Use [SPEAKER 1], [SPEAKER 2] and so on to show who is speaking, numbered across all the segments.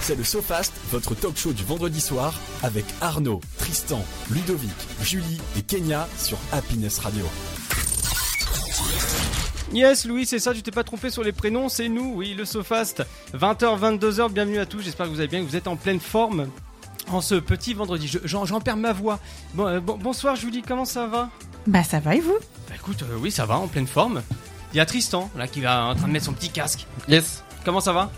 [SPEAKER 1] C'est le SoFast, votre talk show du vendredi soir avec Arnaud, Tristan, Ludovic, Julie et Kenya sur Happiness Radio.
[SPEAKER 2] Yes, Louis, c'est ça, tu t'es pas trompé sur les prénoms, c'est nous, oui, le SoFast. 20h, 22h, bienvenue à tous, j'espère que vous allez bien, que vous êtes en pleine forme en ce petit vendredi. Je- J'en j'en perds ma voix. Bon, euh, bon- bonsoir, Julie, comment ça va
[SPEAKER 3] Bah ça va et vous
[SPEAKER 2] Bah écoute, euh, oui, ça va, en pleine forme. Il y a Tristan, là, qui va en train de mettre son petit casque.
[SPEAKER 4] Yes.
[SPEAKER 2] Comment ça va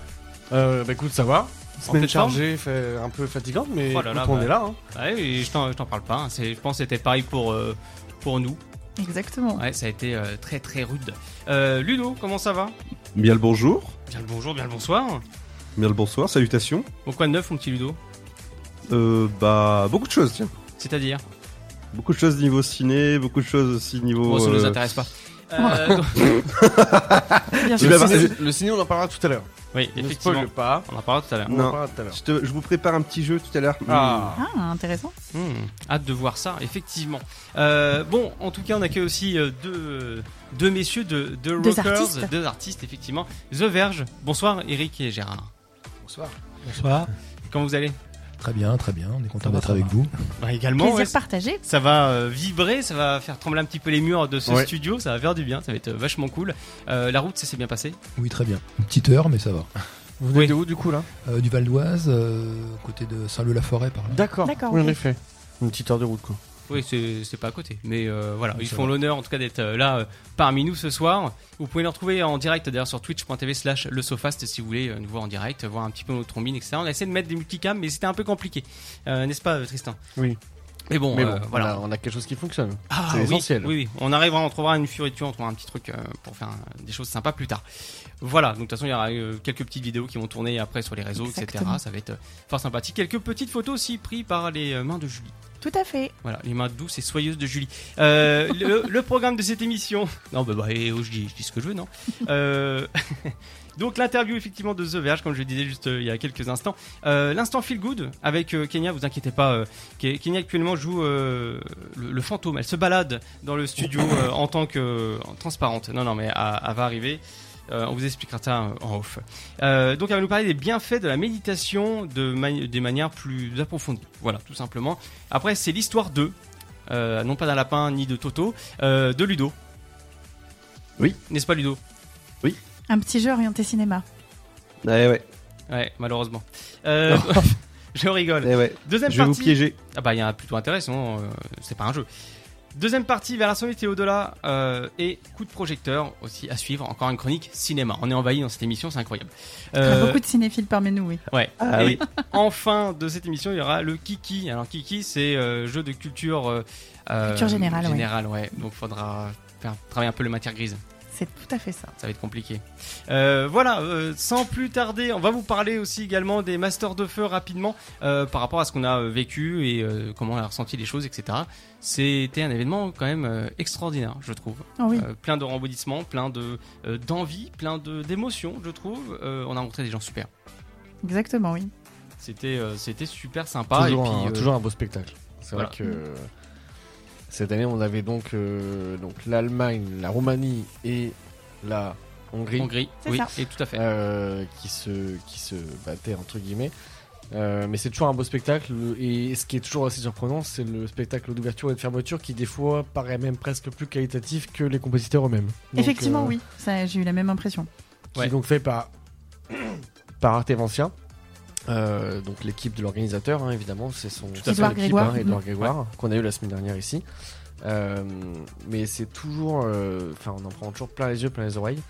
[SPEAKER 4] Euh, bah écoute, ça va. Semaine
[SPEAKER 2] pleine forme
[SPEAKER 4] chargée, fait un peu fatigante, mais
[SPEAKER 2] Oh là là,
[SPEAKER 4] écoute, on
[SPEAKER 2] bah.
[SPEAKER 4] est là. Hein.
[SPEAKER 2] Ouais, et je t'en je t'en parle pas, hein, c'est- je pense que c'était pareil pour, euh, pour nous.
[SPEAKER 3] Exactement.
[SPEAKER 2] Ouais, ça a été euh, très très rude. Euh, Ludo, comment ça va
[SPEAKER 5] Bien le bonjour,
[SPEAKER 2] Bien le bonjour, bien le bonsoir.
[SPEAKER 5] bien le bonsoir, salutations.
[SPEAKER 2] Bon, quoi de neuf, mon petit Ludo
[SPEAKER 5] Euh, bah, beaucoup de choses, tiens.
[SPEAKER 2] C'est-à-dire
[SPEAKER 5] Beaucoup de choses niveau ciné, beaucoup de choses aussi niveau.
[SPEAKER 2] Bon, ça nous
[SPEAKER 5] euh,
[SPEAKER 2] intéresse pas. Euh, donc-
[SPEAKER 3] Bien
[SPEAKER 5] Tu
[SPEAKER 3] sûr.
[SPEAKER 5] vas
[SPEAKER 4] le,
[SPEAKER 5] voir,
[SPEAKER 4] ciné, Eh ben, le ciné, on en parlera tout à l'heure.
[SPEAKER 2] oui,
[SPEAKER 4] Ne
[SPEAKER 2] effectivement.
[SPEAKER 4] spoil pas.
[SPEAKER 2] On en parlera tout à l'heure.
[SPEAKER 4] On
[SPEAKER 5] Non.
[SPEAKER 4] en parlera tout à l'heure.
[SPEAKER 5] Je, te- je vous prépare un petit jeu tout à l'heure.
[SPEAKER 4] Ah.
[SPEAKER 3] Ah intéressant.
[SPEAKER 2] Hmm, hâte de voir ça, effectivement. Euh, bon, en tout cas, on accueille aussi euh, deux, deux messieurs de, de
[SPEAKER 3] Deux
[SPEAKER 2] rockers,
[SPEAKER 3] artistes.
[SPEAKER 2] deux artistes, effectivement. The Verge. Bonsoir, Eric et Gérard.
[SPEAKER 4] Bonsoir.
[SPEAKER 6] Bonsoir.
[SPEAKER 2] Comment vous allez
[SPEAKER 6] Très bien, très bien. On est content
[SPEAKER 4] va,
[SPEAKER 6] d'être
[SPEAKER 4] ça
[SPEAKER 6] avec
[SPEAKER 4] va.
[SPEAKER 6] vous.
[SPEAKER 2] bah, Également.
[SPEAKER 3] Plaisir
[SPEAKER 2] ouais,
[SPEAKER 3] partagé.
[SPEAKER 2] ça va euh, vibrer, ça va faire trembler un petit peu les murs de ce
[SPEAKER 4] Ouais.
[SPEAKER 2] studio, ça va faire du bien, ça va être euh, vachement cool. Euh, la route, ça s'est bien passé
[SPEAKER 6] Oui, très bien. Une petite heure, mais ça va.
[SPEAKER 4] Vous venez
[SPEAKER 2] Oui.
[SPEAKER 4] de où du coup là
[SPEAKER 6] Euh, du Val d'Oise, euh, côté de Saint-Leu-la-Forêt, par là.
[SPEAKER 4] D'accord.
[SPEAKER 3] D'accord,
[SPEAKER 4] Oui,
[SPEAKER 3] ok.
[SPEAKER 4] en effet. Une petite heure de route quoi.
[SPEAKER 2] Oui, c'est c'est pas à côté. Mais euh, voilà,
[SPEAKER 6] Oui,
[SPEAKER 2] ils
[SPEAKER 6] ça
[SPEAKER 2] font
[SPEAKER 6] va.
[SPEAKER 2] l'honneur en tout cas d'être euh, là euh, parmi nous ce soir. Vous pouvez les retrouver en direct d'ailleurs sur twitch.tv slash le sofast si vous voulez euh, nous voir en direct, voir un petit peu notre trombine, etc. On a essayé de mettre des multicams, mais c'était un peu compliqué. Euh, N'est-ce pas, euh, Tristan
[SPEAKER 4] Oui.
[SPEAKER 2] Mais bon,
[SPEAKER 4] mais
[SPEAKER 2] euh,
[SPEAKER 4] bon,
[SPEAKER 2] voilà.
[SPEAKER 4] voilà. on, a, on a quelque chose qui fonctionne.
[SPEAKER 2] Ah,
[SPEAKER 4] C'est
[SPEAKER 2] oui,
[SPEAKER 4] essentiel.
[SPEAKER 2] Oui, oui. on arrivera, on trouvera une fioriture, on trouvera un petit truc euh, pour faire euh, des choses sympas plus tard. Voilà, donc de toute façon, il y aura euh, quelques petites vidéos qui vont tourner après sur les réseaux,
[SPEAKER 3] Exactement.
[SPEAKER 2] etc. Ça va être euh, fort sympathique. Quelques petites photos aussi prises par les euh, mains de Julie.
[SPEAKER 3] Tout à fait.
[SPEAKER 2] Voilà, les mains douces et soyeuses de Julie. Euh, le, le programme de cette émission. Non, bah, bah eh, oh, je, dis, je dis ce que je veux, non Euh, Donc, l'interview effectivement de The Verge, comme je le disais juste euh, il y a quelques instants. Euh, L'instant feel good avec euh, Kenya, vous inquiétez pas. euh, Ke- Kenya actuellement joue euh, le, le fantôme. Elle se balade dans le studio euh, en tant que en transparente. Non, non, mais elle, elle va arriver. Euh, on vous expliquera ça euh, en off. Euh, donc, elle va nous parler des bienfaits de la méditation de mani- des manières plus approfondies. Voilà, tout simplement. Après, c'est l'histoire de, euh, non pas d'un lapin ni de Toto, euh, de Ludo.
[SPEAKER 5] Oui.
[SPEAKER 2] N'est-ce pas Ludo
[SPEAKER 3] Un petit jeu orienté cinéma.
[SPEAKER 5] Eh ouais,
[SPEAKER 2] Ouais, malheureusement. Euh, je rigole.
[SPEAKER 5] eh ouais.
[SPEAKER 2] Deuxième
[SPEAKER 5] Je vais vous
[SPEAKER 2] partie.
[SPEAKER 5] piéger.
[SPEAKER 2] Ah bah, il y a plutôt intérêt, sinon euh, c'est pas un jeu. Deuxième partie vers la sommité au-delà euh, et coup de projecteur aussi à suivre. Encore une chronique cinéma. On est envahi dans cette émission, c'est incroyable.
[SPEAKER 3] Il y a
[SPEAKER 2] Euh,
[SPEAKER 3] beaucoup de cinéphiles parmi nous, oui.
[SPEAKER 2] Ouais.
[SPEAKER 5] Ah
[SPEAKER 2] et
[SPEAKER 5] oui.
[SPEAKER 2] en fin de cette émission, il y aura le Kiki. Alors Kiki, c'est euh, jeu de culture. euh, euh,
[SPEAKER 3] Culture générale, ouais.
[SPEAKER 2] Générale, ouais. Donc faudra faire travailler un peu les matières grises.
[SPEAKER 3] C'est tout à fait ça.
[SPEAKER 2] Ça va être compliqué. Euh, voilà. euh, sans plus tarder, on va vous parler aussi également des masters de feu rapidement euh, par rapport à ce qu'on a euh, vécu et euh, comment on a ressenti les choses, etc. C'était un événement quand même euh, extraordinaire, je trouve.
[SPEAKER 3] Oh oui.
[SPEAKER 2] Euh, plein de rembaudissements, plein de euh, d'envie, plein de d'émotions, je trouve. Euh, on a rencontré des gens super.
[SPEAKER 3] Exactement, oui.
[SPEAKER 2] C'était euh, c'était super sympa
[SPEAKER 4] toujours,
[SPEAKER 2] et puis
[SPEAKER 4] un,
[SPEAKER 2] euh,
[SPEAKER 4] toujours un beau spectacle. C'est
[SPEAKER 2] voilà.
[SPEAKER 4] vrai que euh, cette année, on avait donc, euh, donc l'Allemagne, la Roumanie et la Hongrie.
[SPEAKER 2] Hongrie,
[SPEAKER 3] C'est
[SPEAKER 2] oui,
[SPEAKER 3] ça.
[SPEAKER 2] et tout à fait.
[SPEAKER 4] euh, qui se qui se battait entre guillemets. Euh, mais c'est toujours un beau spectacle et ce qui est toujours assez surprenant, c'est le spectacle d'ouverture et de fermeture qui des fois paraît même presque plus qualitatif que les compositeurs eux-mêmes. Donc,
[SPEAKER 3] Effectivement,
[SPEAKER 4] euh,
[SPEAKER 3] oui. Ça, j'ai eu la même impression.
[SPEAKER 4] Qui
[SPEAKER 2] Ouais.
[SPEAKER 4] est donc fait par par Artevancien. Euh, donc l'équipe de l'organisateur hein, évidemment c'est son
[SPEAKER 2] à fait.
[SPEAKER 4] son
[SPEAKER 3] Édouard
[SPEAKER 4] équipe,
[SPEAKER 3] Grégoire.
[SPEAKER 4] hein, Édouard
[SPEAKER 3] Mmh.
[SPEAKER 4] Grégoire, qu'on a eu la semaine dernière ici Euh, mais c'est toujours euh, enfin on en prend toujours plein les yeux plein les oreilles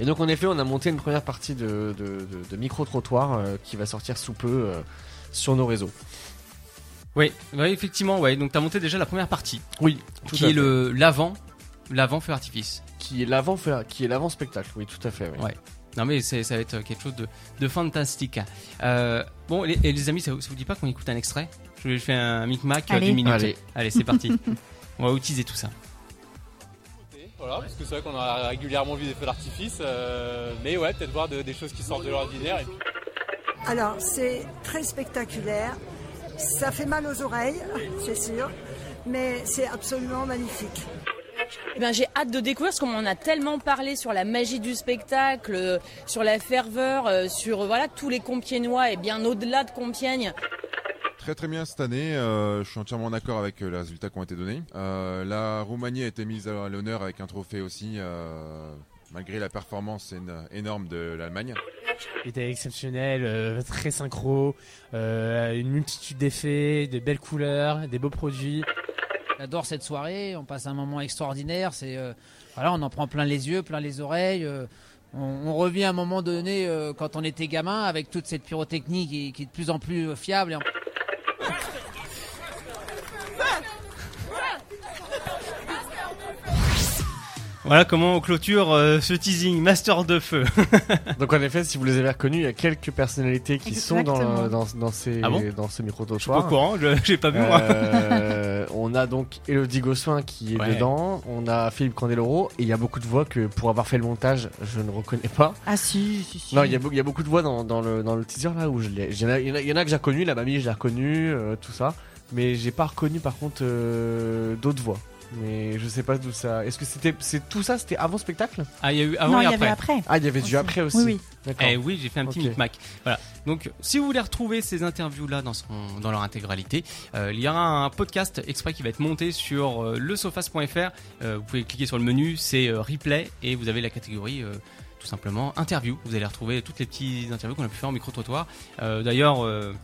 [SPEAKER 4] et donc en effet, on a monté une première partie de, de, de- de micro-trottoir euh, qui va sortir sous peu euh, sur nos réseaux.
[SPEAKER 2] Oui, ouais, effectivement, ouais. Donc t'as monté déjà la première partie,
[SPEAKER 4] Oui,
[SPEAKER 2] qui est le l'avant, l'avant feu artifice.
[SPEAKER 4] qui est l'avant qui est l'avant spectacle. Oui, tout à fait. oui.
[SPEAKER 2] Ouais. Non mais c'est- ça va être quelque chose de, de fantastique. Euh, bon, et, et les amis, ça, vous- ça vous dit pas qu'on écoute un extrait Je vais faire un micmac euh,
[SPEAKER 3] Allez.
[SPEAKER 2] d'une minute.
[SPEAKER 4] Allez.
[SPEAKER 2] Allez, c'est parti. On va utiliser tout ça.
[SPEAKER 7] Voilà, parce que c'est vrai qu'on a régulièrement vu des feux d'artifice, euh, mais ouais, peut-être voir de- des choses qui sortent de l'ordinaire.
[SPEAKER 8] Alors, c'est très spectaculaire. Ça fait mal aux oreilles, c'est sûr, mais c'est absolument magnifique.
[SPEAKER 9] Eh ben, j'ai hâte de découvrir parce qu'on en a tellement parlé sur la magie du spectacle, euh, sur la ferveur, euh, sur euh, voilà tous les Compiègnois et bien au-delà de Compiègne.
[SPEAKER 10] Très très bien cette année, euh, je suis entièrement en accord avec euh, les résultats qui ont été donnés. Euh, la Roumanie a été mise à l'honneur avec un trophée aussi, euh, malgré la performance éno- énorme de l'Allemagne.
[SPEAKER 11] Il était exceptionnel, euh, très synchro, euh, une multitude d'effets, de belles couleurs, des beaux produits.
[SPEAKER 12] J'adore cette soirée, on passe un moment extraordinaire, c'est euh, voilà, on en prend plein les yeux, plein les oreilles. euh, on, on revient à un moment donné euh, quand on était gamin avec toute cette pyrotechnie qui, qui est de plus en plus euh, fiable. Et en-
[SPEAKER 2] Voilà comment on clôture euh, ce teasing Master de Feu.
[SPEAKER 4] Donc en effet, si vous les avez reconnus, il y a quelques personnalités qui sont dans, le-
[SPEAKER 2] Exactement.
[SPEAKER 4] dans, dans ces,
[SPEAKER 2] Ah bon
[SPEAKER 4] dans ce micro Euh,
[SPEAKER 2] Je suis pas au courant, je- j'ai pas vu, moi.
[SPEAKER 4] on a donc Elodie Gossuin qui est
[SPEAKER 2] Ouais.
[SPEAKER 4] dedans, on a Philippe Candeloro, et il y a beaucoup de voix que pour avoir fait le montage, je ne reconnais pas.
[SPEAKER 3] Ah si, si, si.
[SPEAKER 4] Non, il y, a beaucoup- il y a beaucoup de voix dans, dans le, dans le teaser là où je l'ai. Il y, en a- il y en a- il y en a que j'ai reconnu, la mamie je l'ai reconnue, euh, tout ça. Mais j'ai pas reconnu par contre euh, d'autres voix. Mais je sais pas d'où ça. Est-ce que c'était c'est tout ça C'était avant le spectacle
[SPEAKER 2] Ah, il y a eu avant Non, et il y après. avait après.
[SPEAKER 4] Ah, il y avait du après aussi. D'accord.
[SPEAKER 2] Eh oui, j'ai fait un petit
[SPEAKER 4] Ok.
[SPEAKER 2] micmac. Voilà. Donc, si vous voulez retrouver ces interviews-là dans, son- dans leur intégralité, euh, il y aura un podcast exprès qui va être monté sur euh, lesofas.fr. Euh, vous pouvez cliquer sur le menu, c'est euh, replay, et vous avez la catégorie euh, tout simplement interview. Vous allez retrouver toutes les petites interviews qu'on a pu faire en micro-trottoir. Euh, D'ailleurs, euh,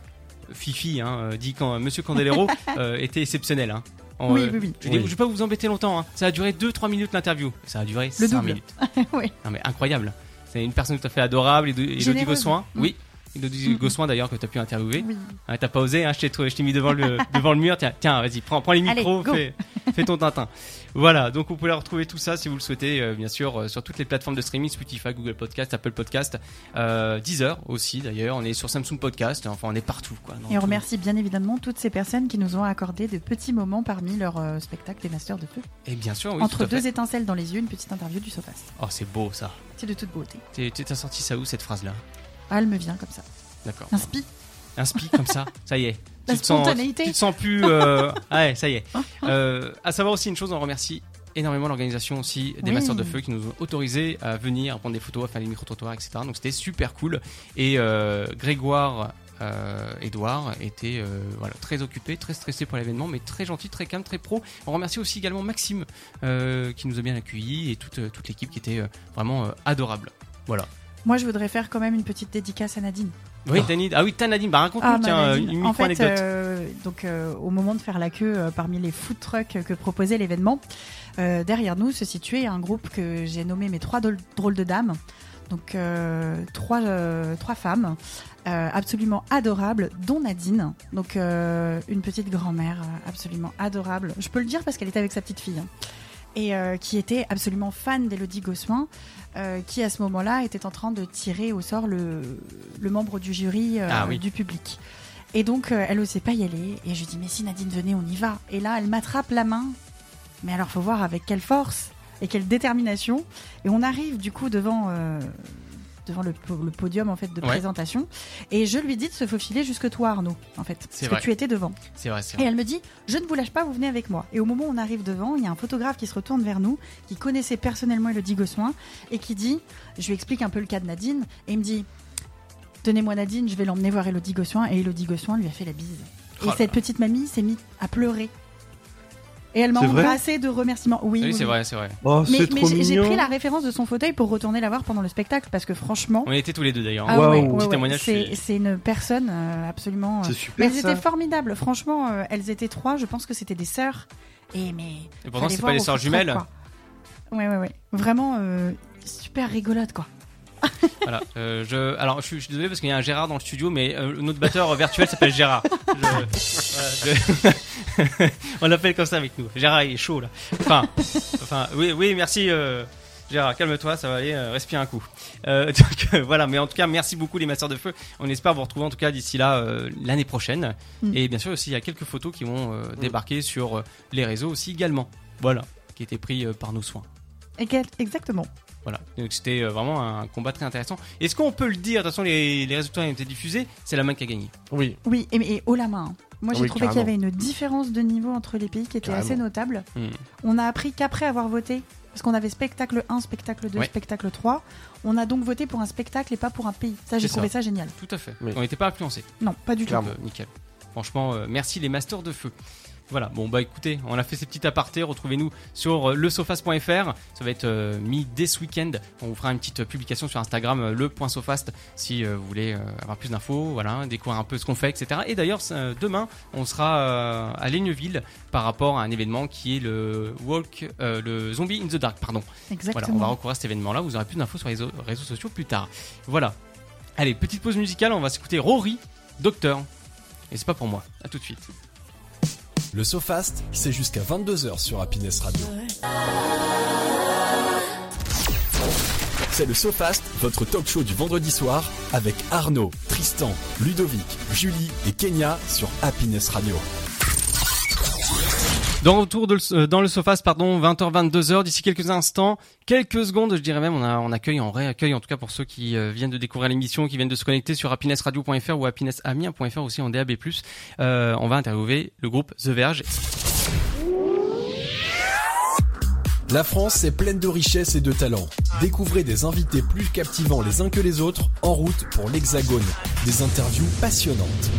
[SPEAKER 2] Fifi hein, euh, dit quand Monsieur Candelero euh, était exceptionnel. hein. En,
[SPEAKER 3] Oui,
[SPEAKER 2] euh,
[SPEAKER 3] oui, oui.
[SPEAKER 2] Je dis-
[SPEAKER 3] Oui.
[SPEAKER 2] je vais pas vous embêter longtemps. hein. Ça a duré 2-3 minutes l'interview. Ça a duré 5
[SPEAKER 3] double.
[SPEAKER 2] minutes. Non mais incroyable. C'est une personne tout à fait adorable, Elodie- Elodie
[SPEAKER 3] Généreuse.
[SPEAKER 2] Gossoin.
[SPEAKER 3] Mm.
[SPEAKER 2] Oui. Elodie Gossoin d'ailleurs que tu as pu interviewer.
[SPEAKER 3] Oui.
[SPEAKER 2] Hein, T'as pas osé, hein, je t'ai trouvé- je t'ai mis devant le, devant le mur. Tiens, tiens vas-y, prends, prends les
[SPEAKER 3] Allez,
[SPEAKER 2] micros,
[SPEAKER 3] go.
[SPEAKER 2] fais, fais ton tintin. Voilà, donc vous pouvez retrouver tout ça si vous le souhaitez, euh, bien sûr, euh, sur toutes les plateformes de streaming, Spotify, Google Podcast, Apple Podcast, euh, Deezer aussi d'ailleurs. On est sur Samsung Podcast, enfin on est partout. Quoi, dans
[SPEAKER 3] Et on
[SPEAKER 2] tout.
[SPEAKER 3] remercie bien évidemment toutes ces personnes qui nous ont accordé de petits moments parmi leurs euh, spectacles des Masters de Feu.
[SPEAKER 2] Et bien sûr, oui, tout
[SPEAKER 3] Entre
[SPEAKER 2] à fait.
[SPEAKER 3] deux étincelles dans les yeux, une petite interview du Sofast.
[SPEAKER 2] Oh c'est beau ça.
[SPEAKER 3] C'est de toute beauté.
[SPEAKER 2] T'es- t'es- T'as sorti ça où cette phrase là
[SPEAKER 3] Ah, elle me vient comme ça.
[SPEAKER 2] D'accord.
[SPEAKER 3] Un spi.
[SPEAKER 2] Un spi comme ça, ça y est.
[SPEAKER 3] La
[SPEAKER 2] te sens-
[SPEAKER 3] spontanéité. Hein,
[SPEAKER 2] tu te sens plus. euh, Ouais, ça y est. Euh, à savoir aussi une chose, on remercie énormément l'organisation aussi des
[SPEAKER 11] Oui.
[SPEAKER 2] Masters de Feu qui nous ont autorisé à venir prendre des photos, à faire des micro-trottoirs, etc. Donc c'était super cool. Et euh, Grégoire. Euh, Edouard était euh, voilà, très occupé, très stressé pour l'événement, mais très gentil, très calme, très pro. On remercie aussi également Maxime euh, qui nous a bien accueillis et toute, euh, toute l'équipe qui était euh, vraiment euh, adorable. Voilà.
[SPEAKER 3] Moi, je voudrais faire quand même une petite dédicace à Nadine.
[SPEAKER 2] Oui, Tanid, ah oui, Tanadine, bah raconte-nous
[SPEAKER 3] Ah,
[SPEAKER 2] tiens,
[SPEAKER 3] Madeleine.
[SPEAKER 2] euh, une
[SPEAKER 3] en
[SPEAKER 2] micro
[SPEAKER 3] fait,
[SPEAKER 2] anecdote.
[SPEAKER 3] euh, donc euh, au moment de faire la queue euh, parmi les food trucks que proposait l'événement, euh, derrière nous se situait un groupe que j'ai nommé mes trois dol- drôles de dames. Donc euh, trois euh, trois femmes euh, absolument adorables, dont Nadine, donc euh, une petite grand-mère euh, absolument adorable. Je peux le dire parce qu'elle était avec sa petite fille. hein. Et euh, qui était absolument fan d'Élodie Gossuin, euh, qui à ce moment-là était en train de tirer au sort le, le membre du jury euh,
[SPEAKER 13] Ah oui.
[SPEAKER 3] du public. Et donc, euh, elle osait pas y aller. Et je lui dis, mais si Nadine, venez, on y va. Et là, elle m'attrape la main. Mais alors, faut voir avec quelle force et quelle détermination. Et on arrive du coup devant, euh, devant le, po- le podium en fait de
[SPEAKER 2] Ouais.
[SPEAKER 3] présentation. Et je lui dis de se faufiler jusque toi, Arnaud, en fait, parce
[SPEAKER 2] C'est
[SPEAKER 3] que
[SPEAKER 2] vrai.
[SPEAKER 3] tu étais devant.
[SPEAKER 2] C'est vrai, c'est
[SPEAKER 3] Et
[SPEAKER 2] vrai.
[SPEAKER 3] elle me dit Je ne vous lâche pas, vous venez avec moi. Et au moment où on arrive devant, il y a un photographe qui se retourne vers nous, qui connaissait personnellement Elodie Gossoin, et qui dit Je lui explique un peu le cas de Nadine, et il me dit Donnez-moi Nadine, je vais l'emmener voir Elodie Gossoin. Et Elodie Gossoin lui a fait la bise.
[SPEAKER 2] Oh
[SPEAKER 3] et
[SPEAKER 2] là
[SPEAKER 3] cette petite mamie s'est mise à pleurer. Et elle m'a
[SPEAKER 2] C'est vrai
[SPEAKER 3] embrassée de remerciements. Oui,
[SPEAKER 2] Oui,
[SPEAKER 3] oui, oui.
[SPEAKER 2] c'est vrai, c'est vrai.
[SPEAKER 3] mais mais j'ai- j'ai pris la référence de son fauteuil pour retourner la voir pendant le spectacle parce que franchement.
[SPEAKER 2] On était tous les deux d'ailleurs.
[SPEAKER 3] Ah ouais, ouais,
[SPEAKER 2] Petit
[SPEAKER 3] ouais.
[SPEAKER 2] témoignage.
[SPEAKER 3] C'est
[SPEAKER 2] c'est-
[SPEAKER 3] c'est une personne euh, absolument. euh,
[SPEAKER 2] C'est super,
[SPEAKER 3] Mais elles
[SPEAKER 2] ça.
[SPEAKER 3] étaient formidables. Franchement, euh, elles étaient trois. Je pense que c'était des sœurs. Et mais.
[SPEAKER 2] Et pourtant,
[SPEAKER 3] fallait
[SPEAKER 2] c'est pas
[SPEAKER 3] voir
[SPEAKER 2] des
[SPEAKER 3] au
[SPEAKER 2] sœurs
[SPEAKER 3] foot truck,
[SPEAKER 2] jumelles.
[SPEAKER 3] quoi. Ouais, ouais, ouais. Vraiment euh, super rigolote, quoi.
[SPEAKER 2] Voilà. euh, je, alors, je suis, je suis désolé parce qu'il y a un Gérard dans le studio, mais euh, notre batteur virtuel s'appelle Gérard. Je- voilà, je- On l'appelle comme ça avec nous. Gérard, il est chaud là. Enfin, enfin oui, oui, merci. euh, Gérard, calme-toi, ça va aller, euh, respire un coup. Euh, donc euh, voilà, mais en tout cas, merci beaucoup les Masters de Feu. On espère vous retrouver en tout cas d'ici là euh, l'année prochaine.
[SPEAKER 11] Mm.
[SPEAKER 2] Et bien sûr aussi, il y a quelques photos qui vont euh, débarquer sur euh, les réseaux aussi également. Voilà, qui étaient pris euh, par nos soins.
[SPEAKER 3] Égal- Exactement.
[SPEAKER 2] Voilà, donc c'était euh, vraiment un combat très intéressant. Est-ce qu'on peut le dire De toute façon, les, les résultats ont été diffusés, c'est la main qui a gagné.
[SPEAKER 4] Oui.
[SPEAKER 3] Oui, et, et haut la main. hein. Moi, j'ai
[SPEAKER 2] Oui,
[SPEAKER 3] trouvé qu'il y
[SPEAKER 2] carrément.
[SPEAKER 3] avait une différence de niveau entre les pays qui était assez
[SPEAKER 2] Carrément.
[SPEAKER 3] notable.
[SPEAKER 2] Hmm.
[SPEAKER 3] On a appris qu'après avoir voté, parce qu'on avait spectacle 1, spectacle 2,
[SPEAKER 2] Ouais.
[SPEAKER 3] spectacle 3, on a donc voté pour un spectacle et pas pour un pays. Ça, j'ai
[SPEAKER 2] C'est
[SPEAKER 3] trouvé ça génial.
[SPEAKER 2] Tout à fait. On n'était pas influencé.
[SPEAKER 3] Non, pas du tout.
[SPEAKER 2] Euh, nickel. Franchement, euh, merci les masters de feu. Voilà, bon bah écoutez, on a fait ces petits apartés, retrouvez-nous sur euh, lesofast.fr, ça va être euh, mis dès ce week-end, on vous fera une petite publication sur Instagram, euh, le.sofast, si euh, vous voulez euh, avoir plus d'infos, voilà, découvrir un peu ce qu'on fait, etc. Et d'ailleurs, ça, euh, demain, on sera euh, à Ligneville par rapport à un événement qui est le Walk, euh, le Zombie in the Dark, pardon.
[SPEAKER 3] Exactement.
[SPEAKER 2] Voilà, on va recourir à cet événement-là, vous aurez plus d'infos sur les réseaux- réseaux sociaux plus tard. Voilà, Allez, petite pause musicale, on va s'écouter Rory, Docteur. Et c'est pas pour moi. À tout de suite.
[SPEAKER 1] Le SoFast, c'est jusqu'à 22h sur Happiness Radio. C'est le SoFast, votre talk show du vendredi soir avec Arnaud, Tristan, Ludovic, Julie et Kenya sur Happiness Radio.
[SPEAKER 2] Dans retour de le- euh, dans le Sofast, pardon, 20h, 22h, d'ici quelques instants, quelques secondes, je dirais même, on, a, on accueille, on réaccueille, en tout cas pour ceux qui euh, viennent de découvrir l'émission, qui viennent de se connecter sur happinessradio.fr ou happinessamiens.fr aussi en DAB+. Euh, on va interviewer le groupe The Verge.
[SPEAKER 1] La France est pleine de richesses et de talents. Découvrez des invités plus captivants les uns que les autres en route pour l'Hexagone. Des interviews passionnantes.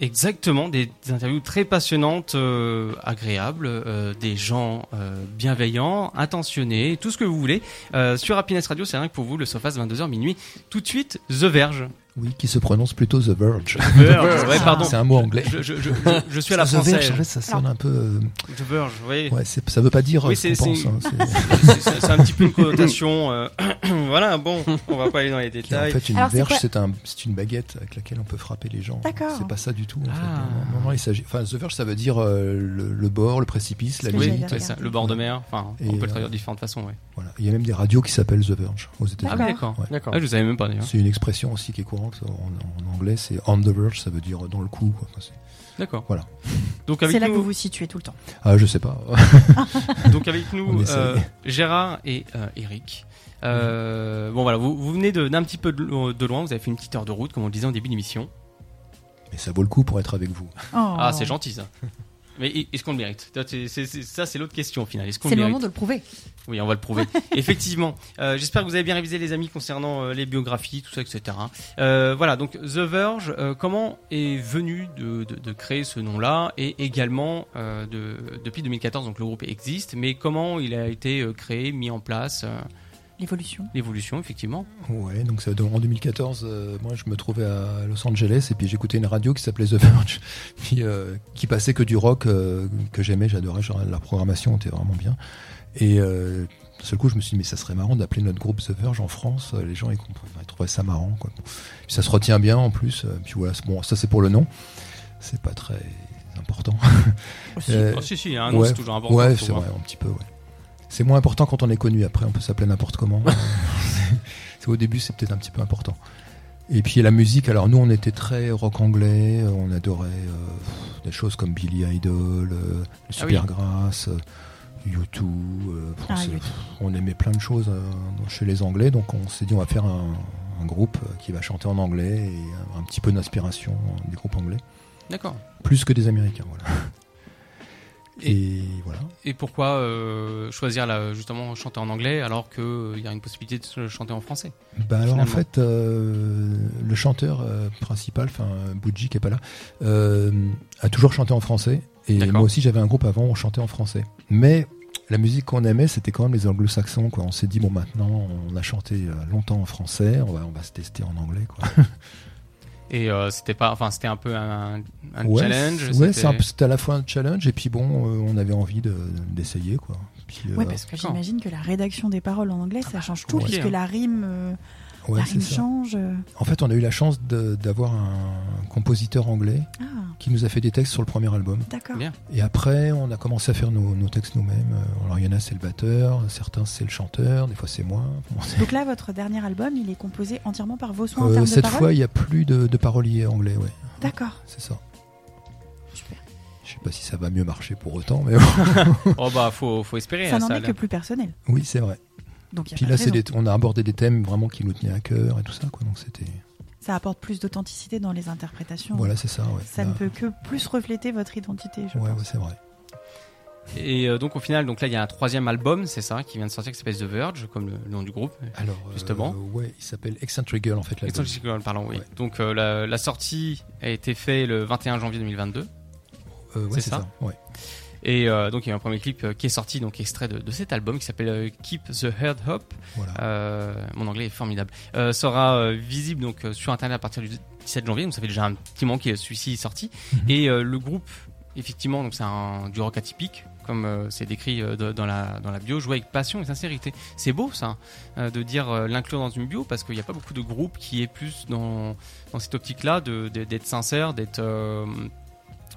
[SPEAKER 2] Exactement, des, des interviews très passionnantes, euh, agréables, euh, des gens euh, bienveillants, intentionnés, tout ce que vous voulez. Euh, sur Happiness Radio, c'est rien que pour vous, le Sofast 22h minuit. Tout de suite, The Verge.
[SPEAKER 6] Oui, qui se prononce plutôt The Verge. Ah,
[SPEAKER 2] Verge, ouais, pardon.
[SPEAKER 6] C'est un mot anglais.
[SPEAKER 2] Je- je- je- je- je suis à la
[SPEAKER 6] The Verge,
[SPEAKER 2] française.
[SPEAKER 6] en fait, ça sonne un peu. euh,
[SPEAKER 2] The Verge, oui.
[SPEAKER 6] Ouais, c'est- ça veut pas dire
[SPEAKER 2] Oui,
[SPEAKER 6] ce
[SPEAKER 2] c'est-
[SPEAKER 6] qu'on pense.
[SPEAKER 2] c'est-
[SPEAKER 6] hein,
[SPEAKER 2] c'est- c'est- c'est un petit peu une connotation. euh, voilà, bon, on va pas aller dans les
[SPEAKER 6] Qui est en
[SPEAKER 2] détails.
[SPEAKER 6] fait, une verge, c'est un, c'est une baguette avec laquelle on peut frapper les gens.
[SPEAKER 2] D'accord.
[SPEAKER 6] C'est pas ça du tout. En
[SPEAKER 4] Ah.
[SPEAKER 6] fait. Non, non, non, il s'agit. Enfin, the verge, ça veut dire euh, le, le bord, le précipice, la
[SPEAKER 2] Oui,
[SPEAKER 6] limite.
[SPEAKER 2] c'est ça, le bord de mer. Enfin,
[SPEAKER 6] Et,
[SPEAKER 2] on peut le
[SPEAKER 6] euh,
[SPEAKER 2] traduire de différentes façons, ouais.
[SPEAKER 6] Voilà. Il y a même des radios qui s'appellent The Verge aux États-Unis.
[SPEAKER 2] Ah oui, d'accord.
[SPEAKER 6] Ouais.
[SPEAKER 2] D'accord. Ah, je le savais même pas, d'ailleurs.
[SPEAKER 6] C'est une expression aussi qui est courante en, en anglais. C'est on the verge, ça veut dire dans le coup. quoi. Enfin, c'est-
[SPEAKER 2] D'accord.
[SPEAKER 6] Voilà.
[SPEAKER 2] Donc
[SPEAKER 3] C'est
[SPEAKER 2] avec
[SPEAKER 3] là
[SPEAKER 2] nous-
[SPEAKER 3] que vous vous situez tout le temps.
[SPEAKER 6] Ah, je sais pas.
[SPEAKER 2] Donc avec
[SPEAKER 6] On
[SPEAKER 2] nous,
[SPEAKER 6] essaye.
[SPEAKER 2] euh, Gérard et euh, Eric. Euh, Bon voilà, vous, vous venez de- d'un petit peu de, lo- de loin, vous avez fait une petite heure de route, comme on le disait en début d'émission.
[SPEAKER 6] Mais ça vaut le coup pour être avec vous.
[SPEAKER 3] Oh.
[SPEAKER 2] Ah, c'est gentil ça. Mais e- est-ce qu'on le mérite Ça, c'est- c'est- c'est- Ça, c'est l'autre question au final. Est-ce qu'on
[SPEAKER 3] C'est le
[SPEAKER 2] mérite
[SPEAKER 3] moment de le prouver.
[SPEAKER 2] Oui, on va le prouver. Effectivement. Euh, J'espère que vous avez bien révisé, les amis, concernant euh, les biographies, tout ça, etc. Euh, voilà, donc The Verge, euh, comment est venu de, de- de créer ce nom-là Et également, euh, de- depuis 2014, donc le groupe existe, mais comment il a été euh, créé, mis en place euh,
[SPEAKER 3] L'évolution.
[SPEAKER 2] L'évolution, effectivement.
[SPEAKER 6] Ouais, donc ça, donc, en 2014, euh, moi je me trouvais à Los Angeles et puis j'écoutais une radio qui s'appelait The Verge, puis, euh, qui passait que du rock euh, que j'aimais, j'adorais, genre, la programmation était vraiment bien. Et euh, d'un seul coup, je me suis dit, mais ça serait marrant d'appeler notre groupe The Verge en France, Euh, les gens ils, compren- ils trouvaient ça marrant. Quoi. Puis ça se retient bien en plus, Euh, puis voilà, c'est- bon, ça c'est pour le nom, c'est pas très important. Euh,
[SPEAKER 2] Oh, si. Oh, si, si, un nom, c'est toujours important,
[SPEAKER 6] Ouais,
[SPEAKER 2] faut
[SPEAKER 6] c'est
[SPEAKER 2] voir.
[SPEAKER 6] vrai, un petit peu, ouais. C'est moins important quand on est connu. Après, on peut s'appeler n'importe comment. Euh, c'est- au début, c'est peut-être un petit peu important. Et puis la musique. Alors nous, on était très rock anglais. euh, On adorait euh, des choses comme Billy Idol, euh,
[SPEAKER 13] Ah oui.
[SPEAKER 6] Supergrass, euh, U2. euh, pff,
[SPEAKER 13] Ah,
[SPEAKER 6] c'est-
[SPEAKER 13] U2.
[SPEAKER 6] pff, on aimait plein de choses euh, dans- chez les Anglais. Donc on s'est dit, on va faire un, un groupe euh, qui va chanter en anglais et un, un petit peu d'inspiration euh, du groupe anglais.
[SPEAKER 2] D'accord.
[SPEAKER 6] Plus que des Américains, voilà. Et, voilà.
[SPEAKER 2] Et pourquoi euh, choisir là, justement chanter en anglais alors qu'il y a une possibilité de se chanter en français
[SPEAKER 6] Bah alors en
[SPEAKER 2] finalement
[SPEAKER 6] fait, euh, le chanteur euh, principal, enfin euh, Boudji qui est pas là, euh, a toujours chanté en français. Et moi aussi j'avais un groupe avant, on chantait en français. Mais la musique qu'on aimait, c'était quand même les anglo-saxons. Quoi. On s'est dit, bon maintenant, on a chanté euh, longtemps en français, on va, on va se tester en anglais. Quoi.
[SPEAKER 2] Et euh, c'était pas, enfin c'était un peu un, un
[SPEAKER 6] Ouais,
[SPEAKER 2] challenge.
[SPEAKER 6] c'est- ouais,
[SPEAKER 2] c'était-
[SPEAKER 6] c'est un peu- c'était à la fois un challenge et puis bon, euh, on avait envie de, d'essayer. Quoi. Puis,
[SPEAKER 3] Ouais,
[SPEAKER 6] euh,
[SPEAKER 3] parce que j'imagine que la rédaction des paroles en
[SPEAKER 2] Ah
[SPEAKER 3] anglais,
[SPEAKER 2] bah,
[SPEAKER 3] ça change tout,
[SPEAKER 6] ouais.
[SPEAKER 3] puisque la rime, euh,
[SPEAKER 6] Ouais,
[SPEAKER 3] la
[SPEAKER 6] c'est
[SPEAKER 3] rime
[SPEAKER 6] ça.
[SPEAKER 3] change. euh.
[SPEAKER 6] En fait, on a eu la chance de- d'avoir un compositeur anglais
[SPEAKER 3] Ah.
[SPEAKER 6] qui nous a fait des textes sur le premier album.
[SPEAKER 3] D'accord.
[SPEAKER 2] Bien.
[SPEAKER 6] Et après, on a commencé à faire nos, nos textes nous-mêmes. Euh, Alors, il y en a, c'est le batteur, certains, c'est le chanteur, des fois, c'est moi. Bon, c'est-
[SPEAKER 3] Donc là, votre dernier album, il est composé entièrement par vos soins en
[SPEAKER 6] Euh,
[SPEAKER 3] termes de
[SPEAKER 6] cette
[SPEAKER 3] paroles
[SPEAKER 6] fois, il n'y a plus de, de parolier anglais, ouais.
[SPEAKER 3] D'accord.
[SPEAKER 6] C'est ça. Je sais pas si ça va mieux marcher pour autant, mais bon.
[SPEAKER 2] oh bah faut, faut espérer.
[SPEAKER 3] Ça
[SPEAKER 2] hein,
[SPEAKER 3] n'en est
[SPEAKER 2] là.
[SPEAKER 3] que plus personnel.
[SPEAKER 6] oui, c'est vrai.
[SPEAKER 3] Donc, il y a
[SPEAKER 6] Puis
[SPEAKER 3] pas
[SPEAKER 6] là,
[SPEAKER 3] de
[SPEAKER 6] c'est des-
[SPEAKER 3] raison.
[SPEAKER 6] on a abordé des thèmes vraiment qui nous tenaient à cœur et tout ça, quoi. Donc, c'était.
[SPEAKER 3] ça apporte plus d'authenticité dans les interprétations.
[SPEAKER 6] Voilà, c'est ça, ouais.
[SPEAKER 3] Ça
[SPEAKER 6] Là-
[SPEAKER 3] ne peut que plus refléter votre identité, je
[SPEAKER 6] Ouais,
[SPEAKER 3] pense.
[SPEAKER 6] ouais, c'est vrai.
[SPEAKER 2] Et euh, donc au final, donc là il y a un troisième album, c'est ça, qui vient de sortir qui s'appelle The Verge, comme le nom du groupe.
[SPEAKER 6] Alors
[SPEAKER 2] justement.
[SPEAKER 6] Euh, ouais, il s'appelle Eccentric Girl en fait. l'album.
[SPEAKER 2] Eccentric Girl, pardon, oui. Donc euh, la, la sortie a été faite le 21 janvier 2022.
[SPEAKER 6] Euh, ouais, c'est ça, ouais.
[SPEAKER 2] Et euh, donc il y a un premier clip euh, qui est sorti, donc extrait de, de cet album qui s'appelle euh, Keep the Heard Up. Euh, mon anglais est formidable. Euh, sera euh, visible donc euh, sur internet à partir du 17 janvier. Donc ça fait déjà un petit moment que celui-ci est sorti.
[SPEAKER 6] Mhm.
[SPEAKER 2] Et euh, le groupe, effectivement, donc c'est un- du rock atypique. Comme euh, c'est décrit euh, de- dans, la, dans la bio, jouer avec passion et sincérité. C'est beau ça, euh, de dire euh, l'inclure dans une bio, parce qu'il n'y a pas beaucoup de groupes qui est plus dans, dans cette optique-là, de- de- d'être sincère, d'être euh,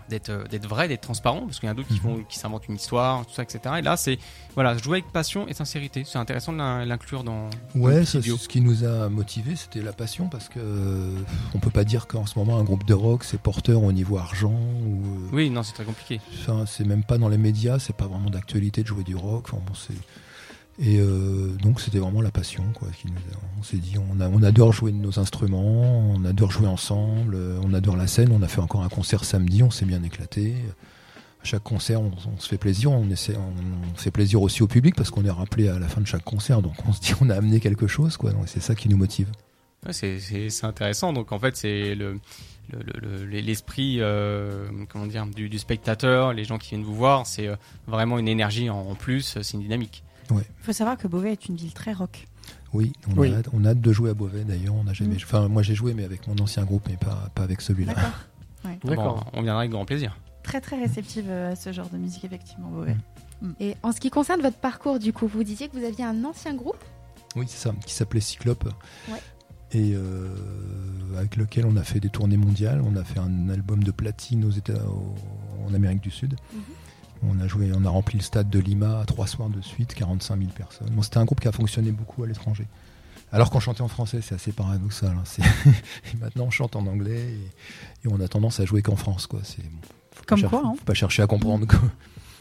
[SPEAKER 2] d'être euh, d'être vrai, d'être transparent, parce qu'il y en a d'autres qui font qui s'inventent une histoire, tout ça, etc. Et là, c'est voilà, jouer avec passion et sincérité. C'est intéressant de l'in- l'inclure dans. dans le
[SPEAKER 6] Ouais,
[SPEAKER 2] petit
[SPEAKER 6] ça, c'est
[SPEAKER 2] bio.
[SPEAKER 6] ce qui nous a motivés, c'était la passion parce que euh, on peut pas dire qu'en ce moment un groupe de rock c'est porteur au niveau argent ou euh,
[SPEAKER 2] Oui, non, c'est très compliqué.
[SPEAKER 6] Enfin, c'est même pas dans les médias, c'est pas vraiment d'actualité de jouer du rock. Enfin, bon, c'est- Et euh, donc c'était vraiment la passion. Quoi, qui nous a- On s'est dit, on, a- on adore jouer de nos instruments, on adore jouer ensemble, euh, on adore la scène. On a fait encore un concert samedi, on s'est bien éclaté. À chaque concert, on, on se fait plaisir, on, essaie, on, on fait plaisir aussi au public parce qu'on est rappelé à la fin de chaque concert. Donc on se dit, on a amené quelque chose. Quoi, donc c'est ça qui nous motive.
[SPEAKER 2] Ouais, c'est- c'est c'est intéressant. Donc en fait, c'est le le- le- le- l'esprit euh, comment dire du, du spectateur, les gens qui viennent vous voir, c'est euh, vraiment une énergie en, en plus, euh, c'est une dynamique.
[SPEAKER 3] Il faut savoir que Beauvais est une ville très rock.
[SPEAKER 6] Oui, on,
[SPEAKER 3] Oui. Mm.
[SPEAKER 6] A, hâte- on a hâte de jouer à Beauvais d'ailleurs. On a jamais, enfin, moi j'ai joué, mais avec mon ancien groupe, mais pas, pas avec celui-là.
[SPEAKER 3] Ouais.
[SPEAKER 2] Bon, on viendra avec grand plaisir.
[SPEAKER 3] Très très réceptive euh, à ce genre de musique, effectivement, Mm. Beauvais.
[SPEAKER 13] Et en ce qui concerne votre parcours, du coup, vous disiez que vous aviez un ancien groupe.
[SPEAKER 6] Oui, c'est ça, qui s'appelait Cyclope.
[SPEAKER 13] Ouais.
[SPEAKER 6] Et euh, avec lequel on a fait des tournées mondiales. On a fait un album de platine aux États, au- en Amérique du Sud.
[SPEAKER 3] Mm-hmm.
[SPEAKER 6] On a joué, on a rempli le stade de Lima trois soirs de suite, 45 000 personnes. Bon, c'était un groupe qui a fonctionné beaucoup à l'étranger. Alors qu'on chantait en français, c'est assez paradoxal. hein. C'est- et maintenant, on chante en anglais et, et on a tendance à jouer qu'en France, quoi. C'est bon, faut pas
[SPEAKER 3] Comme
[SPEAKER 6] chercher-
[SPEAKER 3] quoi, hein.
[SPEAKER 6] faut pas chercher à comprendre. quoi.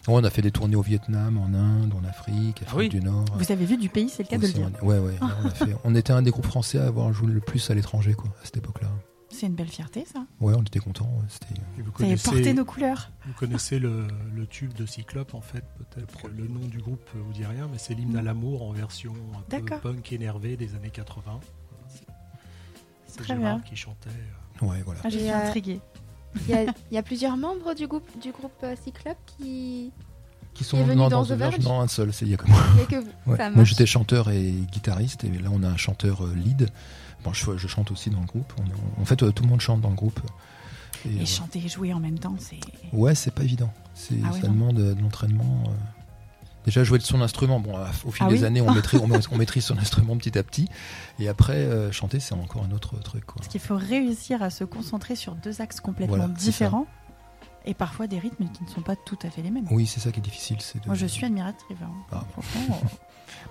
[SPEAKER 6] Ouais, on a fait des tournées au Vietnam, en Inde, en Afrique, Afrique du Nord.
[SPEAKER 3] Vous avez vu du pays, c'est le cas de le dire. Ah.
[SPEAKER 6] Océanie. Ouais, ouais, on, a fait- on était un des groupes français à avoir joué le plus à l'étranger, quoi, à cette époque-là.
[SPEAKER 3] C'est une belle fierté, ça.
[SPEAKER 6] Ouais, on était contents. ouais, c'était-
[SPEAKER 14] Vous
[SPEAKER 3] Vous avez porté nos couleurs.
[SPEAKER 14] Vous connaissez le, le tube de Cyclope, en fait, peut-être que le nom du groupe vous dit rien, mais c'est l'hymne à l'amour en version un peu
[SPEAKER 3] D'accord.
[SPEAKER 14] punk énervé des années 80. C'est
[SPEAKER 13] Très
[SPEAKER 14] Gérard
[SPEAKER 13] bien.
[SPEAKER 14] qui chantait.
[SPEAKER 6] Ouais, voilà.
[SPEAKER 3] Ah, je
[SPEAKER 13] Et,
[SPEAKER 3] suis
[SPEAKER 13] euh,
[SPEAKER 3] intriguée.
[SPEAKER 13] Il y, a- il y a plusieurs membres du groupe, du groupe euh, Cyclope qui,
[SPEAKER 6] Qui
[SPEAKER 13] est
[SPEAKER 6] sont
[SPEAKER 13] venu
[SPEAKER 6] non,
[SPEAKER 13] dans
[SPEAKER 6] dans
[SPEAKER 13] The
[SPEAKER 6] The Verge,
[SPEAKER 13] Verge
[SPEAKER 6] non, un seul, c'est il y a que moi.
[SPEAKER 13] Il y a que vous,
[SPEAKER 6] Ouais.
[SPEAKER 13] ça
[SPEAKER 6] Moi
[SPEAKER 13] marche.
[SPEAKER 6] j'étais chanteur et guitariste, et là on a un chanteur euh, lead. Bon, je, je chante aussi dans le groupe. On est- en fait, euh, tout le monde chante dans le groupe. Et,
[SPEAKER 3] Et
[SPEAKER 6] ouais.
[SPEAKER 3] chanter et jouer en même temps, c'est.
[SPEAKER 6] Ouais, c'est pas évident. C'est,
[SPEAKER 3] Ah ouais,
[SPEAKER 6] ça
[SPEAKER 3] non.
[SPEAKER 6] demande euh, de l'entraînement. euh. Déjà, jouer de son instrument, bon, à- au fil
[SPEAKER 3] Ah
[SPEAKER 6] des
[SPEAKER 3] oui
[SPEAKER 6] années, on maîtrise, on, maîtrise- on maîtrise son instrument petit à petit. Et après, euh, chanter, c'est encore un autre truc. Quoi.
[SPEAKER 3] Parce qu'il faut réussir à se concentrer sur deux axes complètement
[SPEAKER 6] Voilà, c'est ça.
[SPEAKER 3] différents et parfois des rythmes qui ne sont pas tout à fait les mêmes.
[SPEAKER 6] Oui, c'est ça qui est difficile. C'est de-
[SPEAKER 3] Moi, je suis admirative. hein.
[SPEAKER 6] Ah.
[SPEAKER 3] Franchement,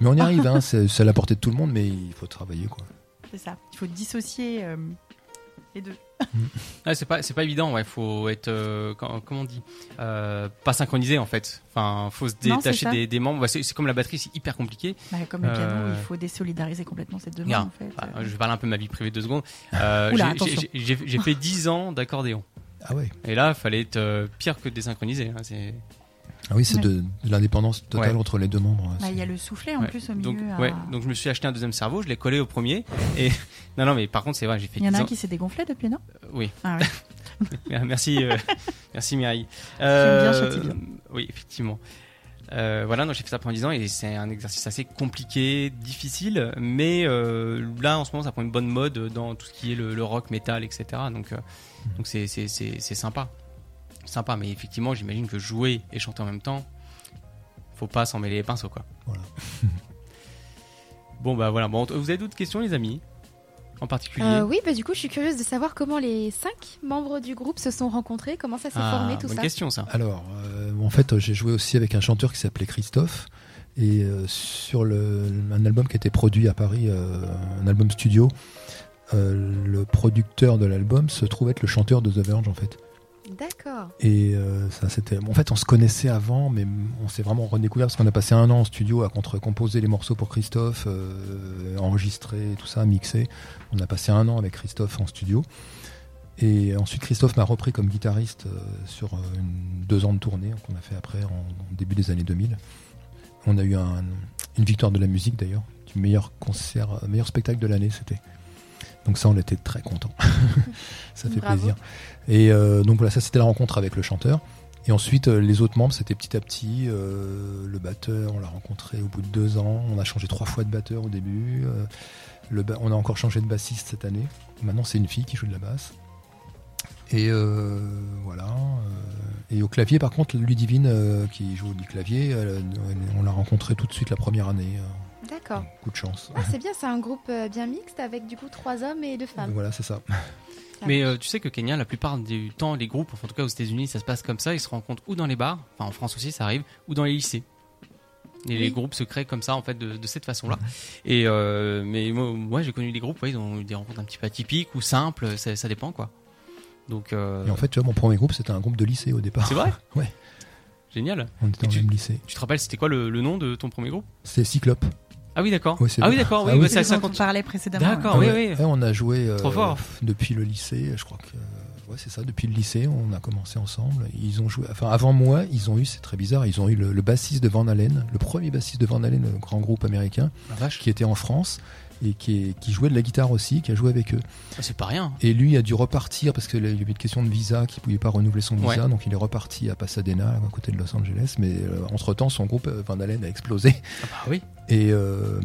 [SPEAKER 6] Mais on y arrive, hein, c'est, c'est à la portée de tout le monde, mais il faut travailler. Quoi.
[SPEAKER 3] c'est ça. Il faut dissocier euh, les deux.
[SPEAKER 2] Ouais, c'est pas c'est pas évident. Ouais, faut être euh, quand- comment on dit Euh, pas synchronisé en fait. Enfin, faut se
[SPEAKER 3] Non, c'est
[SPEAKER 2] détacher
[SPEAKER 3] ça.
[SPEAKER 2] des, des membres. Ouais, c'est c'est comme la batterie, c'est hyper compliqué.
[SPEAKER 3] Bah, comme le piano,
[SPEAKER 2] Euh,
[SPEAKER 3] il faut désolidariser complètement ces deux mains,
[SPEAKER 2] Regarde,
[SPEAKER 3] en fait.
[SPEAKER 2] bah, je vais parler un peu de ma vie privée deux secondes. Euh,
[SPEAKER 3] Oula,
[SPEAKER 2] j'ai-
[SPEAKER 3] attention.
[SPEAKER 2] j'ai- J'ai j'ai fait 10 ans d'accordéon.
[SPEAKER 6] Ah ouais.
[SPEAKER 2] Et là, fallait être euh, pire que désynchronisé. hein, c'est-
[SPEAKER 6] Ah oui, c'est
[SPEAKER 3] Ouais.
[SPEAKER 6] de, de l'indépendance totale
[SPEAKER 2] Ouais.
[SPEAKER 6] entre les deux membres. hein.
[SPEAKER 3] Bah, il y a le soufflet en
[SPEAKER 2] Ouais.
[SPEAKER 3] plus au milieu. hein.
[SPEAKER 2] donc,
[SPEAKER 3] à-
[SPEAKER 2] ouais, donc je me suis acheté un deuxième cerveau, je l'ai collé au premier. Et non, non, mais par contre, c'est vrai, j'ai fait
[SPEAKER 3] Il y en
[SPEAKER 2] 10
[SPEAKER 3] a un
[SPEAKER 2] ans-
[SPEAKER 3] qui s'est dégonflé depuis, non
[SPEAKER 2] Euh, Oui.
[SPEAKER 3] Ah ouais.
[SPEAKER 2] merci, euh, merci Mireille. Euh,
[SPEAKER 3] bien, châtie bien.
[SPEAKER 2] Oui, effectivement. Euh, voilà, non, j'ai fait ça pendant 10 ans et c'est un exercice assez compliqué, difficile, mais euh, là en ce moment ça prend une bonne mode dans tout ce qui est le, le rock, métal, etc. Donc, euh, donc c'est, c'est, c'est, c'est sympa. Sympa, mais effectivement, j'imagine que jouer et chanter en même temps, faut pas s'en mêler les pinceaux quoi.
[SPEAKER 6] Voilà.
[SPEAKER 2] bon, bah voilà, bon, vous avez d'autres questions les amis En particulier
[SPEAKER 13] Euh, oui, bah du coup, je suis curieuse de savoir comment les cinq membres du groupe se sont rencontrés, comment ça s'est
[SPEAKER 6] Ah,
[SPEAKER 13] formé tout ça.
[SPEAKER 6] Alors, euh, en fait, euh, j'ai joué aussi avec un chanteur qui s'appelait Christophe. Et euh, sur le, un album qui a été produit à Paris, euh, un album studio, euh, le producteur de l'album se trouve être le chanteur de The Verge, en fait.
[SPEAKER 13] D'accord.
[SPEAKER 6] Et euh, ça, c'était. En fait, on se connaissait avant, mais on s'est vraiment redécouvert parce qu'on a passé un an en studio à contre-composer les morceaux pour Christophe, euh, à enregistrer tout ça, à mixer. On a passé un an avec Christophe en studio. Et ensuite, Christophe m'a repris comme guitariste euh, sur euh, une- deux ans de tournée qu'on a fait après, en, en début des années 2000. On a eu un- une victoire de la musique d'ailleurs, du meilleur concert, euh, meilleur spectacle de l'année, c'était. Donc ça, on était très contents. ça fait
[SPEAKER 13] Bravo.
[SPEAKER 6] plaisir. Et euh, donc voilà, ça c'était la rencontre avec le chanteur. Et ensuite, euh, les autres membres, c'était petit à petit. euh, le batteur, on l'a rencontré au bout de deux ans. On a changé trois fois de batteur au début. euh, le ba- on a encore changé de bassiste cette année. Maintenant, c'est une fille qui joue de la basse. Et euh, voilà. euh, Et au clavier, par contre, Ludivine, euh, qui joue du clavier, elle, elle- on l'a rencontrée tout de suite la première année. euh,
[SPEAKER 13] D'accord.
[SPEAKER 6] coup de chance.
[SPEAKER 13] Ah, c'est bien, c'est un groupe euh, bien mixte avec du coup trois hommes et deux femmes.
[SPEAKER 6] Voilà, c'est ça.
[SPEAKER 2] Mais euh, tu sais que Kenya, la plupart du temps, les groupes, enfin, en tout cas aux États-Unis, ça se passe comme ça. Ils se rencontrent ou dans les bars, enfin en France aussi, ça arrive, ou dans les lycées. Et les groupes se créent comme ça, en fait, de, de cette façon-là. Et euh, mais moi, moi, j'ai connu des groupes, ouais, ils ont eu des rencontres un petit peu atypiques ou simples, ça, ça dépend quoi. Donc euh,
[SPEAKER 6] Et en fait, tu vois, mon premier groupe, c'était un groupe de lycée au départ.
[SPEAKER 2] C'est vrai
[SPEAKER 6] Ouais.
[SPEAKER 2] génial.
[SPEAKER 6] On était dans le même lycée.
[SPEAKER 2] Tu te rappelles, c'était quoi le, le nom de ton premier groupe
[SPEAKER 6] C'est Cyclope.
[SPEAKER 2] Ah oui, d'accord.
[SPEAKER 6] Ouais, c'est
[SPEAKER 2] ah oui,
[SPEAKER 6] vrai.
[SPEAKER 2] d'accord. Oui,
[SPEAKER 6] Ah oui.
[SPEAKER 2] bah,
[SPEAKER 6] C'est
[SPEAKER 2] ça,
[SPEAKER 6] les
[SPEAKER 2] ça
[SPEAKER 3] dont on
[SPEAKER 2] compte-
[SPEAKER 3] parlait précédemment,
[SPEAKER 2] D'accord,
[SPEAKER 6] Ah Ouais,
[SPEAKER 2] oui, oui.
[SPEAKER 6] ouais, on a joué euh,
[SPEAKER 2] Trop fort.
[SPEAKER 6] depuis le lycée, je crois que. euh, Ouais, c'est ça, depuis le lycée, on a commencé ensemble. Ils ont joué. Enfin, avant moi, ils ont eu, c'est très bizarre, ils ont eu le, le bassiste de Van Halen, le premier bassiste de Van Halen, le grand groupe américain,
[SPEAKER 2] Ah,
[SPEAKER 6] qui était en France et qui, est- qui jouait de la guitare aussi, qui a joué avec eux.
[SPEAKER 2] Ah, c'est pas rien.
[SPEAKER 6] Et lui a dû repartir parce qu'il y avait une question de visa qui pouvait pas renouveler son visa,
[SPEAKER 2] Ouais.
[SPEAKER 6] donc il est reparti à Pasadena, à côté de Los Angeles. Mais entre temps, son groupe euh, Van Halen a explosé.
[SPEAKER 2] Ah bah oui.
[SPEAKER 6] Et, euh,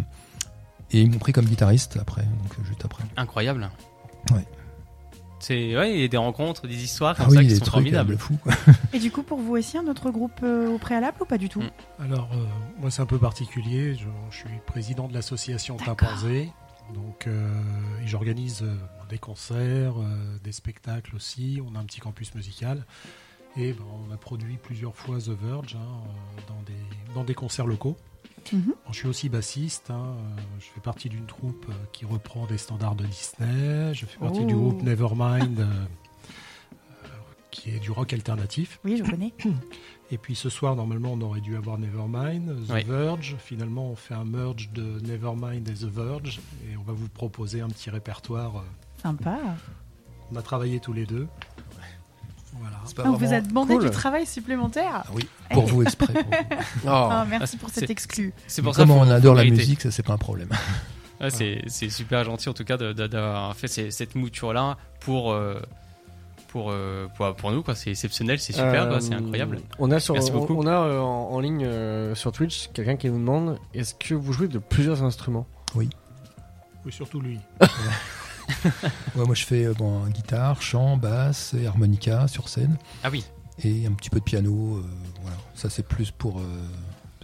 [SPEAKER 6] et ils m'ont pris comme guitariste après, donc euh, juste après.
[SPEAKER 2] Incroyable.
[SPEAKER 6] Ouais.
[SPEAKER 2] C'est ouais, il y a des rencontres, des histoires comme
[SPEAKER 6] Ah
[SPEAKER 2] ça
[SPEAKER 6] oui,
[SPEAKER 2] qui
[SPEAKER 6] des
[SPEAKER 2] sont
[SPEAKER 6] trucs,
[SPEAKER 2] formidables.
[SPEAKER 6] euh, de fou.
[SPEAKER 3] Et du coup, pour vous aussi, un autre groupe euh, au préalable ou pas du tout
[SPEAKER 2] Mm.
[SPEAKER 14] Alors, euh, moi, c'est un peu particulier. Je, je suis président de l'association Timpanzé. Donc, euh, et j'organise euh, des concerts, euh, des spectacles aussi. On a un petit campus musical. Et ben, on a produit plusieurs fois The Verge hein, euh, dans, des, dans des concerts locaux.
[SPEAKER 3] Mhm.
[SPEAKER 1] Euh,
[SPEAKER 14] Alors, je suis aussi bassiste. hein, euh, je fais partie d'une troupe euh, qui reprend des standards de Disney. Je fais partie du
[SPEAKER 3] Oh.
[SPEAKER 14] groupe Nevermind, euh, euh, qui est du rock alternatif.
[SPEAKER 3] Oui, je connais.
[SPEAKER 14] Et puis ce soir, normalement, on aurait dû avoir Nevermind, The
[SPEAKER 2] Ouais.
[SPEAKER 14] Verge. Finalement, on fait un merge de Nevermind et The Verge. Et on va vous proposer un petit répertoire. euh,
[SPEAKER 3] Sympa.
[SPEAKER 14] On a travaillé tous les deux. Voilà.
[SPEAKER 3] Ah, on vous a demandé du travail supplémentaire
[SPEAKER 6] Ah
[SPEAKER 3] Eh.
[SPEAKER 6] oui, pour vous exprès, pour vous. Oh,
[SPEAKER 3] Ah, merci pour cet exclu.
[SPEAKER 2] C'est pour
[SPEAKER 6] Mais
[SPEAKER 2] ça
[SPEAKER 6] Comme
[SPEAKER 2] faut-
[SPEAKER 6] on adore
[SPEAKER 2] faut
[SPEAKER 6] la
[SPEAKER 2] mériter.
[SPEAKER 6] musique, ça c'est pas un problème.
[SPEAKER 2] Ouais, c'est, c'est super gentil en tout cas de- de- d'avoir fait ces- cette mouture là pour, euh, pour, euh, pour pour nous quoi. C'est exceptionnel, c'est super,
[SPEAKER 4] Euh,
[SPEAKER 2] quoi, c'est incroyable.
[SPEAKER 4] On a, sur,
[SPEAKER 2] Merci
[SPEAKER 4] on,
[SPEAKER 2] beaucoup.
[SPEAKER 4] on a euh, en, en ligne euh, sur Twitch quelqu'un qui nous demande est-ce que vous jouez de plusieurs instruments
[SPEAKER 14] Oui, surtout lui.
[SPEAKER 6] Ouais, moi je fais euh, bon, guitare, chant, basse et harmonica sur scène.
[SPEAKER 2] Ah oui.
[SPEAKER 6] Et un petit peu de piano. euh, voilà. Ça c'est plus pour. euh,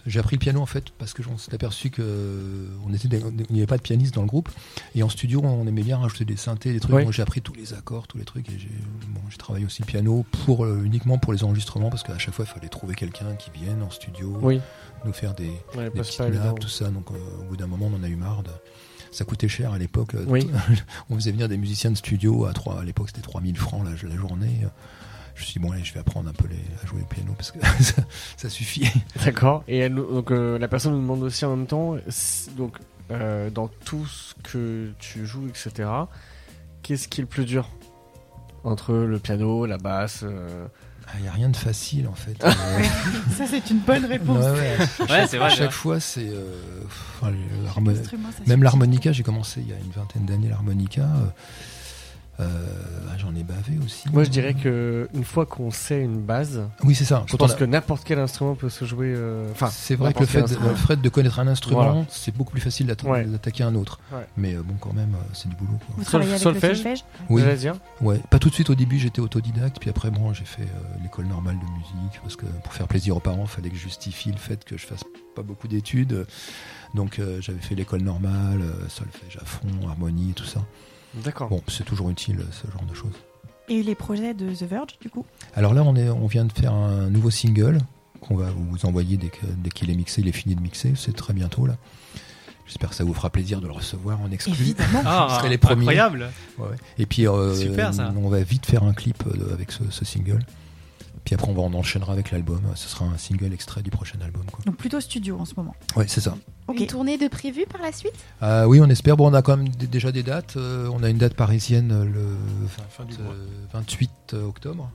[SPEAKER 6] J'ai appris le piano en fait parce que on s'est aperçu que euh, on était des- il n'y avait pas de pianiste dans le groupe et en studio on aimait bien rajouter des synthés, des trucs.
[SPEAKER 4] Ouais.
[SPEAKER 6] Moi j'ai appris tous les accords, tous les trucs et j'ai bon, j'ai travaillé aussi le piano pour euh, uniquement pour les enregistrements parce qu'à chaque fois il fallait trouver quelqu'un qui vienne en studio,
[SPEAKER 4] Oui.
[SPEAKER 6] nous faire des,
[SPEAKER 4] Ouais,
[SPEAKER 6] des
[SPEAKER 4] parce
[SPEAKER 6] petites
[SPEAKER 4] que pas évident.
[SPEAKER 6] nappes, tout ça. Donc euh, au bout d'un moment on en a eu marre. de- Ça coûtait cher à l'époque. euh,
[SPEAKER 4] Oui.
[SPEAKER 6] on faisait venir des musiciens de studio à trois à l'époque c'était 3000 francs la, la journée. Je me suis dit, bon, allez, je vais apprendre un peu les, à jouer au piano parce que ça, ça suffit.
[SPEAKER 4] D'accord. Et elle nous- donc, euh, la personne nous demande aussi en même temps si- donc, euh, dans tout ce que tu joues, etc., qu'est-ce qui est le plus dur Entre le piano, la basse. euh,
[SPEAKER 6] Il n'y Ah, a rien de facile en fait. Euh,
[SPEAKER 3] Ça, c'est une bonne réponse.
[SPEAKER 6] Ouais, ouais. À chaque-
[SPEAKER 2] Ouais, c'est vrai,
[SPEAKER 6] à
[SPEAKER 2] c'est
[SPEAKER 6] chaque
[SPEAKER 2] vrai.
[SPEAKER 6] fois, c'est. euh, enfin, le- l'harmo-
[SPEAKER 3] instrument, ça
[SPEAKER 6] Même
[SPEAKER 3] suffit.
[SPEAKER 6] l'harmonica, j'ai commencé il y a une vingtaine d'années l'harmonica. euh, euh, bah, J'en ai bavé aussi.
[SPEAKER 4] Moi, je dirais que une fois qu'on sait une base,
[SPEAKER 6] Oui, c'est ça.
[SPEAKER 4] Je
[SPEAKER 6] Quand
[SPEAKER 4] pense
[SPEAKER 6] on a-
[SPEAKER 4] que n'importe quel instrument peut se jouer. euh, Enfin,
[SPEAKER 6] c'est vrai que le
[SPEAKER 4] n'importe
[SPEAKER 6] fait,
[SPEAKER 4] quel
[SPEAKER 6] de,
[SPEAKER 4] instrument.
[SPEAKER 6] le fait de connaître un instrument,
[SPEAKER 4] Voilà.
[SPEAKER 6] c'est beaucoup plus facile d'atta-
[SPEAKER 4] Ouais.
[SPEAKER 6] d'attaquer un autre.
[SPEAKER 4] Ouais.
[SPEAKER 6] Mais euh, bon, quand même, euh, c'est du boulot. Quoi.
[SPEAKER 4] Vous travaillez avec le Solfège solfège
[SPEAKER 6] Oui.
[SPEAKER 4] Déjà dire
[SPEAKER 6] Ouais. Pas tout de suite au début, j'étais autodidacte. Puis après, bon, j'ai fait euh, l'école normale de musique parce que pour faire plaisir aux parents, fallait que je justifie le fait que je fasse pas beaucoup d'études. Donc euh, j'avais fait l'école normale, euh, solfège à fond, harmonie, tout ça.
[SPEAKER 4] D'accord.
[SPEAKER 6] Bon, c'est toujours utile euh, ce genre de choses.
[SPEAKER 3] Et les projets de The Verge, du coup
[SPEAKER 6] Alors là, on, est, on vient de faire un nouveau single qu'on va vous envoyer dès que- dès qu'il est mixé, il est fini de mixer, c'est très bientôt là. J'espère que ça vous fera plaisir de le recevoir en exclu.
[SPEAKER 2] Évidemment.
[SPEAKER 6] Vous serez les
[SPEAKER 2] Ah,
[SPEAKER 6] premiers.
[SPEAKER 2] incroyable.
[SPEAKER 6] Ouais, ouais. Et puis, euh,
[SPEAKER 2] Super, ça.
[SPEAKER 6] on va vite faire un clip euh, avec ce, ce single. Puis après, on va on enchaînera avec l'album. Ce sera un single extrait du prochain album. Quoi.
[SPEAKER 3] Donc plutôt studio en ce moment.
[SPEAKER 6] Ouais, c'est ça.
[SPEAKER 13] Une tournée de prévue par la suite
[SPEAKER 6] Euh, oui, on espère. Bon, on a quand même d- déjà des dates. Euh, on a une date parisienne euh, le
[SPEAKER 14] Fin du
[SPEAKER 6] 20,
[SPEAKER 14] mois. Ah
[SPEAKER 6] euh, 28 octobre.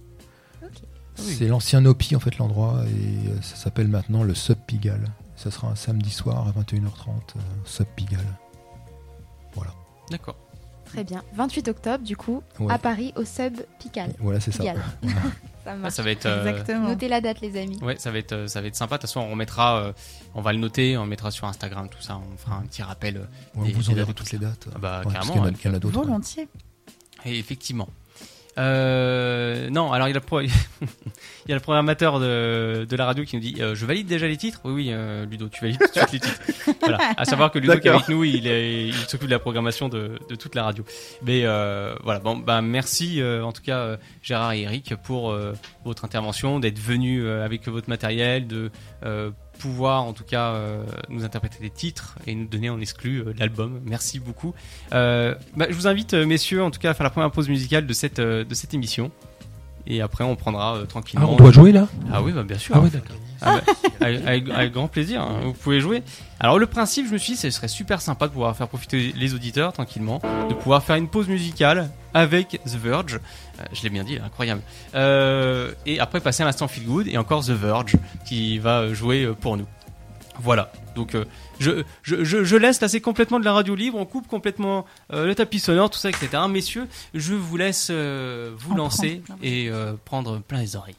[SPEAKER 6] C'est l'ancien Opi, en fait, l'endroit. Et euh, ça s'appelle maintenant le Sub Pigalle. Ça sera un samedi soir à 21h30, euh, Sub Pigalle.
[SPEAKER 2] D'accord.
[SPEAKER 13] Très bien. 28 octobre, du coup,
[SPEAKER 6] Ouais.
[SPEAKER 13] à Paris, au Sub Pical.
[SPEAKER 6] Voilà, c'est ça.
[SPEAKER 13] Pigalle.
[SPEAKER 6] Voilà.
[SPEAKER 13] ça
[SPEAKER 2] Ah,
[SPEAKER 13] marche.
[SPEAKER 2] ça va être, euh, Exactement.
[SPEAKER 13] Notez la date, les amis.
[SPEAKER 2] Ouais, ça va être, euh, ça va être sympa. De toute façon, on remettra, euh, on va le noter, on le mettra sur Instagram, tout ça. On fera un petit rappel. euh,
[SPEAKER 6] on
[SPEAKER 2] des-
[SPEAKER 6] vous
[SPEAKER 2] des
[SPEAKER 6] enverra
[SPEAKER 2] dates,
[SPEAKER 6] toutes
[SPEAKER 2] tout
[SPEAKER 6] les
[SPEAKER 2] ça.
[SPEAKER 6] dates.
[SPEAKER 2] Ah bah,
[SPEAKER 6] Ouais, parce
[SPEAKER 2] carrément.
[SPEAKER 6] qu'il y en a-
[SPEAKER 2] ouais.
[SPEAKER 6] il y en a d'autres.
[SPEAKER 3] Volontiers.
[SPEAKER 2] Et effectivement. Euh, non, alors il y, a le pro- il y a le programmateur de, de la radio qui nous dit euh, Je valide déjà les titres Oui, oui, euh, Ludo, tu valides tout de suite les titres. Voilà. À savoir que Ludo qui est
[SPEAKER 11] D'accord.
[SPEAKER 2] avec nous, il, est- il s'occupe de la programmation de, de toute la radio. Mais euh, voilà, bon, bah, merci euh, en tout cas euh, Gérard et Eric pour euh, votre intervention, d'être venus euh, avec votre matériel, de euh, pouvoir en tout cas euh, nous interpréter des titres et nous donner en exclu euh, l'album. Merci beaucoup. Euh, bah, je vous invite, euh, messieurs, en tout cas à faire la première pause musicale de cette, euh, de cette émission. Et après, on prendra euh, tranquillement.
[SPEAKER 11] Ah, on doit jouer, là
[SPEAKER 2] Ah oui, bah, bien sûr.
[SPEAKER 11] Ah oui, d'accord.
[SPEAKER 2] Ah bah, avec, avec- avec grand plaisir, hein, vous pouvez jouer. Alors le principe, je me suis dit, ce serait super sympa de pouvoir faire profiter les auditeurs tranquillement, de pouvoir faire une pause musicale avec The Verge. Euh, je l'ai bien dit, incroyable. Euh, et après passer à l'instant Feel Good et encore The Verge qui va jouer euh, pour nous. Voilà. Donc euh, je, je, je, je laisse là, c'est complètement de la radio libre, on coupe complètement euh, le tapis sonore, tout ça, etc. Messieurs, je vous laisse euh, vous
[SPEAKER 11] En
[SPEAKER 2] lancer et euh, prendre plein les oreilles.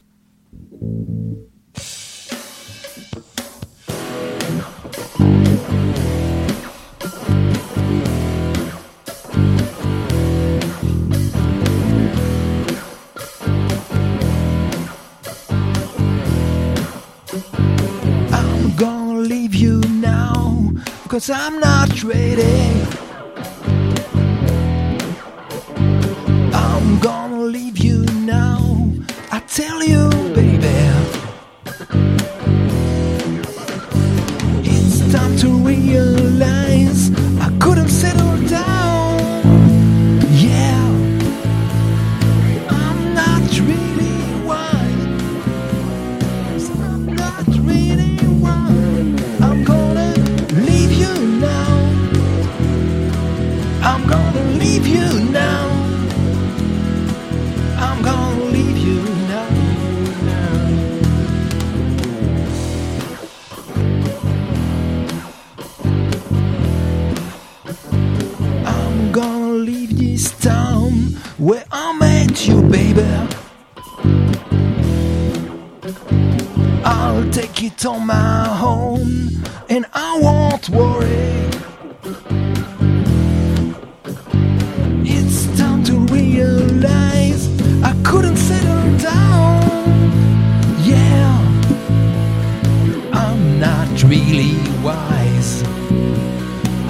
[SPEAKER 15] I'm gonna leave you now, cause I'm not ready. I'm gonna leave you now, I tell you, baby. It's time to realize I couldn't settle down. Yeah, I'm not really wise. I'm not really one. I'm gonna leave you now. I'm gonna leave you now. I'm gonna leave you now. I'm gonna leave this town where I met you, baby. I'll take it on my own and I won't worry. It's time to realize I couldn't settle down. Yeah, I'm not really wise.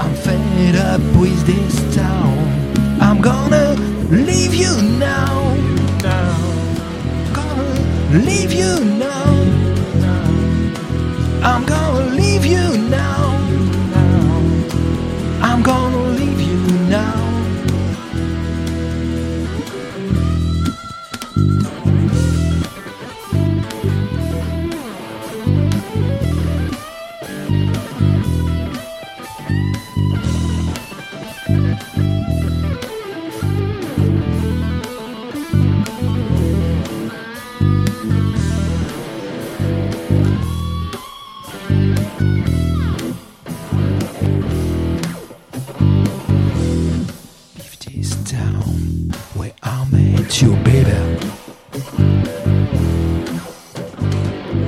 [SPEAKER 15] I'm fed up with this town. I'm gonna leave you now. Gonna leave you now. I'm gonna leave you now. I'm gonna leave you now. This town where I met you, baby.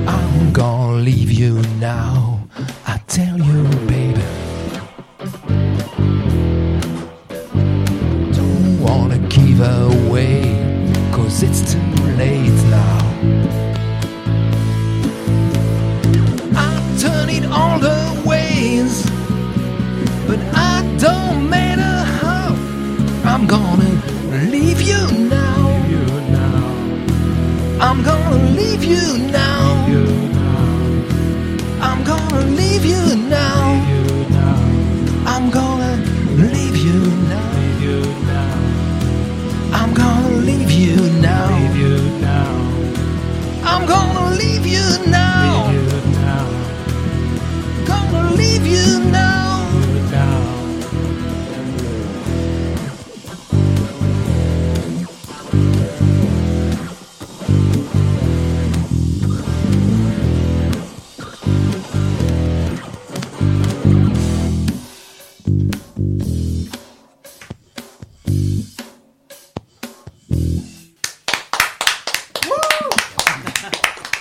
[SPEAKER 15] I'm gonna leave you now. I tell you, baby. Don't wanna give away, cause it's too late now. I'm turning all the ways, but I don't matter how. I'm gonna leave you now. I'm gonna leave you now. I'm gonna leave you now. leave you now. Gonna leave you now.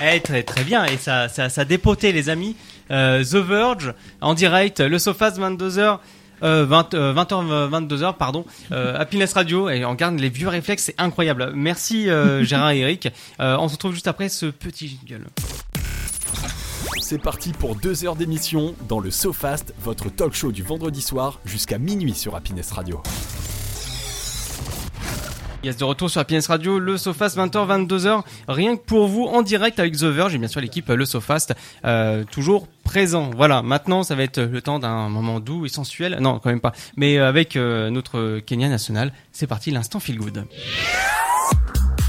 [SPEAKER 2] Eh, très très bien et ça ça ça dépotait les amis. Euh, The Verge en direct, le Sofas 22h. 20, euh, 20h, 22h, pardon, euh, Happiness Radio, et on garde les vieux réflexes, c'est incroyable. Merci euh, Gérard et Eric. Euh, on se retrouve juste après ce petit jingle.
[SPEAKER 1] C'est parti pour deux heures d'émission dans le SoFast, votre talk show du vendredi soir jusqu'à minuit sur Happiness Radio.
[SPEAKER 2] Yes, de retour sur Happiness Radio, le Sofast 20h, 22h, rien que pour vous, en direct avec The Verge et bien sûr l'équipe euh, Le Sofast, euh, toujours présent. Voilà, maintenant ça va être le temps d'un moment doux et sensuel, non quand même pas, mais euh, avec euh, notre Kenya national, c'est parti, l'instant feel good.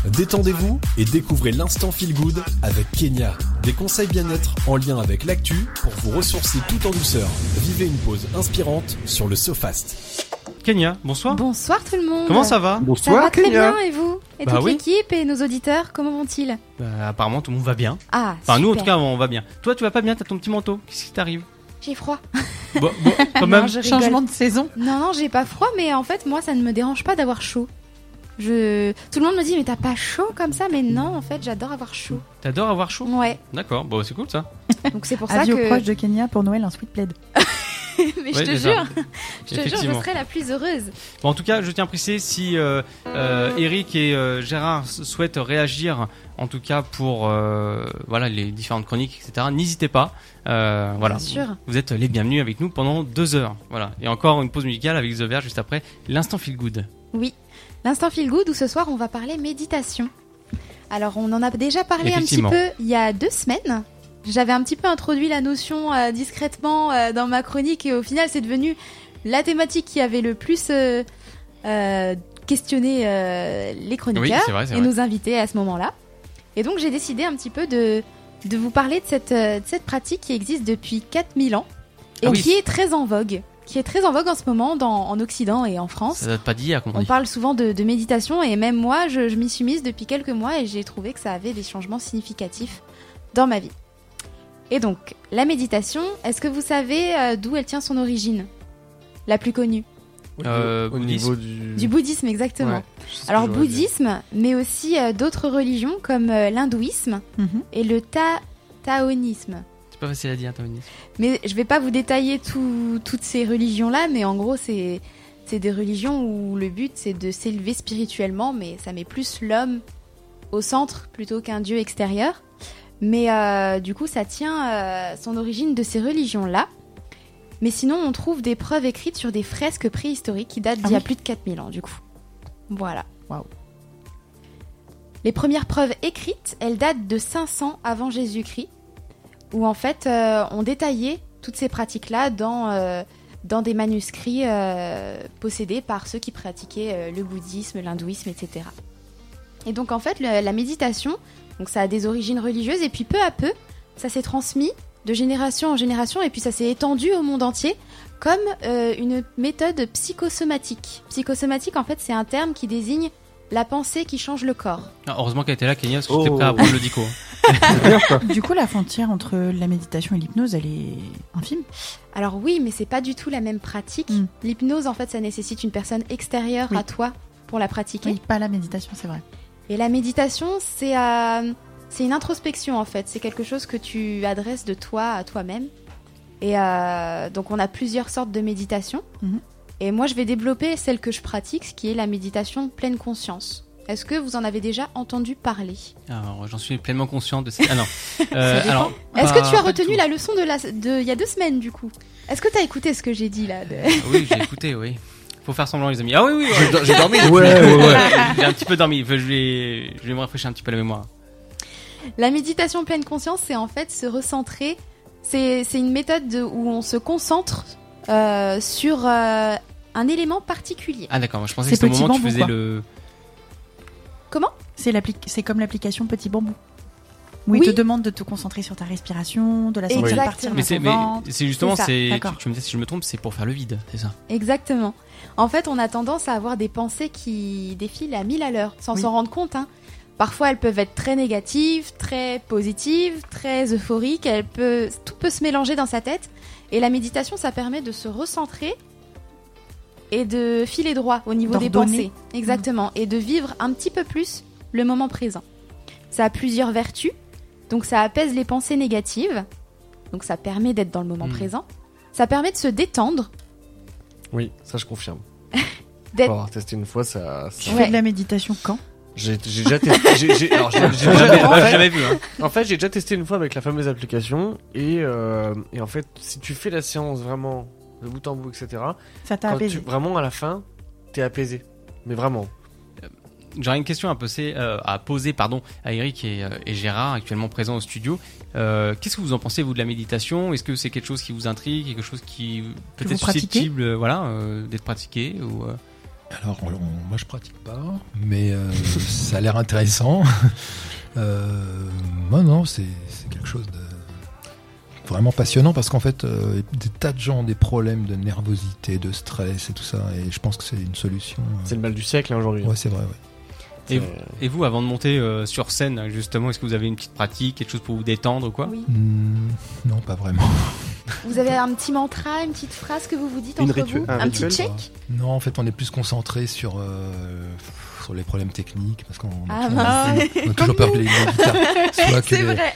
[SPEAKER 1] Détendez-vous et découvrez l'instant feel good avec Kenya. Des conseils bien-être en lien avec l'actu pour vous ressourcer tout en douceur. Vivez une pause inspirante sur le SoFast.
[SPEAKER 2] Kenya, bonsoir.
[SPEAKER 13] Bonsoir tout le monde.
[SPEAKER 2] Comment ça va
[SPEAKER 13] Ça
[SPEAKER 2] Bonsoir,
[SPEAKER 13] va très
[SPEAKER 2] Kenya.
[SPEAKER 13] bien et vous Et
[SPEAKER 2] Bah
[SPEAKER 13] toute
[SPEAKER 2] oui.
[SPEAKER 13] l'équipe et nos auditeurs, comment vont-ils
[SPEAKER 2] Bah, apparemment tout le monde va bien.
[SPEAKER 13] Ah,
[SPEAKER 2] Enfin nous en
[SPEAKER 13] super.
[SPEAKER 2] tout cas on va bien. Toi tu vas pas bien, t'as ton petit manteau, qu'est-ce qui t'arrive
[SPEAKER 13] J'ai froid.
[SPEAKER 2] Bon, bon, quand même.
[SPEAKER 3] Changement de saison.
[SPEAKER 13] Non, non, j'ai pas froid, mais en fait, moi, ça ne me dérange pas d'avoir chaud. Je... Tout le monde me dit, mais t'as pas chaud comme ça Mais non, en fait, j'adore avoir chaud.
[SPEAKER 2] T'adores avoir chaud
[SPEAKER 13] Ouais,
[SPEAKER 2] D'accord, bon c'est cool ça.
[SPEAKER 13] donc c'est pour ça
[SPEAKER 3] Avis aux
[SPEAKER 13] que.
[SPEAKER 3] proches de Kenya pour Noël un sweet plaid.
[SPEAKER 13] mais je
[SPEAKER 2] Ouais,
[SPEAKER 13] te
[SPEAKER 2] déjà.
[SPEAKER 13] jure, je te jure, je
[SPEAKER 2] Effectivement.
[SPEAKER 13] serai la plus heureuse.
[SPEAKER 2] Bon, en tout cas, je tiens à préciser si euh, euh, Eric et euh, Gérard s- souhaitent réagir, en tout cas pour euh, voilà les différentes chroniques, etc. N'hésitez pas. Euh, voilà.
[SPEAKER 13] Bien sûr.
[SPEAKER 2] Vous êtes les bienvenus avec nous pendant deux heures. Voilà. Et encore une pause musicale avec The Verge juste après l'instant feel good.
[SPEAKER 13] Oui, l'instant feel good où ce soir on va parler méditation. Alors on en a déjà parlé un petit
[SPEAKER 2] Effectivement.
[SPEAKER 13] peu il y a deux semaines. J'avais un petit peu introduit la notion euh, discrètement euh, dans ma chronique et au final c'est devenu la thématique qui avait le plus euh, euh, questionné euh, les chroniqueurs
[SPEAKER 16] c'est vrai, c'est
[SPEAKER 13] et
[SPEAKER 16] vrai.
[SPEAKER 13] nos invités à ce moment-là. Et donc j'ai décidé un petit peu de, de vous parler de cette, euh, de cette pratique qui existe depuis 4000 ans et
[SPEAKER 2] Ah oui.
[SPEAKER 13] qui est très en vogue. Qui est très en vogue en ce moment dans- en Occident et en France.
[SPEAKER 2] Ça date pas d'hier, comme on
[SPEAKER 13] On
[SPEAKER 2] dit.
[SPEAKER 13] parle souvent de, de méditation et même moi, je, je m'y suis mise depuis quelques mois et j'ai trouvé que ça avait des changements significatifs dans ma vie. Et donc, la méditation, est-ce que vous savez euh, d'où elle tient son origine La plus connue
[SPEAKER 2] Euh,
[SPEAKER 4] au
[SPEAKER 2] bouddhisme.
[SPEAKER 4] niveau du.
[SPEAKER 13] Du bouddhisme, exactement.
[SPEAKER 4] Hmm. Ouais, c'est ce que
[SPEAKER 13] Alors,
[SPEAKER 4] j'aurais dit.
[SPEAKER 13] bouddhisme, mais aussi euh, d'autres religions comme euh, l'hindouisme et le ta- taoïsme.
[SPEAKER 2] C'est pas facile à dire, Tony.
[SPEAKER 13] Mais je vais pas vous détailler tout- toutes ces religions-là, mais en gros, c'est c'est des religions où le but c'est de s'élever spirituellement, mais ça met plus l'homme au centre plutôt qu'un dieu extérieur. Mais euh, du coup, ça tient euh, son origine de ces religions-là. Mais sinon, on trouve des preuves écrites sur des fresques préhistoriques qui datent d'il y a
[SPEAKER 3] oui.
[SPEAKER 13] plus de 4000 ans, du coup. Voilà. Les premières preuves écrites, elles datent de 500 avant Jésus-Christ, où en fait euh, on détaillait toutes ces pratiques-là dans, euh, dans des manuscrits euh, possédés par ceux qui pratiquaient euh, le bouddhisme, l'hindouisme, etc. Et donc en fait le- la méditation, donc ça a des origines religieuses et puis peu à peu ça s'est transmis de génération en génération et puis ça s'est étendu au monde entier comme euh, une méthode psychosomatique. Psychosomatique en fait c'est un terme qui désigne la pensée qui change le corps.
[SPEAKER 2] Ah, heureusement qu'elle était là, Kenya, parce que
[SPEAKER 4] Oh.
[SPEAKER 2] j'étais prêt à prendre le dico.
[SPEAKER 3] Du coup, la frontière entre la méditation et l'hypnose, elle est infime.
[SPEAKER 13] Alors oui, mais c'est pas du tout la même pratique.
[SPEAKER 3] Mm.
[SPEAKER 13] L'hypnose, en fait, ça nécessite une personne extérieure à toi pour la pratiquer.
[SPEAKER 3] Oui, pas la méditation, c'est vrai.
[SPEAKER 13] Et la méditation, c'est euh, c'est une introspection en fait. C'est quelque chose que tu adresses de toi à toi-même. Et euh, donc on a plusieurs sortes de méditation.
[SPEAKER 3] Mhm.
[SPEAKER 13] Et moi, je vais développer celle que je pratique, ce qui est la méditation pleine conscience. Est-ce que vous en avez déjà entendu parler
[SPEAKER 2] Alors, j'en suis pleinement conscient de cette. Ah non.
[SPEAKER 13] Ça
[SPEAKER 2] Euh,
[SPEAKER 13] dépend.
[SPEAKER 2] alors,
[SPEAKER 13] Est-ce
[SPEAKER 2] pas-
[SPEAKER 13] que tu as
[SPEAKER 2] pas du
[SPEAKER 13] retenu la leçon de la de il y a deux semaines du coup Est-ce que tu as écouté ce que j'ai dit là de-
[SPEAKER 2] tout. Ah Oui, j'ai écouté, oui. Faut faire semblant, les amis. Ah oui, oui. oui.
[SPEAKER 4] j'ai dormi depuis. Ouais, ouais, ouais.
[SPEAKER 2] j'ai un petit peu dormi. Je vais, je vais me rafraîchir un petit peu la mémoire.
[SPEAKER 13] La méditation pleine conscience, c'est en fait se recentrer. C'est c'est une méthode de- où on se concentre euh, sur euh, un élément particulier.
[SPEAKER 2] Ah d'accord, moi, je pensais
[SPEAKER 3] C'est
[SPEAKER 2] que c'était au
[SPEAKER 3] petit
[SPEAKER 2] moment où tu
[SPEAKER 3] bambou,
[SPEAKER 2] faisais
[SPEAKER 3] quoi.
[SPEAKER 2] le.
[SPEAKER 13] Comment
[SPEAKER 3] C'est l'appli- c'est comme l'application Petit Bambou. Où il
[SPEAKER 13] Oui.
[SPEAKER 3] te demande de te concentrer sur ta respiration, de la sentir partir
[SPEAKER 2] Mais
[SPEAKER 3] dans
[SPEAKER 2] c'est
[SPEAKER 3] ton
[SPEAKER 2] mais
[SPEAKER 3] ventre.
[SPEAKER 2] c'est justement,
[SPEAKER 13] C'est ça,
[SPEAKER 2] c'est tu,
[SPEAKER 13] d'accord.
[SPEAKER 2] tu me dis si je me trompe, c'est pour faire le vide, c'est ça.
[SPEAKER 13] Exactement. En fait, on a tendance à avoir des pensées qui défilent à 1000 à l'heure, sans s'en rendre compte. hein. Parfois, elles peuvent être très négatives, très positives, très euphoriques. Elles peuvent- Tout peut se mélanger dans sa tête. Et la méditation, ça permet de se recentrer et de filer droit au niveau des
[SPEAKER 3] D'ordonner.
[SPEAKER 13] pensées. Exactement. Et de vivre un petit peu plus le moment présent. Ça a plusieurs vertus. Donc, ça apaise les pensées négatives. Donc, ça permet d'être dans le moment
[SPEAKER 3] Hmm.
[SPEAKER 4] Mm.
[SPEAKER 13] présent. Ça permet de se détendre
[SPEAKER 4] Oui, ça je confirme. Pour
[SPEAKER 13] D'être-
[SPEAKER 4] avoir testé une fois, ça. ça-
[SPEAKER 3] Tu fais de la méditation quand
[SPEAKER 4] J'ai j'ai déjà testé. j'ai- j'ai- alors, j'ai- j'ai
[SPEAKER 2] Jamais-
[SPEAKER 4] déjà- en
[SPEAKER 2] jamais-
[SPEAKER 4] fait-
[SPEAKER 2] jamais vu, hein.
[SPEAKER 4] En fait, j'ai déjà testé une fois avec la fameuse application. Et, euh, et en fait, si tu fais la séance vraiment de bout en bout, etc.,
[SPEAKER 3] Ça t'a
[SPEAKER 4] quand
[SPEAKER 3] apaisé.
[SPEAKER 4] tu- vraiment, à la fin, t'es apaisé. Mais vraiment.
[SPEAKER 2] J'aurais une question à poser, euh, à poser pardon, à Eric et, euh, et Gérard, actuellement présents au studio. Euh, Qu'est-ce que vous en pensez, vous, de la méditation Est-ce que c'est quelque chose qui vous intrigue Quelque chose qui
[SPEAKER 6] Que
[SPEAKER 2] peut-être
[SPEAKER 6] vous pratiquez
[SPEAKER 2] susceptible euh, voilà, euh, d'être pratiqué ou, euh,
[SPEAKER 6] Alors, on- on- moi, je pratique pas, mais euh, ça a l'air intéressant. Euh, moi, non, c'est c'est quelque chose de vraiment passionnant parce qu'en fait, euh, des tas de gens ont des problèmes de nervosité, de stress et tout ça, et je pense que c'est une solution.
[SPEAKER 4] C'est le mal du siècle hein, aujourd'hui.
[SPEAKER 6] Ouais, c'est vrai, ouais.
[SPEAKER 2] Et, vous, et vous, avant de monter euh, sur scène, justement, est-ce que vous avez une petite pratique, quelque chose pour vous détendre ou quoi
[SPEAKER 13] Oui.
[SPEAKER 6] Hmm, non, pas vraiment.
[SPEAKER 13] Vous avez un petit mantra, une petite phrase que vous vous dites
[SPEAKER 6] Une
[SPEAKER 13] entre
[SPEAKER 6] rituel-
[SPEAKER 13] vous
[SPEAKER 6] un rituel,
[SPEAKER 13] petit check
[SPEAKER 6] Non, en fait, on est plus concentré sur, euh, sur les problèmes techniques parce qu'on on
[SPEAKER 13] Ah,
[SPEAKER 6] on-
[SPEAKER 13] mince.
[SPEAKER 6] on a toujours peur que les nos guitares soient que,
[SPEAKER 3] C'est
[SPEAKER 6] les-
[SPEAKER 3] vrai.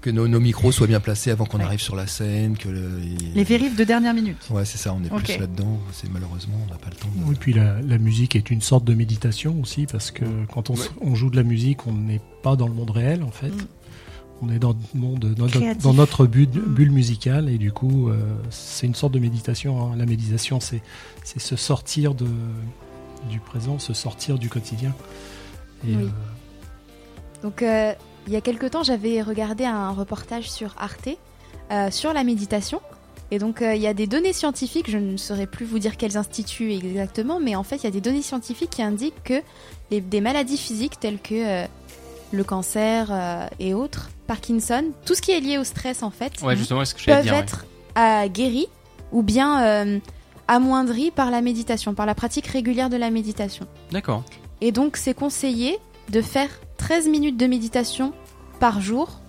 [SPEAKER 6] que nos, nos micros soient bien placés avant qu'on arrive sur la scène, que le-
[SPEAKER 3] Les vérifs de dernière minute.
[SPEAKER 6] Ouais, c'est ça, on est
[SPEAKER 3] Ok.
[SPEAKER 6] plus là-dedans. C'est malheureusement, on n'a pas le temps.
[SPEAKER 14] Oui, puis la, la musique est une sorte de méditation aussi, parce que
[SPEAKER 4] Mm.
[SPEAKER 14] quand on, s- on joue de la musique, on n'est pas dans le monde réel, en fait.
[SPEAKER 4] Mm.
[SPEAKER 14] On est dans, le monde, dans, notre-
[SPEAKER 16] Créatif.
[SPEAKER 14] dans notre bulle, bulle musicale, et du coup, euh, c'est une sorte de méditation. hein. La méditation, c'est c'est se sortir de, du présent, se sortir du quotidien. Et,
[SPEAKER 13] Oui.
[SPEAKER 14] euh,
[SPEAKER 13] Donc, euh, il y a quelque temps, j'avais regardé un reportage sur Arte euh, sur la méditation. Et donc, euh, il y a des données scientifiques, je ne saurais plus vous dire quels instituts exactement, mais en fait, il y a des données scientifiques qui indiquent que les- des maladies physiques telles que euh, le cancer euh, et autres, Parkinson, tout ce qui est lié au stress, en fait,
[SPEAKER 2] Ouais, justement, c'est ce que j'allais
[SPEAKER 13] peuvent
[SPEAKER 2] dire, ouais.
[SPEAKER 13] être euh, guéris ou bien euh, amoindris par la méditation, par la pratique régulière de la méditation.
[SPEAKER 2] D'accord.
[SPEAKER 13] Et donc, c'est conseillé de faire 13 minutes de méditation par jour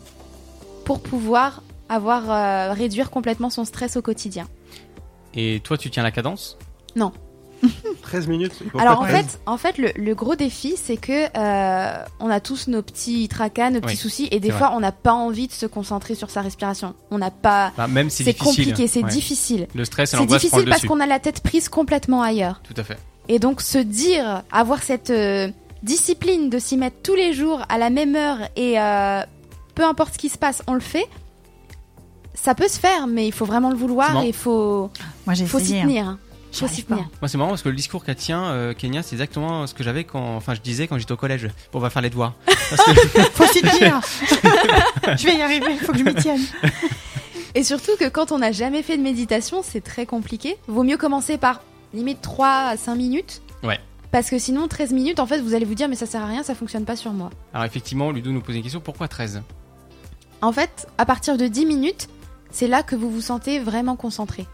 [SPEAKER 13] pour pouvoir avoir euh, réduire complètement son stress au quotidien.
[SPEAKER 2] Et toi, tu tiens la cadence
[SPEAKER 13] Non.
[SPEAKER 5] 13 minutes. et pourquoi
[SPEAKER 13] Alors en
[SPEAKER 5] 13?
[SPEAKER 13] fait, en fait, le, le gros défi, c'est que euh, on a tous nos petits tracas, nos petits
[SPEAKER 2] Oui,
[SPEAKER 13] soucis, et des
[SPEAKER 2] c'est
[SPEAKER 13] fois,
[SPEAKER 2] vrai.
[SPEAKER 13] on n'a pas envie de se concentrer sur sa respiration. On n'a pas.
[SPEAKER 2] Bah, même si
[SPEAKER 13] c'est
[SPEAKER 2] difficile,
[SPEAKER 13] compliqué, c'est
[SPEAKER 2] ouais.
[SPEAKER 13] difficile.
[SPEAKER 2] Le stress et
[SPEAKER 13] C'est
[SPEAKER 2] l'angoisse prend
[SPEAKER 13] difficile
[SPEAKER 2] le
[SPEAKER 13] parce
[SPEAKER 2] dessus.
[SPEAKER 13] qu'on a la tête prise complètement ailleurs.
[SPEAKER 2] Tout à fait.
[SPEAKER 13] Et donc se dire, avoir cette euh, discipline de s'y mettre tous les jours à la même heure et euh, peu importe ce qui se passe, on le fait. Ça peut se faire, mais il faut vraiment le
[SPEAKER 2] C'est
[SPEAKER 13] vouloir
[SPEAKER 2] bon.
[SPEAKER 13] et il faut,
[SPEAKER 3] Moi, j'ai
[SPEAKER 13] faut s'y
[SPEAKER 3] essayé, hein.
[SPEAKER 13] tenir. Faut s'y tenir.
[SPEAKER 2] Moi, c'est marrant parce que le discours qu'a tient euh, Kenya, c'est exactement ce que j'avais quand, enfin, je disais quand j'étais au collège. Bon, on va faire les devoirs.
[SPEAKER 13] Faut s'y tenir.
[SPEAKER 3] Je vais y arriver, faut que je m'y tienne.
[SPEAKER 13] Et surtout que quand on n'a jamais fait de méditation, c'est très compliqué. Vaut mieux commencer par limite 3 à 5 minutes.
[SPEAKER 2] Ouais.
[SPEAKER 13] Parce que sinon, 13 minutes, en fait, vous allez vous dire, mais ça sert à rien, ça fonctionne pas sur moi.
[SPEAKER 2] Alors effectivement, Ludo nous pose une question. Pourquoi 13
[SPEAKER 13] En fait, à partir de 10 minutes, c'est là que vous vous sentez vraiment concentré.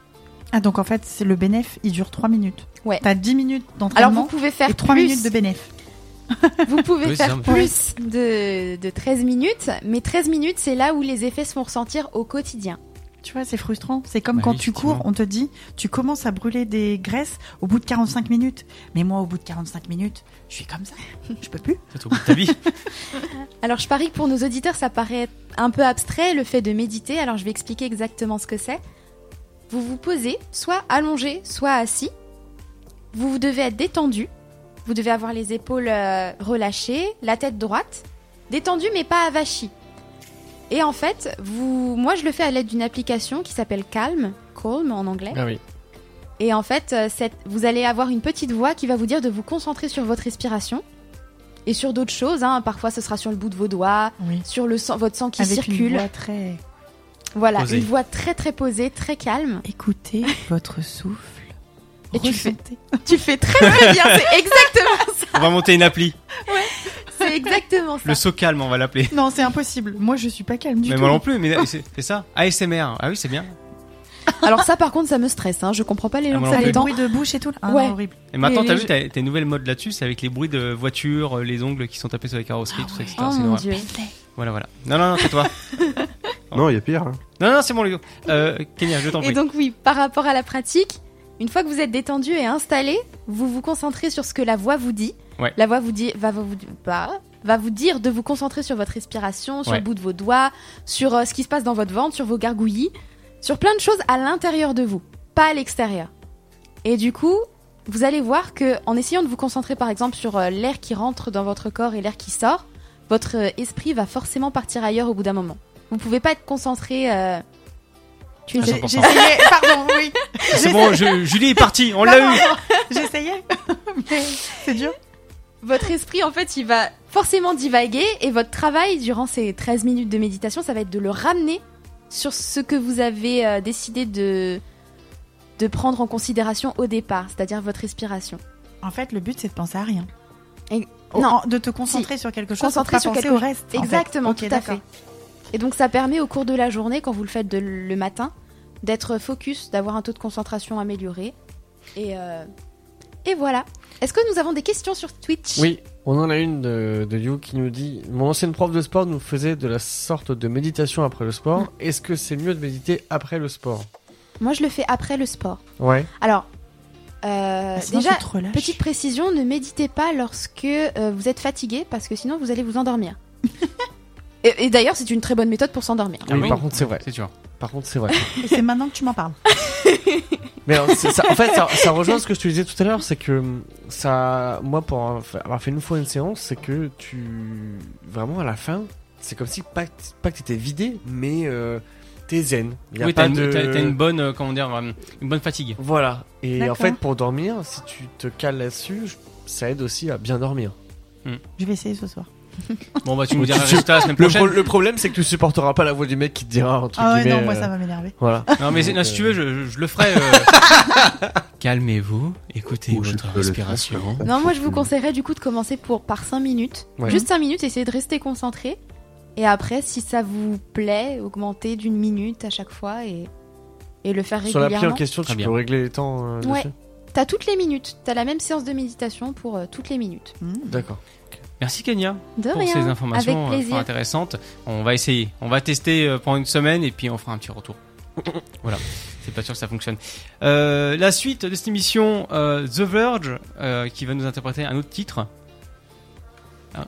[SPEAKER 3] Ah, donc en fait, c'est le bénéf, il dure 3 minutes.
[SPEAKER 13] Ouais.
[SPEAKER 3] T'as 10 minutes d'entraînement.
[SPEAKER 13] Alors, vous pouvez faire
[SPEAKER 3] et 3
[SPEAKER 13] plus.
[SPEAKER 3] minutes de bénéf.
[SPEAKER 13] Vous pouvez
[SPEAKER 3] Oui, c'est
[SPEAKER 13] faire
[SPEAKER 3] un peu.
[SPEAKER 13] plus de, de 13 minutes, mais 13 minutes, c'est là où les effets se font ressentir au quotidien.
[SPEAKER 3] Tu vois, c'est frustrant. C'est comme
[SPEAKER 13] Bah
[SPEAKER 3] quand
[SPEAKER 13] oui,
[SPEAKER 3] tu
[SPEAKER 13] effectivement.
[SPEAKER 3] cours, on te dit, tu commences à brûler des graisses au bout de 45 minutes. Mais moi, au bout de 45 minutes, je suis comme ça. Je peux plus.
[SPEAKER 2] C'est au bout de ta vie.
[SPEAKER 13] Alors je parie que pour nos auditeurs, ça paraît un peu abstrait le fait de méditer, alors je vais expliquer exactement ce que c'est. Vous vous posez, soit allongé, soit assis. Vous vous devez être détendu. Vous devez avoir les épaules euh, relâchées, la tête droite, détendue mais pas avachie. Et en fait, vous, moi je le fais à l'aide d'une application qui s'appelle Calm, Calm en anglais.
[SPEAKER 2] Eh,
[SPEAKER 4] Ah oui.
[SPEAKER 13] Et en fait, euh, cette- vous allez avoir une petite voix qui va vous dire de vous concentrer sur votre respiration et sur d'autres choses. hein. Parfois, ce sera sur le bout de vos doigts, sur le sang, votre sang qui
[SPEAKER 3] Avec
[SPEAKER 13] circule.
[SPEAKER 3] une voix très...
[SPEAKER 13] Voilà,
[SPEAKER 3] posée.
[SPEAKER 13] une voix très très posée, très calme.
[SPEAKER 3] Écoutez votre souffle.
[SPEAKER 13] Et tu le fais, tu le fais très très bien. C'est exactement,
[SPEAKER 2] On va monter une appli.
[SPEAKER 13] c'est exact. exactement ça.
[SPEAKER 2] Le saut calme, on va l'appeler.
[SPEAKER 3] Non, c'est impossible. Moi, je suis pas calme du
[SPEAKER 2] Mais
[SPEAKER 3] tout.
[SPEAKER 2] moi non plus, mais c'est c'est ça ASMR. Ah oui, c'est bien.
[SPEAKER 13] Alors ça, par contre, ça me stresse. Hein. Je comprends pas les
[SPEAKER 2] Ah,
[SPEAKER 13] gens.
[SPEAKER 2] moi non plus.
[SPEAKER 13] les
[SPEAKER 2] bruits
[SPEAKER 3] de bouche et tout. Ah,
[SPEAKER 13] ouais.
[SPEAKER 3] horrible.
[SPEAKER 2] Et maintenant,
[SPEAKER 13] Et
[SPEAKER 2] t'as
[SPEAKER 13] les-
[SPEAKER 2] vu, t'as tes nouvelles modes là-dessus, c'est avec les bruits de voitures, euh, les ongles qui sont tapés sur la carrosserie, tout ça, etc.
[SPEAKER 13] Oh
[SPEAKER 2] C'est
[SPEAKER 13] mon
[SPEAKER 2] normal.
[SPEAKER 13] dieu.
[SPEAKER 2] Voilà, voilà. Non, non, non, c'est toi.
[SPEAKER 5] Non, il y a
[SPEAKER 4] hein.
[SPEAKER 5] pire.
[SPEAKER 2] Non, non, c'est bon, Ludo. Euh, Kenya, je t'en prie.
[SPEAKER 13] Et donc oui, par rapport à la pratique, une fois que vous êtes détendu et installé, vous vous concentrez sur ce que la voix vous dit.
[SPEAKER 2] Ouais.
[SPEAKER 13] La voix vous dit, va vous, bah, va vous dire de vous concentrer sur votre respiration, sur
[SPEAKER 16] Ouais.
[SPEAKER 13] le bout de vos doigts, sur euh, ce qui se passe dans votre ventre, sur vos gargouillis, sur plein de choses à l'intérieur de vous, pas à l'extérieur. Et du coup, vous allez voir que en essayant de vous concentrer par exemple sur euh, l'air qui rentre dans votre corps et l'air qui sort, votre euh, esprit va forcément partir ailleurs au bout d'un moment. Vous pouvez pas être concentré. euh, tu
[SPEAKER 2] À
[SPEAKER 13] sais-
[SPEAKER 2] 100%.
[SPEAKER 3] J'essayais, pardon, oui.
[SPEAKER 2] C'est bon, je- Julie est partie, on
[SPEAKER 13] Non,
[SPEAKER 2] l'a
[SPEAKER 13] non,
[SPEAKER 2] eu.
[SPEAKER 13] non.
[SPEAKER 3] J'essayais, mais c'est dur.
[SPEAKER 13] Votre esprit, en fait, il va forcément divaguer et votre travail durant ces 13 minutes de méditation, ça va être de le ramener sur ce que vous avez euh, décidé de, de prendre en considération au départ, c'est-à-dire votre respiration.
[SPEAKER 3] En fait, le but, c'est de penser à rien.
[SPEAKER 13] non.
[SPEAKER 3] en- de te concentrer sur quelque chose,
[SPEAKER 13] Concentrer
[SPEAKER 3] pour pas
[SPEAKER 13] sur
[SPEAKER 3] penser
[SPEAKER 13] quelque
[SPEAKER 3] au reste. en fait.
[SPEAKER 13] Exactement,
[SPEAKER 3] Ok,
[SPEAKER 13] tout à
[SPEAKER 3] d'accord.
[SPEAKER 13] fait. Et donc ça permet au cours de la journée, quand vous le faites de- le matin, d'être focus, d'avoir un taux de concentration amélioré. Et, euh, et voilà. Est-ce que nous avons des questions sur Twitch
[SPEAKER 4] Oui, on en a une de, de You qui nous dit Mon ancienne prof de sport nous faisait de la sorte de méditation après le
[SPEAKER 2] Hmm.
[SPEAKER 4] sport. Est-ce que c'est mieux de méditer après le sport
[SPEAKER 13] Moi, je le fais après le sport.
[SPEAKER 4] Ouais.
[SPEAKER 13] Alors, euh,
[SPEAKER 4] sinon,
[SPEAKER 13] déjà,
[SPEAKER 4] tu te relâches.
[SPEAKER 13] petite précision, ne méditez pas lorsque euh, vous êtes fatigué parce que sinon vous allez vous endormir. et et d'ailleurs, c'est une très bonne méthode pour s'endormir.
[SPEAKER 4] Ah oui, par contre, c'est vrai.
[SPEAKER 2] Ah C'est sûr.
[SPEAKER 4] Par contre, c'est vrai.
[SPEAKER 3] Ah Et c'est maintenant que tu m'en parles.
[SPEAKER 4] Mais alors, c'est- ça- en fait, ça, ça rejoint ce que je te disais tout à l'heure, c'est que hum, ça, moi, pour avoir fait- avoir fait une fois une séance, c'est que tu, vraiment à la fin, c'est comme si pas, que- pas que t'étais vidé, mais euh, t'es zen. Y a
[SPEAKER 2] Oui,
[SPEAKER 4] pas
[SPEAKER 2] t'as une,
[SPEAKER 4] de-
[SPEAKER 2] t'as- t'as une bonne, euh, comment dire, euh, une bonne fatigue.
[SPEAKER 4] Voilà. Et en
[SPEAKER 2] D'accord.
[SPEAKER 4] fait, pour dormir, si tu te cales là-dessus, je- ça aide aussi à bien dormir.
[SPEAKER 3] Mm.
[SPEAKER 2] Mm.
[SPEAKER 3] Je vais essayer ce soir.
[SPEAKER 2] Bon, bah, tu nous
[SPEAKER 4] Ou
[SPEAKER 2] diras le
[SPEAKER 4] tu-
[SPEAKER 2] résultat la semaine
[SPEAKER 4] le
[SPEAKER 2] prochaine.
[SPEAKER 4] pro- le problème, c'est que tu supporteras pas la voix du mec qui te dira entre
[SPEAKER 3] Ah ouais,
[SPEAKER 4] guillemets,
[SPEAKER 3] non, moi,
[SPEAKER 4] euh,
[SPEAKER 3] ça va m'énerver.
[SPEAKER 4] Voilà.
[SPEAKER 2] Non, mais c'est-
[SPEAKER 4] Donc,
[SPEAKER 2] non,
[SPEAKER 4] euh,
[SPEAKER 2] si tu veux, je, je- je le ferai. euh, Calmez-vous, écoutez
[SPEAKER 4] je
[SPEAKER 2] votre
[SPEAKER 4] peux le faire,
[SPEAKER 2] respiration.
[SPEAKER 13] Non, moi je vous conseillerais du coup de commencer pour, par 5 minutes.
[SPEAKER 2] Ouais.
[SPEAKER 13] Juste 5 minutes, essayez de rester concentré. Et après, si ça vous plaît, augmentez d'une minute à chaque fois et, et le faire
[SPEAKER 4] Sur
[SPEAKER 13] régulièrement.
[SPEAKER 4] l'appli en question, tu peux régler les temps. euh,
[SPEAKER 13] Ouais.
[SPEAKER 4] dessus.
[SPEAKER 13] T'as toutes les minutes. T'as la même séance de méditation pour euh, toutes les minutes.
[SPEAKER 4] D'accord.
[SPEAKER 2] Merci Kenya
[SPEAKER 13] De
[SPEAKER 2] pour
[SPEAKER 13] rien,
[SPEAKER 2] ces informations
[SPEAKER 13] avec
[SPEAKER 2] euh,
[SPEAKER 13] plaisir.
[SPEAKER 2] fort intéressantes. On va essayer, on va tester euh, pendant une semaine et puis on fera un petit retour. voilà, c'est pas sûr que ça fonctionne. Euh, la suite de cette émission, euh, The Verge, euh, qui va nous interpréter un autre titre. Hein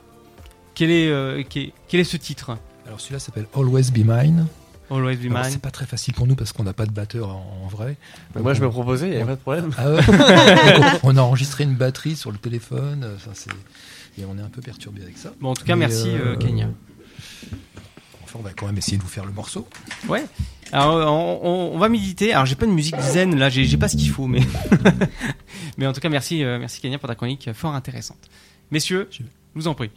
[SPEAKER 2] quel, est, euh, quel, est- quel est ce titre
[SPEAKER 6] Alors celui-là s'appelle Always Be Mine.
[SPEAKER 2] Always Be
[SPEAKER 6] Alors,
[SPEAKER 2] Mine.
[SPEAKER 6] C'est pas très facile pour nous parce qu'on n'a pas de batteur en, en vrai.
[SPEAKER 4] Mais Bah, moi, je me proposais,
[SPEAKER 6] proposais,
[SPEAKER 4] il y avait pas de problème.
[SPEAKER 6] Ah ouais on a enregistré une batterie sur le téléphone. euh, Enfin, c'est... Et on est un peu perturbé avec ça.
[SPEAKER 2] Bon, en tout cas, merci, euh, Kenya.
[SPEAKER 6] Enfin, on va quand même essayer de vous faire le morceau.
[SPEAKER 2] Ouais. Alors, euh, on, on- on va méditer. Alors, j'ai pas de musique zen là, j'ai j'ai pas ce qu'il faut, mais. mais en tout cas, merci, euh, merci Kenya pour ta chronique euh, fort intéressante. Messieurs, je vous en prie.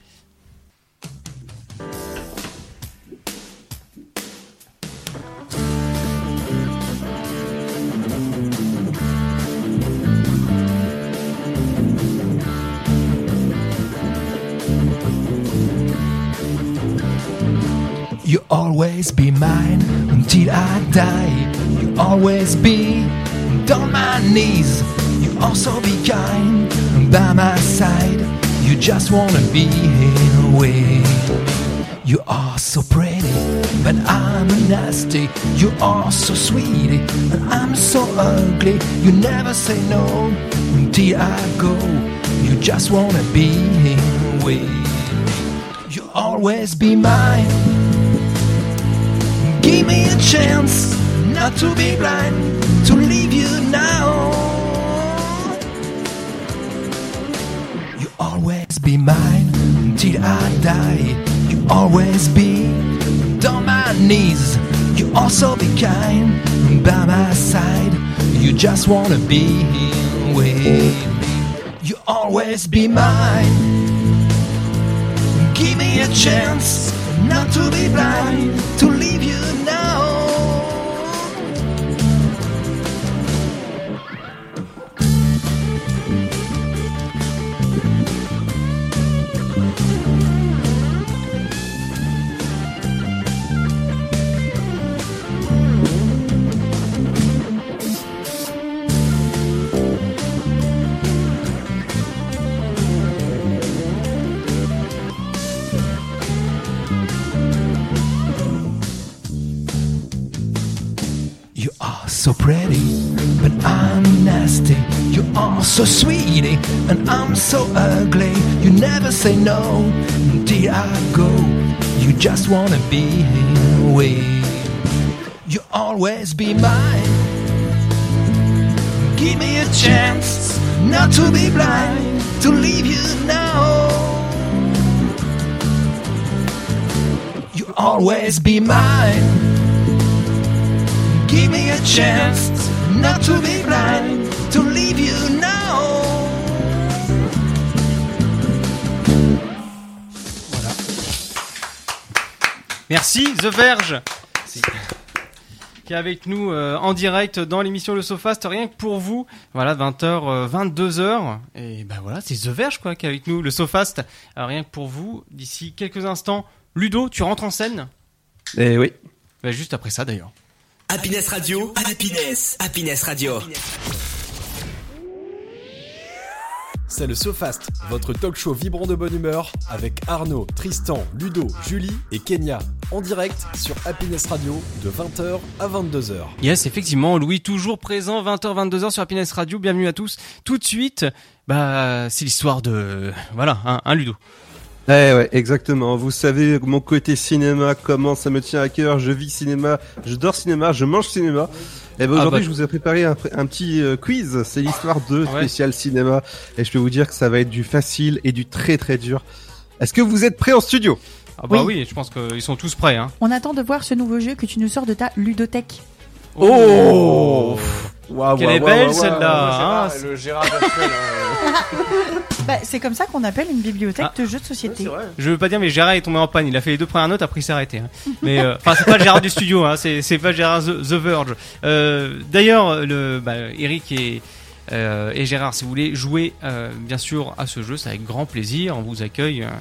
[SPEAKER 15] You always be mine until I die. You always be on my knees. You also be kind and by my side. You just wanna be in a way. You are so pretty, but I'm nasty. You are so sweet, but I'm so ugly. You never say no until I go. You just wanna be in a way. You always be mine. Give me a chance not to be blind, to leave you now. You always be mine until I die. You always be on my knees. You also be kind by my side. You just wanna be here with me. You always be mine. Give me a chance not to be blind, to leave you now. so pretty, but I'm nasty. You are so sweetie, and I'm so ugly. You never say no until I go. You just wanna be with. You always be mine. Give me a chance not to be blind, to leave you now. You always be mine. Give me a chance not to be blind, to leave you now.
[SPEAKER 2] Merci The Verge qui est avec nous euh, en direct dans l'émission Le Sofast, rien que pour vous. Voilà, 20h,
[SPEAKER 4] Ah,
[SPEAKER 2] 22h. Et ben voilà, c'est The Verge quoi, qui est avec nous, Le Sofast, euh, rien que pour vous. D'ici quelques instants, Ludo, tu rentres en scène
[SPEAKER 5] Eh oui.
[SPEAKER 2] Ben, Juste après ça d'ailleurs.
[SPEAKER 16] Happiness Radio, Happiness, Happiness Radio.
[SPEAKER 1] C'est le SoFast, votre talk show vibrant de bonne humeur avec Arnaud, Tristan, Ludo, Julie et Kenya en direct sur Happiness Radio de 20h à 22h.
[SPEAKER 2] Yes, effectivement, Louis toujours présent, 20h, 22h sur Happiness Radio. Bienvenue à tous. Tout de suite, bah, c'est l'histoire de, voilà, un, un Ludo.
[SPEAKER 5] Eh ouais, exactement. Vous savez, mon côté cinéma, comment ça me tient à cœur. Je vis cinéma, je dors cinéma, je mange cinéma. Et ben
[SPEAKER 2] Ah
[SPEAKER 5] aujourd'hui,
[SPEAKER 2] bah.
[SPEAKER 5] je vous ai préparé un, un petit euh, quiz. C'est l'histoire de spécial cinéma. Et je peux vous dire que ça va être du facile et du très très dur. Est-ce que vous êtes prêts en studio
[SPEAKER 2] Ah bah oui, je pense qu'ils sont tous prêts, hein.
[SPEAKER 3] On attend de voir ce nouveau jeu que tu nous sors de ta ludothèque.
[SPEAKER 5] Oh Waouh,
[SPEAKER 2] Quelle
[SPEAKER 5] waouh,
[SPEAKER 2] est
[SPEAKER 5] waouh,
[SPEAKER 2] belle
[SPEAKER 5] waouh,
[SPEAKER 2] celle-là,
[SPEAKER 5] waouh,
[SPEAKER 2] hein.
[SPEAKER 4] Le Gérard Darcel, hein.
[SPEAKER 3] Bah, c'est comme ça qu'on appelle une
[SPEAKER 2] Ah.
[SPEAKER 3] bibliothèque de jeux de société.
[SPEAKER 2] Je veux pas dire, mais Gérard est tombé en panne. Il a fait les deux premières notes, après il s'est arrêté. hein. Mais euh, enfin, c'est pas le Gérard du studio, hein. c'est, c'est pas le Gérard The, The Verge. Euh, d'ailleurs, le bah, Eric et, euh, et Gérard, si vous voulez jouer euh, bien sûr à ce jeu, c'est avec grand plaisir. On vous accueille euh,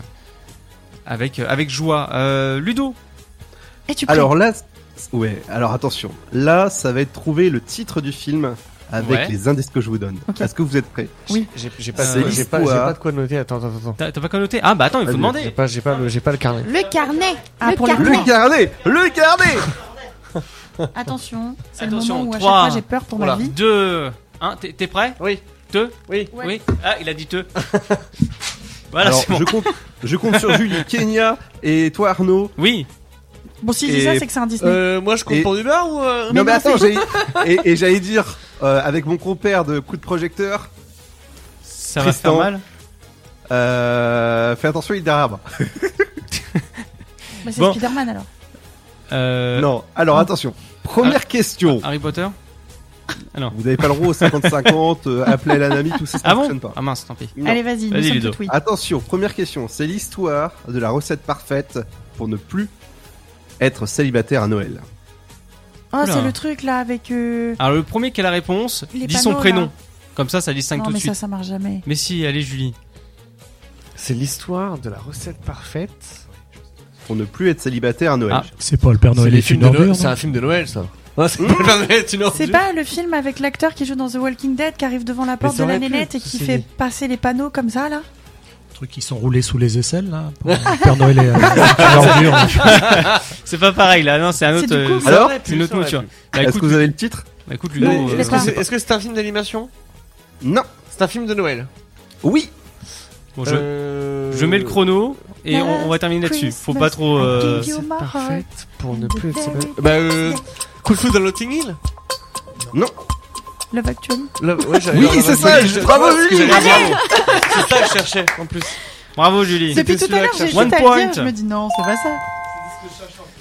[SPEAKER 2] avec avec joie. Euh, Ludo.
[SPEAKER 3] Et tu
[SPEAKER 5] Alors là, ouais, alors attention. Là, ça va être trouver le titre du film avec
[SPEAKER 4] Ouais.
[SPEAKER 5] les indices que je vous donne. Est-ce que vous êtes prêts
[SPEAKER 4] Oui. J'ai- j'ai pas-
[SPEAKER 5] C'est
[SPEAKER 4] j'ai pas- j'ai pas de
[SPEAKER 5] l'histoire-
[SPEAKER 4] quoi noter. Attends, attends, attends.
[SPEAKER 2] Ah, hein. T'as pas quoi noter Ah bah attends, il faut demander.
[SPEAKER 4] J'ai pas, j'ai pas, le- j'ai pas le carnet.
[SPEAKER 13] Le carnet. Ah, le
[SPEAKER 5] pour le
[SPEAKER 13] carnet.
[SPEAKER 5] Le carnet. Le carnet.
[SPEAKER 3] Attention, c'est le
[SPEAKER 2] Attention,
[SPEAKER 3] moment où à chaque
[SPEAKER 2] 3,
[SPEAKER 3] fois j'ai peur pour ma vie.
[SPEAKER 2] 2, 1, Hein, t'es, t'es prêt Oui. 2 Oui. Oui. Ah, il a dit 2. voilà,
[SPEAKER 5] Alors,
[SPEAKER 2] Ah, c'est bon.
[SPEAKER 5] je compte, je compte sur Julie, Kenya et toi Arnaud.
[SPEAKER 2] Oui.
[SPEAKER 3] Bon, si je dis ça, c'est que c'est un Disney.
[SPEAKER 4] euh,
[SPEAKER 5] Et-
[SPEAKER 4] beurre ou. euh,
[SPEAKER 5] Non mais attends, j'ai et, et j'allais dire euh, avec mon compère de coup de projecteur.
[SPEAKER 2] Ça va faire mal
[SPEAKER 5] Euh, fais attention, il est derrière moi.
[SPEAKER 3] Bah, c'est
[SPEAKER 5] Bon.
[SPEAKER 3] Spider-Man alors.
[SPEAKER 2] Euh,
[SPEAKER 5] Non, alors attention. Première question.
[SPEAKER 2] ah. Harry Potter
[SPEAKER 5] Vous n'avez pas le droit au 50-50, euh, appelez la Nami, tout ça, ça
[SPEAKER 2] Ah
[SPEAKER 5] ne
[SPEAKER 2] bon
[SPEAKER 5] fonctionne pas.
[SPEAKER 2] Ah mince, tant pis.
[SPEAKER 5] Non.
[SPEAKER 3] Allez, vas-y, nous Vas-y, sommes Ludo. toutes oui.
[SPEAKER 5] Attention, première question. C'est l'histoire de la recette parfaite pour ne plus être célibataire à Noël.
[SPEAKER 3] Oh,
[SPEAKER 2] Oula.
[SPEAKER 3] c'est le truc là avec. euh,
[SPEAKER 2] Alors le premier qui a la réponse
[SPEAKER 3] Les
[SPEAKER 2] dit son
[SPEAKER 3] panneaux,
[SPEAKER 2] prénom.
[SPEAKER 3] là.
[SPEAKER 2] Comme ça, ça distingue
[SPEAKER 3] Non,
[SPEAKER 2] tout de
[SPEAKER 3] mais
[SPEAKER 2] suite.
[SPEAKER 3] ça, ça marche jamais.
[SPEAKER 2] Mais si, allez Julie.
[SPEAKER 4] C'est l'histoire de la recette parfaite.
[SPEAKER 5] Pour ne plus être célibataire à Noël.
[SPEAKER 14] Ah,
[SPEAKER 5] Hein
[SPEAKER 14] C'est pas le Père Noël
[SPEAKER 4] les
[SPEAKER 14] est
[SPEAKER 4] films
[SPEAKER 14] une
[SPEAKER 4] de Noël-
[SPEAKER 14] ordure.
[SPEAKER 4] C'est
[SPEAKER 14] non
[SPEAKER 4] un film de Noël, ça. Non, c'est pas le Père Noël est une
[SPEAKER 3] C'est
[SPEAKER 4] ordure.
[SPEAKER 3] pas le film avec l'acteur qui joue dans The Walking Dead, qui arrive devant la porte
[SPEAKER 4] ça
[SPEAKER 3] de la
[SPEAKER 4] aurait pu,
[SPEAKER 3] nénette et qui
[SPEAKER 4] ceci
[SPEAKER 3] fait
[SPEAKER 4] dit.
[SPEAKER 3] passer les panneaux comme ça là
[SPEAKER 14] Trucs qui sont roulés sous les aisselles, là. pour- le Père Noël est euh, une ordure.
[SPEAKER 2] c'est pas pareil là, non, c'est un
[SPEAKER 4] C'est
[SPEAKER 2] autre.
[SPEAKER 4] du coup,
[SPEAKER 2] euh,
[SPEAKER 4] ça aurait pu,
[SPEAKER 2] c'est une
[SPEAKER 4] ça
[SPEAKER 2] autre
[SPEAKER 4] aurait
[SPEAKER 2] mouture.
[SPEAKER 4] pu.
[SPEAKER 5] Est-ce que vous
[SPEAKER 2] Lu-
[SPEAKER 5] avez le titre
[SPEAKER 2] Bah, écoute Ludo. euh,
[SPEAKER 4] Est-ce que c'est est-ce que c'est un film d'animation
[SPEAKER 5] Non.
[SPEAKER 4] C'est un film de Noël Euh,
[SPEAKER 5] Oui.
[SPEAKER 2] Bon, je, je mets le chrono et on, on va terminer là-dessus. Faut pas trop. euh,
[SPEAKER 4] Parfaite pour ne plus être célibataire. Bah, euh. Cool Food dans Notting Hill
[SPEAKER 5] Non.
[SPEAKER 3] Love Actually
[SPEAKER 4] Là, ouais, j'avais-
[SPEAKER 5] Oui,
[SPEAKER 4] là,
[SPEAKER 5] c'est
[SPEAKER 4] là,
[SPEAKER 5] ça,
[SPEAKER 4] je-
[SPEAKER 5] bravo,
[SPEAKER 4] ouais, ce que
[SPEAKER 5] Julie.
[SPEAKER 4] j'allais dire.
[SPEAKER 5] Allez.
[SPEAKER 4] C'est ça que je cherchais en plus.
[SPEAKER 2] Bravo Julie.
[SPEAKER 3] Depuis tout à l'heure, j'ai
[SPEAKER 2] One
[SPEAKER 3] hésité à le
[SPEAKER 2] point.
[SPEAKER 3] dire, je me dis non, c'est pas ça.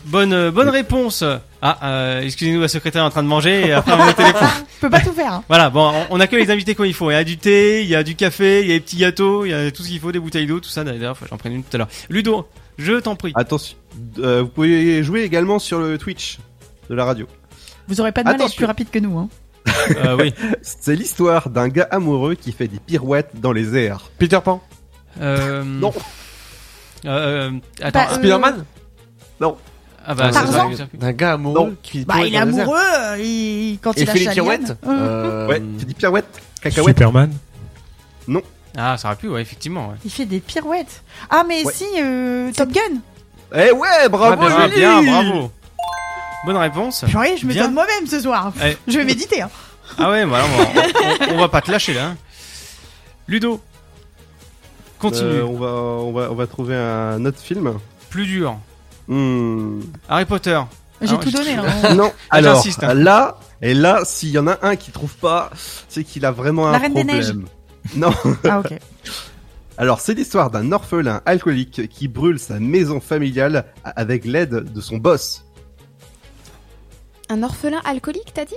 [SPEAKER 2] Bonne euh, bonne réponse. Ah, euh, excusez-nous, la secrétaire est en train de manger et après on est au téléphone.
[SPEAKER 3] Je peux pas tout faire. hein.
[SPEAKER 2] Voilà, bon, on- on accueille les invités quand il faut. Il y a du thé, il y a du café, il y a des petits gâteaux, il y a tout ce qu'il faut, des bouteilles d'eau, tout ça. D'ailleurs, faut que j'en prenne une tout à l'heure. Ludo, je t'en prie.
[SPEAKER 5] Attention, euh, vous pouvez jouer également sur le Twitch de la radio.
[SPEAKER 3] Vous aurez pas de mal à être
[SPEAKER 5] Attention.
[SPEAKER 3] plus rapide que nous. Hein.
[SPEAKER 2] Euh, oui.
[SPEAKER 5] C'est l'histoire d'un gars amoureux qui fait des pirouettes dans les airs.
[SPEAKER 4] Peter Pan.
[SPEAKER 2] Euh, non. Euh, attends.
[SPEAKER 3] Bah, euh, Spider-Man
[SPEAKER 5] Non.
[SPEAKER 2] Ah bah, c'est
[SPEAKER 3] Tarzan
[SPEAKER 2] ça.
[SPEAKER 4] D'un gars amoureux qui.
[SPEAKER 3] Bah,
[SPEAKER 4] pourrait
[SPEAKER 3] il est
[SPEAKER 4] dans les airs.
[SPEAKER 3] amoureux, euh, il... quand
[SPEAKER 4] Et
[SPEAKER 3] il
[SPEAKER 4] fait les
[SPEAKER 3] lâche la
[SPEAKER 4] pirouettes
[SPEAKER 3] liane. Euh,
[SPEAKER 5] Ouais, il fait des pirouettes, cacahuètes.
[SPEAKER 14] Superman.
[SPEAKER 5] Non.
[SPEAKER 2] Ah, ça aurait pu, ouais, effectivement. Ouais.
[SPEAKER 3] Il fait des pirouettes. Ah, mais
[SPEAKER 5] Ouais.
[SPEAKER 3] si, euh, Top Gun
[SPEAKER 5] Eh ouais, bravo
[SPEAKER 2] Ah, bien,
[SPEAKER 5] Julie
[SPEAKER 2] bien, bravo. Bonne réponse.
[SPEAKER 3] Purée, je me
[SPEAKER 2] Bien.
[SPEAKER 3] donne moi-même ce soir.
[SPEAKER 4] Eh.
[SPEAKER 2] Ouais.
[SPEAKER 3] Je vais méditer. hein.
[SPEAKER 2] Ah ouais, voilà, on, on- on va pas te lâcher là. hein. Ludo, continue.
[SPEAKER 5] Euh, on, va, on, va, on va trouver un autre film.
[SPEAKER 2] Plus dur.
[SPEAKER 5] Hmm.
[SPEAKER 2] Harry Potter. Ah ouais,
[SPEAKER 3] hein.
[SPEAKER 5] non,
[SPEAKER 2] Ah,
[SPEAKER 5] alors
[SPEAKER 2] j'insiste, hein.
[SPEAKER 5] là, et là, s'il y en a un qui trouve pas, c'est qu'il a vraiment
[SPEAKER 3] La
[SPEAKER 5] un
[SPEAKER 3] Reine des
[SPEAKER 5] problème. Non.
[SPEAKER 3] Ah, ok.
[SPEAKER 5] Alors, c'est l'histoire d'un orphelin alcoolique qui brûle sa maison familiale a- avec l'aide de son boss.
[SPEAKER 13] Un orphelin alcoolique, t'as dit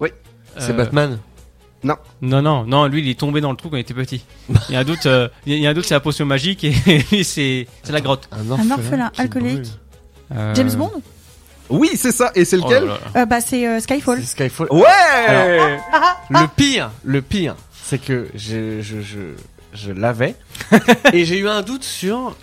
[SPEAKER 5] Oui.
[SPEAKER 4] C'est Batman
[SPEAKER 5] Non.
[SPEAKER 2] Euh, Non, non, non, lui il est tombé dans le trou quand il était petit. Il y a un doute, euh, il y a un doute, c'est la potion magique et lui c'est c'est la grotte.
[SPEAKER 3] Un orphelin alcoolique.
[SPEAKER 2] Euh,
[SPEAKER 3] James Bond
[SPEAKER 5] Oui, c'est ça. Et c'est
[SPEAKER 4] Oh
[SPEAKER 5] lequel
[SPEAKER 4] là là.
[SPEAKER 3] Euh, Bah, c'est euh, Skyfall.
[SPEAKER 4] Skyfall.
[SPEAKER 5] Ouais
[SPEAKER 4] Alors,
[SPEAKER 3] Ah,
[SPEAKER 4] Le pire, le pire, c'est que je, je, je, je l'avais et j'ai eu un doute sur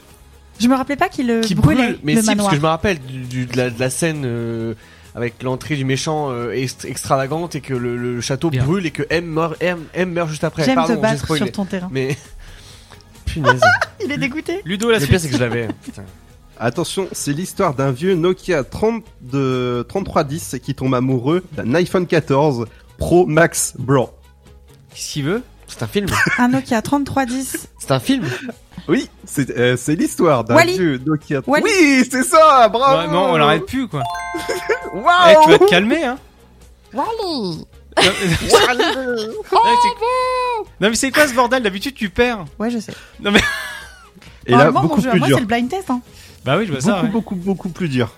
[SPEAKER 3] Je me rappelais pas qu'il euh,
[SPEAKER 4] qui
[SPEAKER 3] brûlait
[SPEAKER 4] brûle. Mais
[SPEAKER 3] le
[SPEAKER 4] si,
[SPEAKER 3] manoir.
[SPEAKER 4] parce que je me rappelle du, du- de, la, de la scène euh, avec l'entrée du méchant euh, ext- extravagante et que le, le château brûle et que M meurt, M, M meurt juste après.
[SPEAKER 3] J'aime te
[SPEAKER 4] Pardon, j'ai
[SPEAKER 3] battre
[SPEAKER 4] spoilé.
[SPEAKER 3] sur ton terrain.
[SPEAKER 4] Mais punaise.
[SPEAKER 3] Il est dégoûté.
[SPEAKER 2] Ludo, la
[SPEAKER 4] le pire c'est que je l'avais. putain.
[SPEAKER 5] Attention, c'est l'histoire d'un vieux Nokia 30 de 3310 qui tombe amoureux d'un iPhone 14 Pro Max Blanc.
[SPEAKER 2] Qu'est-ce qu'il veut
[SPEAKER 4] C'est un film.
[SPEAKER 3] Un Nokia 3310.
[SPEAKER 4] C'est un film
[SPEAKER 5] Oui, c'est euh, c'est l'histoire d'un
[SPEAKER 3] Wall-E.
[SPEAKER 5] vieux Nokia.
[SPEAKER 3] Wall-E.
[SPEAKER 5] Oui, c'est ça, bravo.
[SPEAKER 2] Ouais, mais on l'arrête plus quoi.
[SPEAKER 5] Waouh.
[SPEAKER 2] Eh, tu
[SPEAKER 3] Oh.
[SPEAKER 2] vas te calmer hein.
[SPEAKER 13] Wally
[SPEAKER 2] Non mais c'est quoi ce bordel D'habitude tu perds.
[SPEAKER 3] Ouais, je sais.
[SPEAKER 2] Non mais
[SPEAKER 5] Et là,
[SPEAKER 3] Normalement, mon
[SPEAKER 5] beaucoup
[SPEAKER 3] jeu à
[SPEAKER 5] plus
[SPEAKER 3] moi,
[SPEAKER 5] dur.
[SPEAKER 3] c'est le blind test. hein.
[SPEAKER 2] Bah oui, je vois ça.
[SPEAKER 5] beaucoup,
[SPEAKER 2] ouais.
[SPEAKER 5] beaucoup, beaucoup plus dur.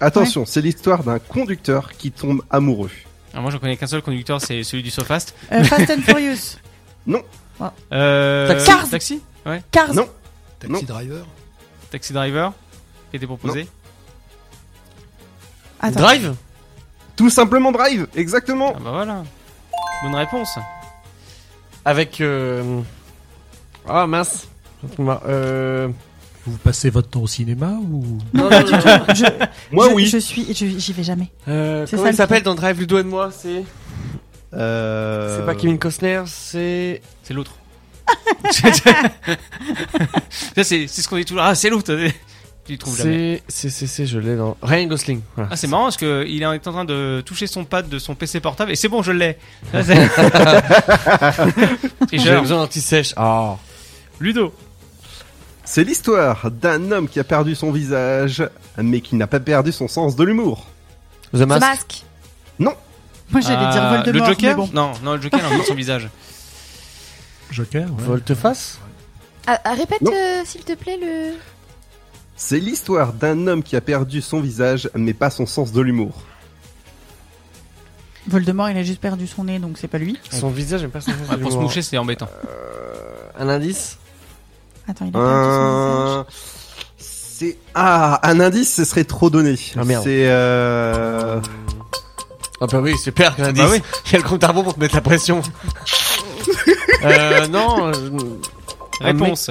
[SPEAKER 5] Attention, c'est l'histoire d'un conducteur qui tombe amoureux.
[SPEAKER 2] Alors, Ah, moi j'en connais qu'un seul conducteur, c'est celui du Sofast.
[SPEAKER 3] Euh, Fast and Furious. Oh.
[SPEAKER 5] Non.
[SPEAKER 3] Ouais.
[SPEAKER 2] Euh,
[SPEAKER 3] Taxi. Cars.
[SPEAKER 2] Taxi Ouais.
[SPEAKER 3] Cars.
[SPEAKER 5] Non.
[SPEAKER 6] Taxi Driver.
[SPEAKER 2] Taxi Driver qui était proposé.
[SPEAKER 3] Attends.
[SPEAKER 4] Drive
[SPEAKER 5] Tout simplement Drive, exactement.
[SPEAKER 2] Ah bah voilà. Bonne réponse.
[SPEAKER 4] Avec euh, ah mince. Euh...
[SPEAKER 14] Vous passez votre temps au cinéma ou
[SPEAKER 4] Non, non, non, non.
[SPEAKER 5] Moi
[SPEAKER 3] je,
[SPEAKER 5] oui.
[SPEAKER 3] Je suis, je- j'y vais jamais.
[SPEAKER 4] Euh,
[SPEAKER 3] C'est
[SPEAKER 4] comment
[SPEAKER 3] ça,
[SPEAKER 4] il
[SPEAKER 3] le
[SPEAKER 4] s'appelle dans Drive Ludo et de moi C'est
[SPEAKER 5] Euh,
[SPEAKER 4] c'est pas Kevin Costner, c'est
[SPEAKER 2] C'est l'autre. Ça, c'est c'est ce qu'on dit toujours. Ah, c'est l'autre. Tu le trouves jamais.
[SPEAKER 4] c'est c'est c'est c'est- je l'ai dans Ryan Gosling. Voilà.
[SPEAKER 2] Ah, c'est marrant parce qu'il est en train de toucher son pad de son PC portable et c'est bon, je l'ai. Ça, c'est-
[SPEAKER 4] J'ai
[SPEAKER 2] Tricheur.
[SPEAKER 4] besoin d'anti-sèche. Ah.
[SPEAKER 2] Ludo.
[SPEAKER 5] C'est l'histoire d'un homme qui a perdu son visage, mais qui n'a pas perdu son sens de l'humour.
[SPEAKER 4] The Mask.
[SPEAKER 13] Masque.
[SPEAKER 3] Moi, j'allais dire
[SPEAKER 2] Ah, Le
[SPEAKER 3] Voldemort.
[SPEAKER 2] Joker
[SPEAKER 3] mais bon.
[SPEAKER 2] Non, non, le Joker, il a encore son visage.
[SPEAKER 14] Joker ouais.
[SPEAKER 4] Volteface
[SPEAKER 13] Ah, ah, répète,
[SPEAKER 5] Non.
[SPEAKER 13] euh, s'il te plaît, le.
[SPEAKER 5] C'est l'histoire d'un homme qui a perdu son visage, mais pas son sens de l'humour.
[SPEAKER 3] Voldemort, il a juste perdu son nez, donc c'est pas lui.
[SPEAKER 4] Son visage, j'aime pas son sens
[SPEAKER 2] Ouais,
[SPEAKER 4] de
[SPEAKER 2] pour se
[SPEAKER 4] l'humour.
[SPEAKER 2] moucher, c'est embêtant.
[SPEAKER 4] Un indice
[SPEAKER 3] Attends, il a perdu son visage.
[SPEAKER 5] Euh, C'est ah un indice, ce serait trop donné.
[SPEAKER 4] Ah, merde.
[SPEAKER 5] C'est euh...
[SPEAKER 4] Ah bah oui, super qu'un indice.
[SPEAKER 2] Bah oui.
[SPEAKER 4] Il y a le compte à rebours pour te mettre la pression. euh, non. je- Un mec-
[SPEAKER 2] Réponse.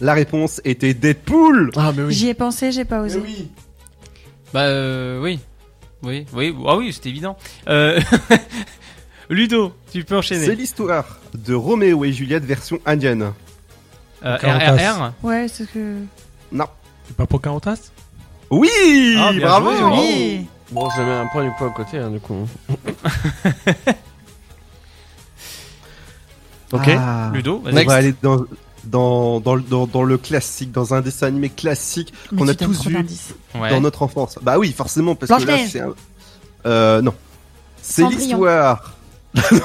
[SPEAKER 5] la réponse était Deadpool.
[SPEAKER 4] Ah mais oui.
[SPEAKER 3] J'y ai pensé, j'ai pas osé.
[SPEAKER 2] Bah euh, oui. Oui, oui, ah oui, c'est évident. Euh, Ludo, tu peux
[SPEAKER 5] C'est
[SPEAKER 2] enchaîner.
[SPEAKER 5] l'histoire de Roméo et Juliette version indienne.
[SPEAKER 2] Euh,
[SPEAKER 14] Pocahontas.
[SPEAKER 2] RRR.
[SPEAKER 3] Ouais, c'est ce que.
[SPEAKER 5] Non.
[SPEAKER 14] C'est pas Pocahontas
[SPEAKER 5] Oui,
[SPEAKER 2] Ah, bien
[SPEAKER 5] bravo.
[SPEAKER 2] joué,
[SPEAKER 3] Joli.
[SPEAKER 4] Bon, je mets un point du point à côté, hein, du coup. ok.
[SPEAKER 5] Ah.
[SPEAKER 2] Ludo,
[SPEAKER 5] On
[SPEAKER 2] vas-y.
[SPEAKER 5] va aller dans dans, dans, le- dans, dans le classique, dans un dessin animé classique
[SPEAKER 3] Mais
[SPEAKER 5] qu'on
[SPEAKER 3] tu
[SPEAKER 5] a
[SPEAKER 3] donnes
[SPEAKER 5] tous
[SPEAKER 3] trop
[SPEAKER 5] vu
[SPEAKER 3] d'indices.
[SPEAKER 2] Ouais.
[SPEAKER 5] dans notre enfance. Bah oui, forcément, parce que là,
[SPEAKER 3] Blanche-Neige.
[SPEAKER 5] c'est un... Euh, non. C'est
[SPEAKER 13] Cendrillon.
[SPEAKER 5] l'histoire...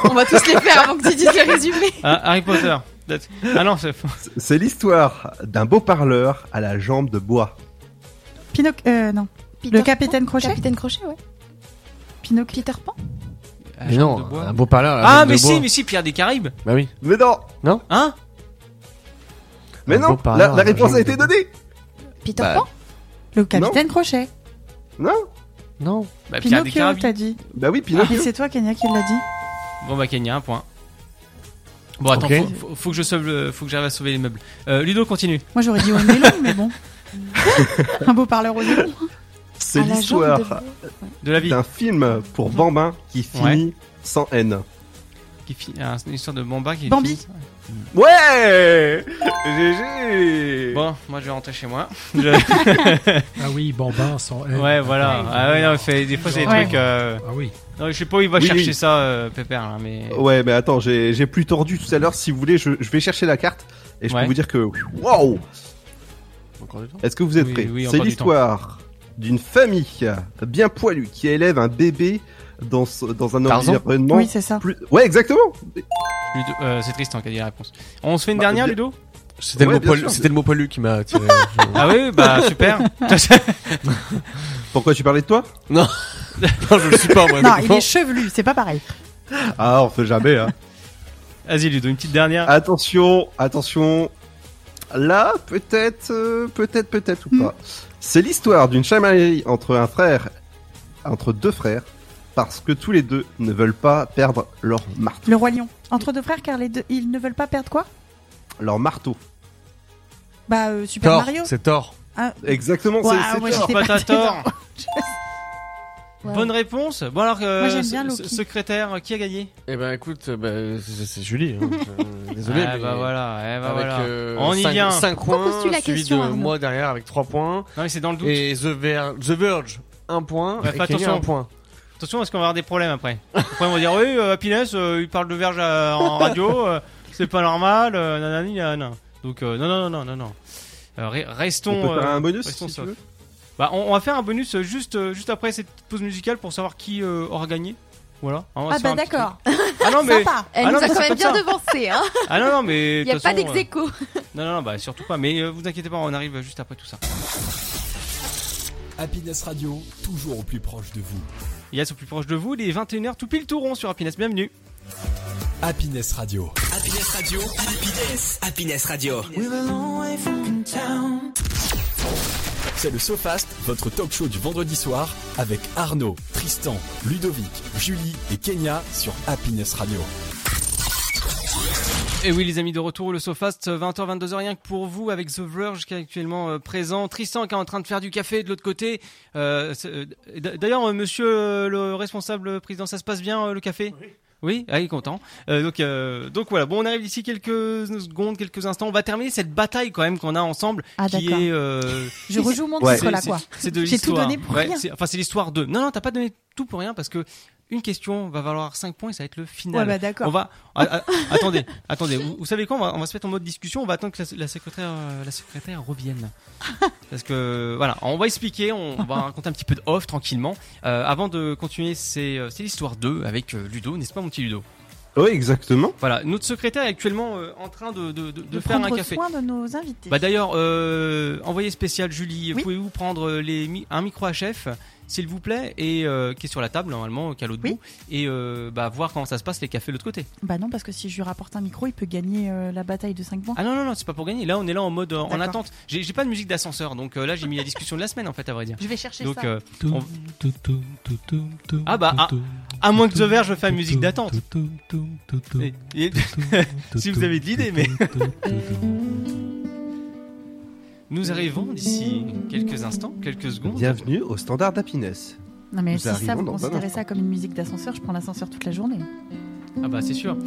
[SPEAKER 13] On va tous les faire avant que tu dises le résumé.
[SPEAKER 2] Ah, Harry Potter. That's- Ah non, c'est
[SPEAKER 5] C'est l'histoire d'un beau parleur à la jambe de bois.
[SPEAKER 3] Pinoc. Euh, non.
[SPEAKER 13] Peter
[SPEAKER 3] Le capitaine
[SPEAKER 13] Pan.
[SPEAKER 3] Crochet
[SPEAKER 13] Capitaine Crochet, ouais.
[SPEAKER 3] Pinocchio.
[SPEAKER 13] Peter Pan
[SPEAKER 2] Ah,
[SPEAKER 4] Mais
[SPEAKER 2] jambe
[SPEAKER 4] non,
[SPEAKER 2] de bois.
[SPEAKER 4] un beau parleur. la
[SPEAKER 2] Ah
[SPEAKER 4] jambe de
[SPEAKER 2] mais si,
[SPEAKER 4] bois.
[SPEAKER 2] mais si, Pierre des Caraïbes.
[SPEAKER 4] Bah oui.
[SPEAKER 5] Mais non
[SPEAKER 2] Hein
[SPEAKER 5] Mais
[SPEAKER 4] Un beau
[SPEAKER 5] non
[SPEAKER 4] parleur
[SPEAKER 5] la,
[SPEAKER 4] à
[SPEAKER 5] la
[SPEAKER 4] la
[SPEAKER 5] réponse
[SPEAKER 4] jambe
[SPEAKER 5] a
[SPEAKER 4] de
[SPEAKER 5] été
[SPEAKER 4] bois.
[SPEAKER 5] donnée
[SPEAKER 13] Peter
[SPEAKER 4] Bah,
[SPEAKER 13] Pan
[SPEAKER 3] Le capitaine Crochet.
[SPEAKER 5] Non
[SPEAKER 4] Non.
[SPEAKER 2] Bah, Pierre des
[SPEAKER 3] Pinocchio,
[SPEAKER 2] Caraïbes.
[SPEAKER 3] t'as dit.
[SPEAKER 5] Bah oui,
[SPEAKER 3] Et
[SPEAKER 5] Pinocchio.
[SPEAKER 3] c'est toi, Kenya, qui l'a dit.
[SPEAKER 2] Bon bah Kenya, un point. Bon attends,
[SPEAKER 4] Ok.
[SPEAKER 2] faut, faut- faut que je sauve, le- faut que j'arrive à sauver les meubles. Euh, Ludo continue.
[SPEAKER 3] Moi, j'aurais dit au melon, mais bon. Un beau parleur au melon.
[SPEAKER 5] C'est
[SPEAKER 13] à la jambe de
[SPEAKER 5] l'histoire
[SPEAKER 13] bois.
[SPEAKER 2] De la vie.
[SPEAKER 5] d'un film pour bambins qui finit sans haine.
[SPEAKER 2] qui finit. ah, c'est une histoire de Bamba qui.
[SPEAKER 3] Bambi.
[SPEAKER 2] finit-
[SPEAKER 11] Ouais GG
[SPEAKER 2] Bon, moi je vais rentrer chez moi.
[SPEAKER 14] Ah oui, Bamba Euh, sans N.
[SPEAKER 2] Ouais, voilà. Ah ouais, non, fait- des fois c'est des
[SPEAKER 14] Ouais.
[SPEAKER 2] trucs. euh,
[SPEAKER 14] Ah oui.
[SPEAKER 2] Non, je sais pas où il va
[SPEAKER 5] Oui,
[SPEAKER 2] chercher
[SPEAKER 5] oui.
[SPEAKER 2] ça, euh, Pépère, là, mais.
[SPEAKER 5] Ouais, mais attends, j'ai j'ai plus tordu tout à l'heure. Si vous voulez, je, je vais chercher la carte et je
[SPEAKER 2] Ouais.
[SPEAKER 5] peux vous dire que. Waouh Est-ce que vous êtes
[SPEAKER 2] Oui,
[SPEAKER 5] prêts
[SPEAKER 2] oui,
[SPEAKER 5] C'est
[SPEAKER 2] encore du
[SPEAKER 5] l'histoire d'une famille bien poilue qui élève un bébé dans, ce- dans un
[SPEAKER 2] Tarzan
[SPEAKER 5] environnement.
[SPEAKER 2] Oui, c'est ça.
[SPEAKER 5] plus- Ouais, exactement
[SPEAKER 2] Ludo- euh, c'est Tristan qui a dit la réponse. On se fait une
[SPEAKER 5] Bah,
[SPEAKER 2] dernière, Ludo
[SPEAKER 4] C'était le, mot poilu- c'était le mot poilu qui m'a attiré. Je-
[SPEAKER 2] Ah oui, bah super.
[SPEAKER 5] Pourquoi tu parlais de toi
[SPEAKER 4] Non. non, je le suis pas, moi.
[SPEAKER 3] Non, il est chevelu, c'est pas pareil.
[SPEAKER 5] Ah, on fait jamais, hein.
[SPEAKER 2] Vas-y, Ludo, une petite dernière.
[SPEAKER 5] Attention, attention. Là, peut-être, euh, peut-être, peut-être
[SPEAKER 3] Hmm.
[SPEAKER 5] ou pas. C'est l'histoire d'une chamaillerie entre un frère, entre deux frères, parce que tous les deux ne veulent pas perdre leur marteau.
[SPEAKER 3] Le roi lion. Entre deux frères, car les deux, ils ne veulent pas perdre quoi
[SPEAKER 5] Leur marteau.
[SPEAKER 3] Bah euh, Super
[SPEAKER 5] Thor,
[SPEAKER 3] Mario.
[SPEAKER 5] c'est Thor.
[SPEAKER 3] Ah.
[SPEAKER 5] Exactement,
[SPEAKER 3] Ouah,
[SPEAKER 5] c'est- c'est
[SPEAKER 3] moi,
[SPEAKER 5] Thor.
[SPEAKER 3] j'étais pas
[SPEAKER 2] Patate Thor.
[SPEAKER 3] dedans.
[SPEAKER 2] Bonne réponse. Bon alors, euh,
[SPEAKER 3] Moi, j'aime
[SPEAKER 2] se-
[SPEAKER 3] bien
[SPEAKER 2] se-
[SPEAKER 3] Loki.
[SPEAKER 2] secrétaire, euh, qui a gagné
[SPEAKER 4] Eh ben écoute, euh, bah, c'est c'est Julie. hein. Euh, Désolé.
[SPEAKER 2] Ah,
[SPEAKER 4] mais
[SPEAKER 2] bah, voilà, eh, bah,
[SPEAKER 4] avec,
[SPEAKER 2] voilà.
[SPEAKER 4] euh,
[SPEAKER 2] On y
[SPEAKER 4] cinq-
[SPEAKER 2] vient.
[SPEAKER 4] cinq
[SPEAKER 2] Pourquoi
[SPEAKER 4] points,
[SPEAKER 2] poses-tu la
[SPEAKER 4] suivi
[SPEAKER 2] question,
[SPEAKER 4] de
[SPEAKER 2] Arnaud
[SPEAKER 4] moi derrière avec 3 points.
[SPEAKER 2] Non, mais c'est dans le doute.
[SPEAKER 4] Et The, Ver- The Verge, 1 point.
[SPEAKER 2] Ouais,
[SPEAKER 4] et
[SPEAKER 2] fais
[SPEAKER 4] Kenny,
[SPEAKER 2] attention.
[SPEAKER 4] un point.
[SPEAKER 2] Attention parce qu'on va avoir des problèmes après. Après, on va dire oui, euh, Happiness, euh, il parle de verge à- en radio, euh, c'est pas normal, euh, nanani, nanana. Donc euh, non, non, non, non, non, non. Euh, re- restons.
[SPEAKER 5] On peut faire
[SPEAKER 2] euh,
[SPEAKER 5] un bonus,
[SPEAKER 2] restons
[SPEAKER 5] si tu
[SPEAKER 2] soft.
[SPEAKER 5] veux.
[SPEAKER 2] Bah, on, on va faire un bonus euh, juste euh, juste après cette pause musicale pour savoir qui euh, aura gagné. Voilà. On va
[SPEAKER 13] Ah
[SPEAKER 2] se faire
[SPEAKER 13] bah
[SPEAKER 2] Oh, un petit
[SPEAKER 13] d'accord.
[SPEAKER 2] truc. Ah non mais.
[SPEAKER 13] Sympa.
[SPEAKER 2] Ah
[SPEAKER 13] Elle
[SPEAKER 2] non,
[SPEAKER 13] nous
[SPEAKER 2] mais
[SPEAKER 13] a
[SPEAKER 2] c'est
[SPEAKER 13] quand
[SPEAKER 2] comme
[SPEAKER 13] même bien
[SPEAKER 2] ça.
[SPEAKER 13] devancé. Hein.
[SPEAKER 2] Ah non, non, mais.
[SPEAKER 13] Il n'y a
[SPEAKER 2] de toute
[SPEAKER 13] pas
[SPEAKER 2] façon,
[SPEAKER 13] d'ex-écho.
[SPEAKER 2] euh, Non, non, non, bah surtout pas. Mais euh, vous inquiétez pas, on arrive juste après tout ça.
[SPEAKER 1] Happiness Radio, toujours au plus proche de vous.
[SPEAKER 2] Yes, au plus proche de vous, les 21h tout pile tout rond sur Happiness. Bienvenue.
[SPEAKER 1] Happiness Radio.
[SPEAKER 16] Happiness Radio, Happiness, Happiness Radio.
[SPEAKER 1] C'est le SoFast, votre talk show du vendredi soir avec Arnaud, Tristan, Ludovic, Julie et Kenya sur Happiness Radio.
[SPEAKER 2] Et oui, les amis, de retour, le SoFast, euh, 20h, 22h, rien que pour vous, avec The Verge qui est actuellement euh, présent, Tristan qui est en train de faire du café de l'autre côté. Euh, c'est- euh, d- D'ailleurs, euh, monsieur euh, le responsable président, ça se passe bien euh, le café Oui, ah, il est content. Euh, donc, euh, donc voilà, bon, on arrive d'ici quelques secondes, quelques instants. On va terminer cette bataille quand même qu'on a ensemble,
[SPEAKER 3] Ah,
[SPEAKER 2] qui
[SPEAKER 3] d'accord.
[SPEAKER 2] est. euh,
[SPEAKER 3] Je rejoue mon
[SPEAKER 2] c'est-
[SPEAKER 3] titre, là,
[SPEAKER 2] c'est-
[SPEAKER 3] quoi.
[SPEAKER 2] C'est de
[SPEAKER 3] J'ai tout
[SPEAKER 2] l'histoire.
[SPEAKER 3] donné pour
[SPEAKER 2] Ouais,
[SPEAKER 3] rien.
[SPEAKER 2] c'est- Enfin, c'est l'histoire de. Non, non, t'as pas donné tout pour rien parce que. Une question va valoir 5 points et ça va être le final.
[SPEAKER 3] Ouais, bah, d'accord.
[SPEAKER 2] On va, ah, ah, attendez, attendez. Vous, vous savez quoi on va, on va se mettre en mode discussion. On va attendre que la, la secrétaire, euh, la secrétaire revienne. Parce que voilà, on va expliquer, on, va raconter un petit peu de off tranquillement. Euh, avant de continuer, c'est euh, c'est l'histoire 2 avec euh, Ludo, n'est-ce pas mon petit Ludo
[SPEAKER 5] Oui, exactement.
[SPEAKER 2] Voilà, notre secrétaire est actuellement euh, en train de, de- de- de
[SPEAKER 3] De
[SPEAKER 2] faire un
[SPEAKER 3] prendre
[SPEAKER 2] café.
[SPEAKER 3] soin de nos invités.
[SPEAKER 2] Bah d'ailleurs, euh, envoyé spécial Julie, pouvez-vous prendre euh, les mi- un micro à chef, s'il vous plaît, et euh, qui est sur la table normalement, qui est à l'autre bout, et euh, bah, voir comment ça se passe les cafés de l'autre côté.
[SPEAKER 3] Bah non, parce que si je lui rapporte un micro, il peut gagner euh, la bataille de 5 points.
[SPEAKER 2] Ah non non non, c'est pas pour gagner. Là, on est là en mode euh, en
[SPEAKER 3] D'accord.
[SPEAKER 2] attente. J'ai j'ai pas de musique d'ascenseur, donc euh, là j'ai mis la discussion de la semaine en fait à vrai dire.
[SPEAKER 3] Je vais chercher
[SPEAKER 2] donc,
[SPEAKER 3] ça.
[SPEAKER 2] euh, on- Ah bah à, à moins que The Verge fasse musique d'attente. Et- et- si vous avez de l'idée, mais. Nous arrivons d'ici quelques instants, quelques secondes.
[SPEAKER 5] Bienvenue au standard d'Happiness.
[SPEAKER 3] Non mais
[SPEAKER 5] Nous
[SPEAKER 3] si ça,
[SPEAKER 5] arrivons
[SPEAKER 3] vous
[SPEAKER 5] dans un
[SPEAKER 3] considérez
[SPEAKER 5] instant.
[SPEAKER 3] ça comme une musique d'ascenseur, je prends l'ascenseur toute la journée.
[SPEAKER 2] Ah bah c'est sûr.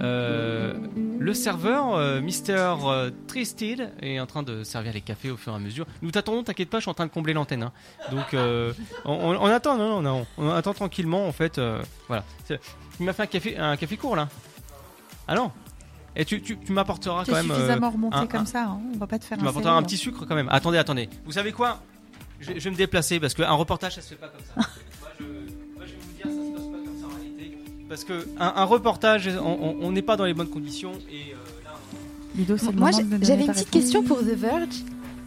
[SPEAKER 2] Euh, le serveur, euh, Mister euh, Tristed, est en train de servir les cafés au fur et à mesure. Nous t'attendons, t'inquiète pas, je suis en train de combler l'antenne. hein. Donc euh, on, on- on attend, non, non, non, on attend tranquillement en fait. euh, voilà. C'est- Tu m'as fait un café, un café court là Ah non Et tu, tu, tu m'apporteras
[SPEAKER 3] T'es
[SPEAKER 2] quand même. euh,
[SPEAKER 3] suffisamment remonté
[SPEAKER 2] un-
[SPEAKER 3] comme
[SPEAKER 2] un-
[SPEAKER 3] ça, hein, on va pas te faire
[SPEAKER 2] Tu
[SPEAKER 3] un
[SPEAKER 2] m'apporteras
[SPEAKER 3] série,
[SPEAKER 2] un
[SPEAKER 3] hein.
[SPEAKER 2] petit sucre quand même. Attendez, attendez. Vous savez quoi je, vais- je vais me déplacer parce qu'un reportage ça se fait pas comme ça. Moi, je- moi, je vais vous dire, ça se passe pas comme ça en réalité. Parce que un, un reportage, on- on on n'est pas dans les bonnes conditions et euh, là,
[SPEAKER 3] Ludo, hein. c'est le
[SPEAKER 13] Moi,
[SPEAKER 3] moment
[SPEAKER 13] j'ai-
[SPEAKER 3] de me donner
[SPEAKER 13] j'avais
[SPEAKER 3] ta
[SPEAKER 13] une petite
[SPEAKER 3] réponse.
[SPEAKER 13] question pour The Verge.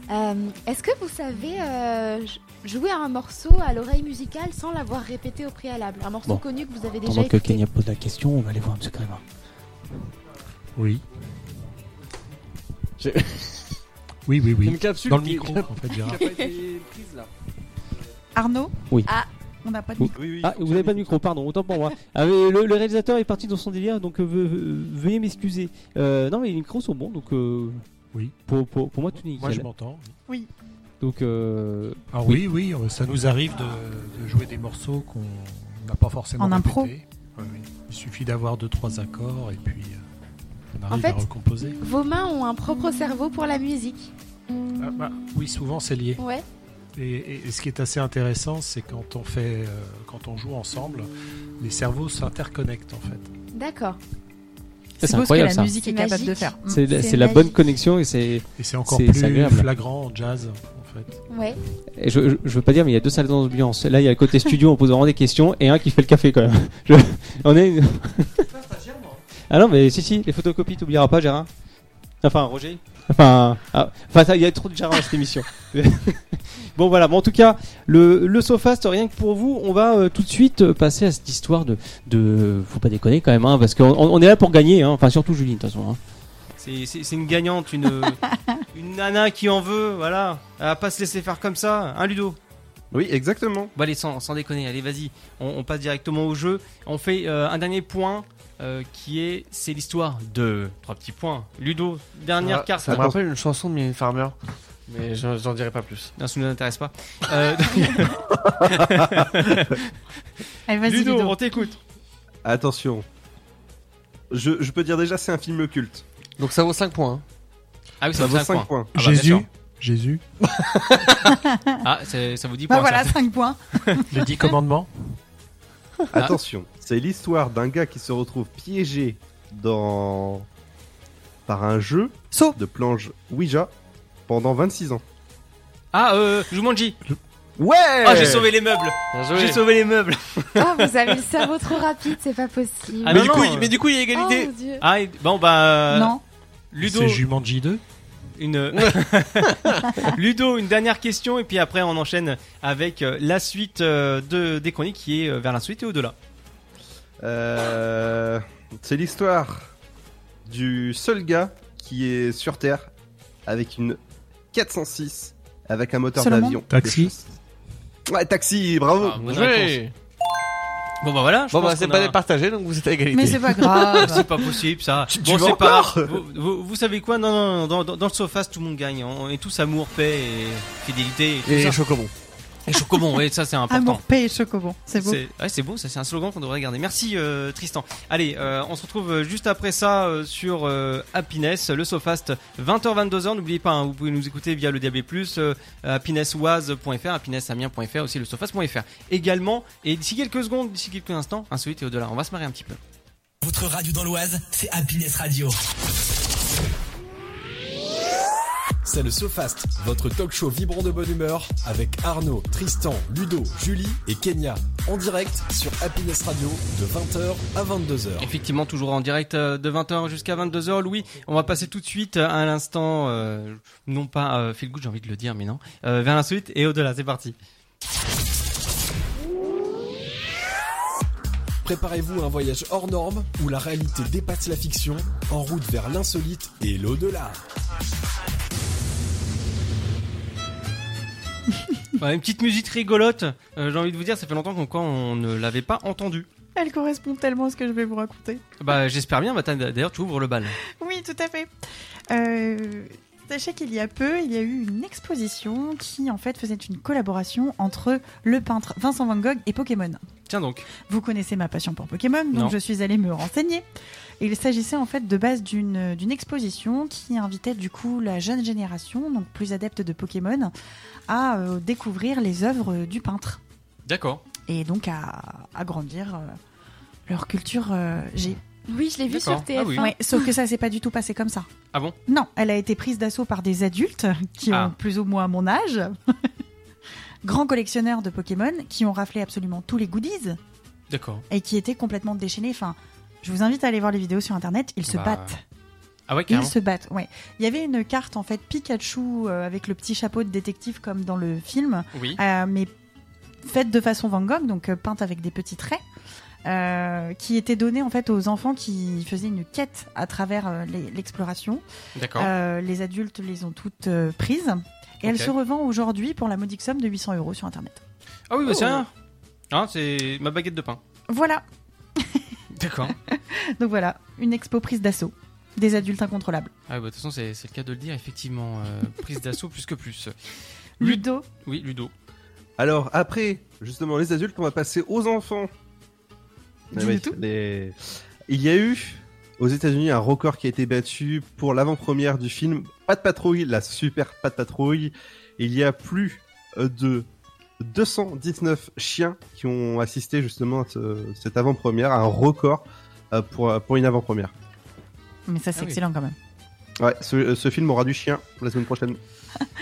[SPEAKER 13] Euh, Est-ce que vous savez euh, j- jouer à un morceau à l'oreille musicale sans l'avoir répété au préalable Un morceau
[SPEAKER 17] Bon.
[SPEAKER 13] connu que vous avez déjà
[SPEAKER 17] Pendant que
[SPEAKER 13] écouté
[SPEAKER 17] Kenya pose la question, on va aller voir M. Grévin.
[SPEAKER 14] Oui.
[SPEAKER 4] J'ai-
[SPEAKER 14] Oui, oui, oui.
[SPEAKER 4] Une capsule
[SPEAKER 14] Dans le
[SPEAKER 4] qui-
[SPEAKER 14] micro, en fait, Gérard.
[SPEAKER 4] qui a pas été prise, là.
[SPEAKER 3] Arnaud
[SPEAKER 17] Oui.
[SPEAKER 13] Ah.
[SPEAKER 3] On n'a pas de
[SPEAKER 17] Ou-
[SPEAKER 3] micro.
[SPEAKER 17] ah, vous n'avez pas de micro, pardon, autant pour moi. Ah, mais le, le réalisateur est parti dans son délire, donc euh, ve- ve- veuillez m'excuser. Euh, non, mais les micros sont bons, donc. euh, Pour, pour, pour moi, tout nickel.
[SPEAKER 14] Moi, je m'entends.
[SPEAKER 3] Oui.
[SPEAKER 17] Donc. euh,
[SPEAKER 14] Ah oui, oui, euh, ça nous arrive de, de jouer des morceaux qu'on n'a pas forcément
[SPEAKER 3] En impro
[SPEAKER 14] répétés. Ouais, ouais. Il suffit d'avoir deux trois accords et puis euh, on
[SPEAKER 13] En
[SPEAKER 14] arrive
[SPEAKER 13] fait,
[SPEAKER 14] à recomposer.
[SPEAKER 13] vos mains ont un propre cerveau pour la musique.
[SPEAKER 14] Ah, bah, oui, souvent c'est lié.
[SPEAKER 13] Ouais.
[SPEAKER 14] Et, et- et ce qui est assez intéressant, c'est quand on fait, euh, quand on joue ensemble, les cerveaux s'interconnectent en fait.
[SPEAKER 13] D'accord.
[SPEAKER 17] Ça,
[SPEAKER 14] C'est
[SPEAKER 17] C'est
[SPEAKER 14] beau ce que
[SPEAKER 17] incroyable
[SPEAKER 14] la
[SPEAKER 17] ça.
[SPEAKER 14] musique est C'est capable de magique. faire.
[SPEAKER 17] C'est la,
[SPEAKER 14] C'est
[SPEAKER 17] c'est la
[SPEAKER 14] magique.
[SPEAKER 17] bonne connexion et c'est
[SPEAKER 14] Et c'est encore
[SPEAKER 17] c'est-
[SPEAKER 14] plus
[SPEAKER 17] c'est agréable.
[SPEAKER 14] flagrant en jazz en fait.
[SPEAKER 13] Ouais.
[SPEAKER 17] Et je, je, je veux pas dire, mais il y a deux salles d'ambiance. Là, il y a le côté studio, on pose vraiment des questions, et un qui fait le café quand même. Je- on est. ah non, mais si, si, les photocopies, t'oublieras pas, Gérard. Enfin, Roger. Enfin, ah, enfin, ça, il y a trop de Gérard à cette émission. bon, voilà. Bon, en tout cas, le, le Sofast, rien que pour vous, on va euh, tout de suite euh, passer à cette histoire de. de faut pas déconner quand même, hein, parce qu'on on- on est là pour gagner, hein. enfin, surtout Julie, de toute façon. hein.
[SPEAKER 2] C'est- C'est c'est une gagnante, une, une nana qui en veut, voilà. Elle va Euh, pas se laisser faire comme ça, hein Ludo
[SPEAKER 5] Oui, exactement.
[SPEAKER 2] Bon allez, sans, sans déconner, allez vas-y, on, on passe directement au jeu. On fait euh, un dernier point euh, qui est, c'est l'histoire de... Trois petits points. Ludo, dernière
[SPEAKER 4] Ah,
[SPEAKER 2] carte.
[SPEAKER 4] Ça me rappelle une chanson de Mylène Farmer, mais j'en j'en dirai pas plus.
[SPEAKER 2] Non, ça ne nous intéresse pas. Euh, Ah
[SPEAKER 3] Allez, vas-y,
[SPEAKER 2] Ludo,
[SPEAKER 3] Ludo.
[SPEAKER 2] on t'écoute.
[SPEAKER 5] Attention. Je, je peux dire déjà, c'est un film culte.
[SPEAKER 4] Donc ça vaut 5 points. hein.
[SPEAKER 2] Ah oui, ça,
[SPEAKER 5] Ça
[SPEAKER 2] vaut
[SPEAKER 5] vaut
[SPEAKER 2] 5
[SPEAKER 5] cinq
[SPEAKER 2] points.
[SPEAKER 5] points.
[SPEAKER 2] Ah bah, bien
[SPEAKER 14] Jésus,
[SPEAKER 2] sûr.
[SPEAKER 14] Jésus,
[SPEAKER 2] Ah, c'est- ça vous dit
[SPEAKER 3] Bah
[SPEAKER 2] points,
[SPEAKER 3] voilà,
[SPEAKER 2] ça.
[SPEAKER 3] 5 points.
[SPEAKER 14] les dix commandements.
[SPEAKER 5] Attention, c'est l'histoire d'un gars qui se retrouve piégé dans par un jeu de planche Ouija pendant 26 ans.
[SPEAKER 2] Ah, euh, Jumanji
[SPEAKER 5] Ouais
[SPEAKER 2] Ah, j'ai sauvé les meubles J'ai sauvé les meubles
[SPEAKER 13] Oh, vous avez le cerveau trop rapide, c'est pas possible.
[SPEAKER 2] Ah, mais, du coup, il- mais du coup, il y a
[SPEAKER 13] Oh,
[SPEAKER 2] égalité.
[SPEAKER 13] mon Dieu.
[SPEAKER 2] ah, et- bon, bah.
[SPEAKER 13] Non.
[SPEAKER 2] Ludo.
[SPEAKER 14] C'est Jumanji 2.
[SPEAKER 2] Une... euh, Ludo, une dernière question, et puis après, on enchaîne avec euh, la suite euh, de, des chroniques qui est euh, vers la suite et au-delà.
[SPEAKER 5] Euh, c'est l'histoire du seul gars qui est sur Terre avec une 406 avec un moteur
[SPEAKER 14] Seulement
[SPEAKER 5] d'avion.
[SPEAKER 14] Taxi.
[SPEAKER 5] Ouais, taxi, bravo.
[SPEAKER 4] Ah, bonne Joué. réponse.
[SPEAKER 2] Bon bah voilà. je
[SPEAKER 4] Bon, bah,
[SPEAKER 2] pense
[SPEAKER 4] c'est
[SPEAKER 2] qu'on
[SPEAKER 4] pas
[SPEAKER 2] a-
[SPEAKER 4] départagé, donc vous êtes à égalité.
[SPEAKER 2] Mais c'est pas c'est pas possible ça.
[SPEAKER 4] Tu- tu
[SPEAKER 2] bon,
[SPEAKER 4] veux
[SPEAKER 2] c'est pas
[SPEAKER 4] encore
[SPEAKER 2] grave. Vous, vous- vous savez quoi Non, non, non, dans, dans- dans le sofa, tout le monde gagne. On est tous amour, paix et fidélité. Et, tout
[SPEAKER 4] Et
[SPEAKER 2] ça.
[SPEAKER 4] chocobon.
[SPEAKER 2] Et chocobon, oui, ça c'est important.
[SPEAKER 3] Amour, paix et chocobon. C'est beau.
[SPEAKER 2] C'est ouais, c'est beau, ça c'est un slogan qu'on devrait garder. Merci euh, Tristan. Allez, euh, on se retrouve euh, juste après ça euh, sur euh, Happiness, le Sofast 20h 22h. N'oubliez pas, hein, vous pouvez nous écouter via le DAB+, euh, happinesswaz.fr, happinessamiens.fr, aussi le sofast.fr également. Et d'ici quelques secondes, d'ici quelques instants, insolite et au-delà, on va se marrer un petit peu.
[SPEAKER 16] Votre radio dans l'Oise, c'est Happiness Radio.
[SPEAKER 1] C'est le SoFast, votre talk show vibrant de bonne humeur avec Arnaud, Tristan, Ludo, Julie et Kenya en direct sur Happiness Radio de 20h à 22h.
[SPEAKER 2] Effectivement, toujours en direct euh, de 20h jusqu'à 22h. Louis, on va passer tout de suite euh, à l'instant, euh, non pas euh, feel good, j'ai envie de le dire, mais non, euh, vers l'insolite et au-delà. C'est parti.
[SPEAKER 1] Préparez-vous à un voyage hors norme où la réalité dépasse la fiction en route vers l'insolite et l'au-delà.
[SPEAKER 2] Ouais, une petite musique rigolote. Euh, J'ai envie de vous dire, ça fait longtemps qu'on quoi, on ne l'avait pas entendue.
[SPEAKER 3] Elle correspond tellement à ce que je vais vous raconter.
[SPEAKER 2] Bah, j'espère bien. Bah, t'as- D'ailleurs, tu ouvres le bal.
[SPEAKER 3] Oui, tout à fait. Euh, sachez qu'il y a peu, il y a eu une exposition qui en fait faisait une collaboration entre le peintre Vincent Van Gogh et Pokémon.
[SPEAKER 2] Tiens donc.
[SPEAKER 3] Vous connaissez ma passion pour Pokémon, donc
[SPEAKER 2] Non.
[SPEAKER 3] je suis allée me renseigner. Et il s'agissait en fait de base d'une d'une exposition qui invitait du coup la jeune génération, donc plus adepte de Pokémon, à euh, découvrir les œuvres du peintre
[SPEAKER 2] D'accord.
[SPEAKER 3] et donc à agrandir euh, leur culture euh, G.
[SPEAKER 13] Oui, je l'ai vu sur
[SPEAKER 3] D'accord.
[SPEAKER 13] TF1.
[SPEAKER 3] Ah oui. Ouais, sauf que ça s'est pas du tout passé comme ça.
[SPEAKER 2] Ah bon
[SPEAKER 3] Non, elle a été prise d'assaut par des adultes qui
[SPEAKER 2] Ah.
[SPEAKER 3] ont plus ou moins mon âge, grands collectionneurs de Pokémon qui ont raflé absolument tous les goodies
[SPEAKER 2] D'accord.
[SPEAKER 3] et qui étaient complètement déchaînés. Enfin, je vous invite à aller voir les vidéos sur internet, ils se
[SPEAKER 2] Bah,
[SPEAKER 3] battent.
[SPEAKER 2] Ah ouais,
[SPEAKER 3] Ils
[SPEAKER 2] carrément.
[SPEAKER 3] se battent, ouais. Il y avait une carte en fait Pikachu euh, avec le petit chapeau de détective comme dans le film,
[SPEAKER 2] Oui.
[SPEAKER 3] euh, mais faite de façon Van Gogh, donc euh, peinte avec des petits traits, euh, qui était donnée en fait aux enfants qui faisaient une quête à travers euh, les- l'exploration.
[SPEAKER 2] D'accord.
[SPEAKER 3] Euh, les adultes les ont toutes euh, prises et elle
[SPEAKER 2] Ok.
[SPEAKER 3] se revend aujourd'hui pour la modique somme de 800 euros sur internet.
[SPEAKER 2] Ah oui, bah,
[SPEAKER 3] Oh.
[SPEAKER 2] c'est rien. Hein, c'est ma baguette de pain.
[SPEAKER 3] Voilà,
[SPEAKER 2] D'accord.
[SPEAKER 3] donc voilà, une expo prise d'assaut, des adultes incontrôlables.
[SPEAKER 2] Ah, bah, de toute façon, c'est c'est le cas de le dire, effectivement. euh, prise d'assaut plus que plus.
[SPEAKER 3] Ludo.
[SPEAKER 2] Oui, Ludo.
[SPEAKER 5] Alors après, justement, les adultes, on va passer aux enfants. Ah oui, les- Il y a eu aux États-Unis un record qui a été battu pour l'avant-première du film Pat Patrouille, la super Pat Patrouille. Il y a plus euh, de 219 chiens qui ont assisté justement à ce- cette avant-première, à un record euh, pour, pour une avant-première.
[SPEAKER 3] Mais ça, c'est
[SPEAKER 5] Ah oui.
[SPEAKER 3] excellent quand même.
[SPEAKER 5] Ouais, ce, euh, ce film aura du chien la semaine prochaine.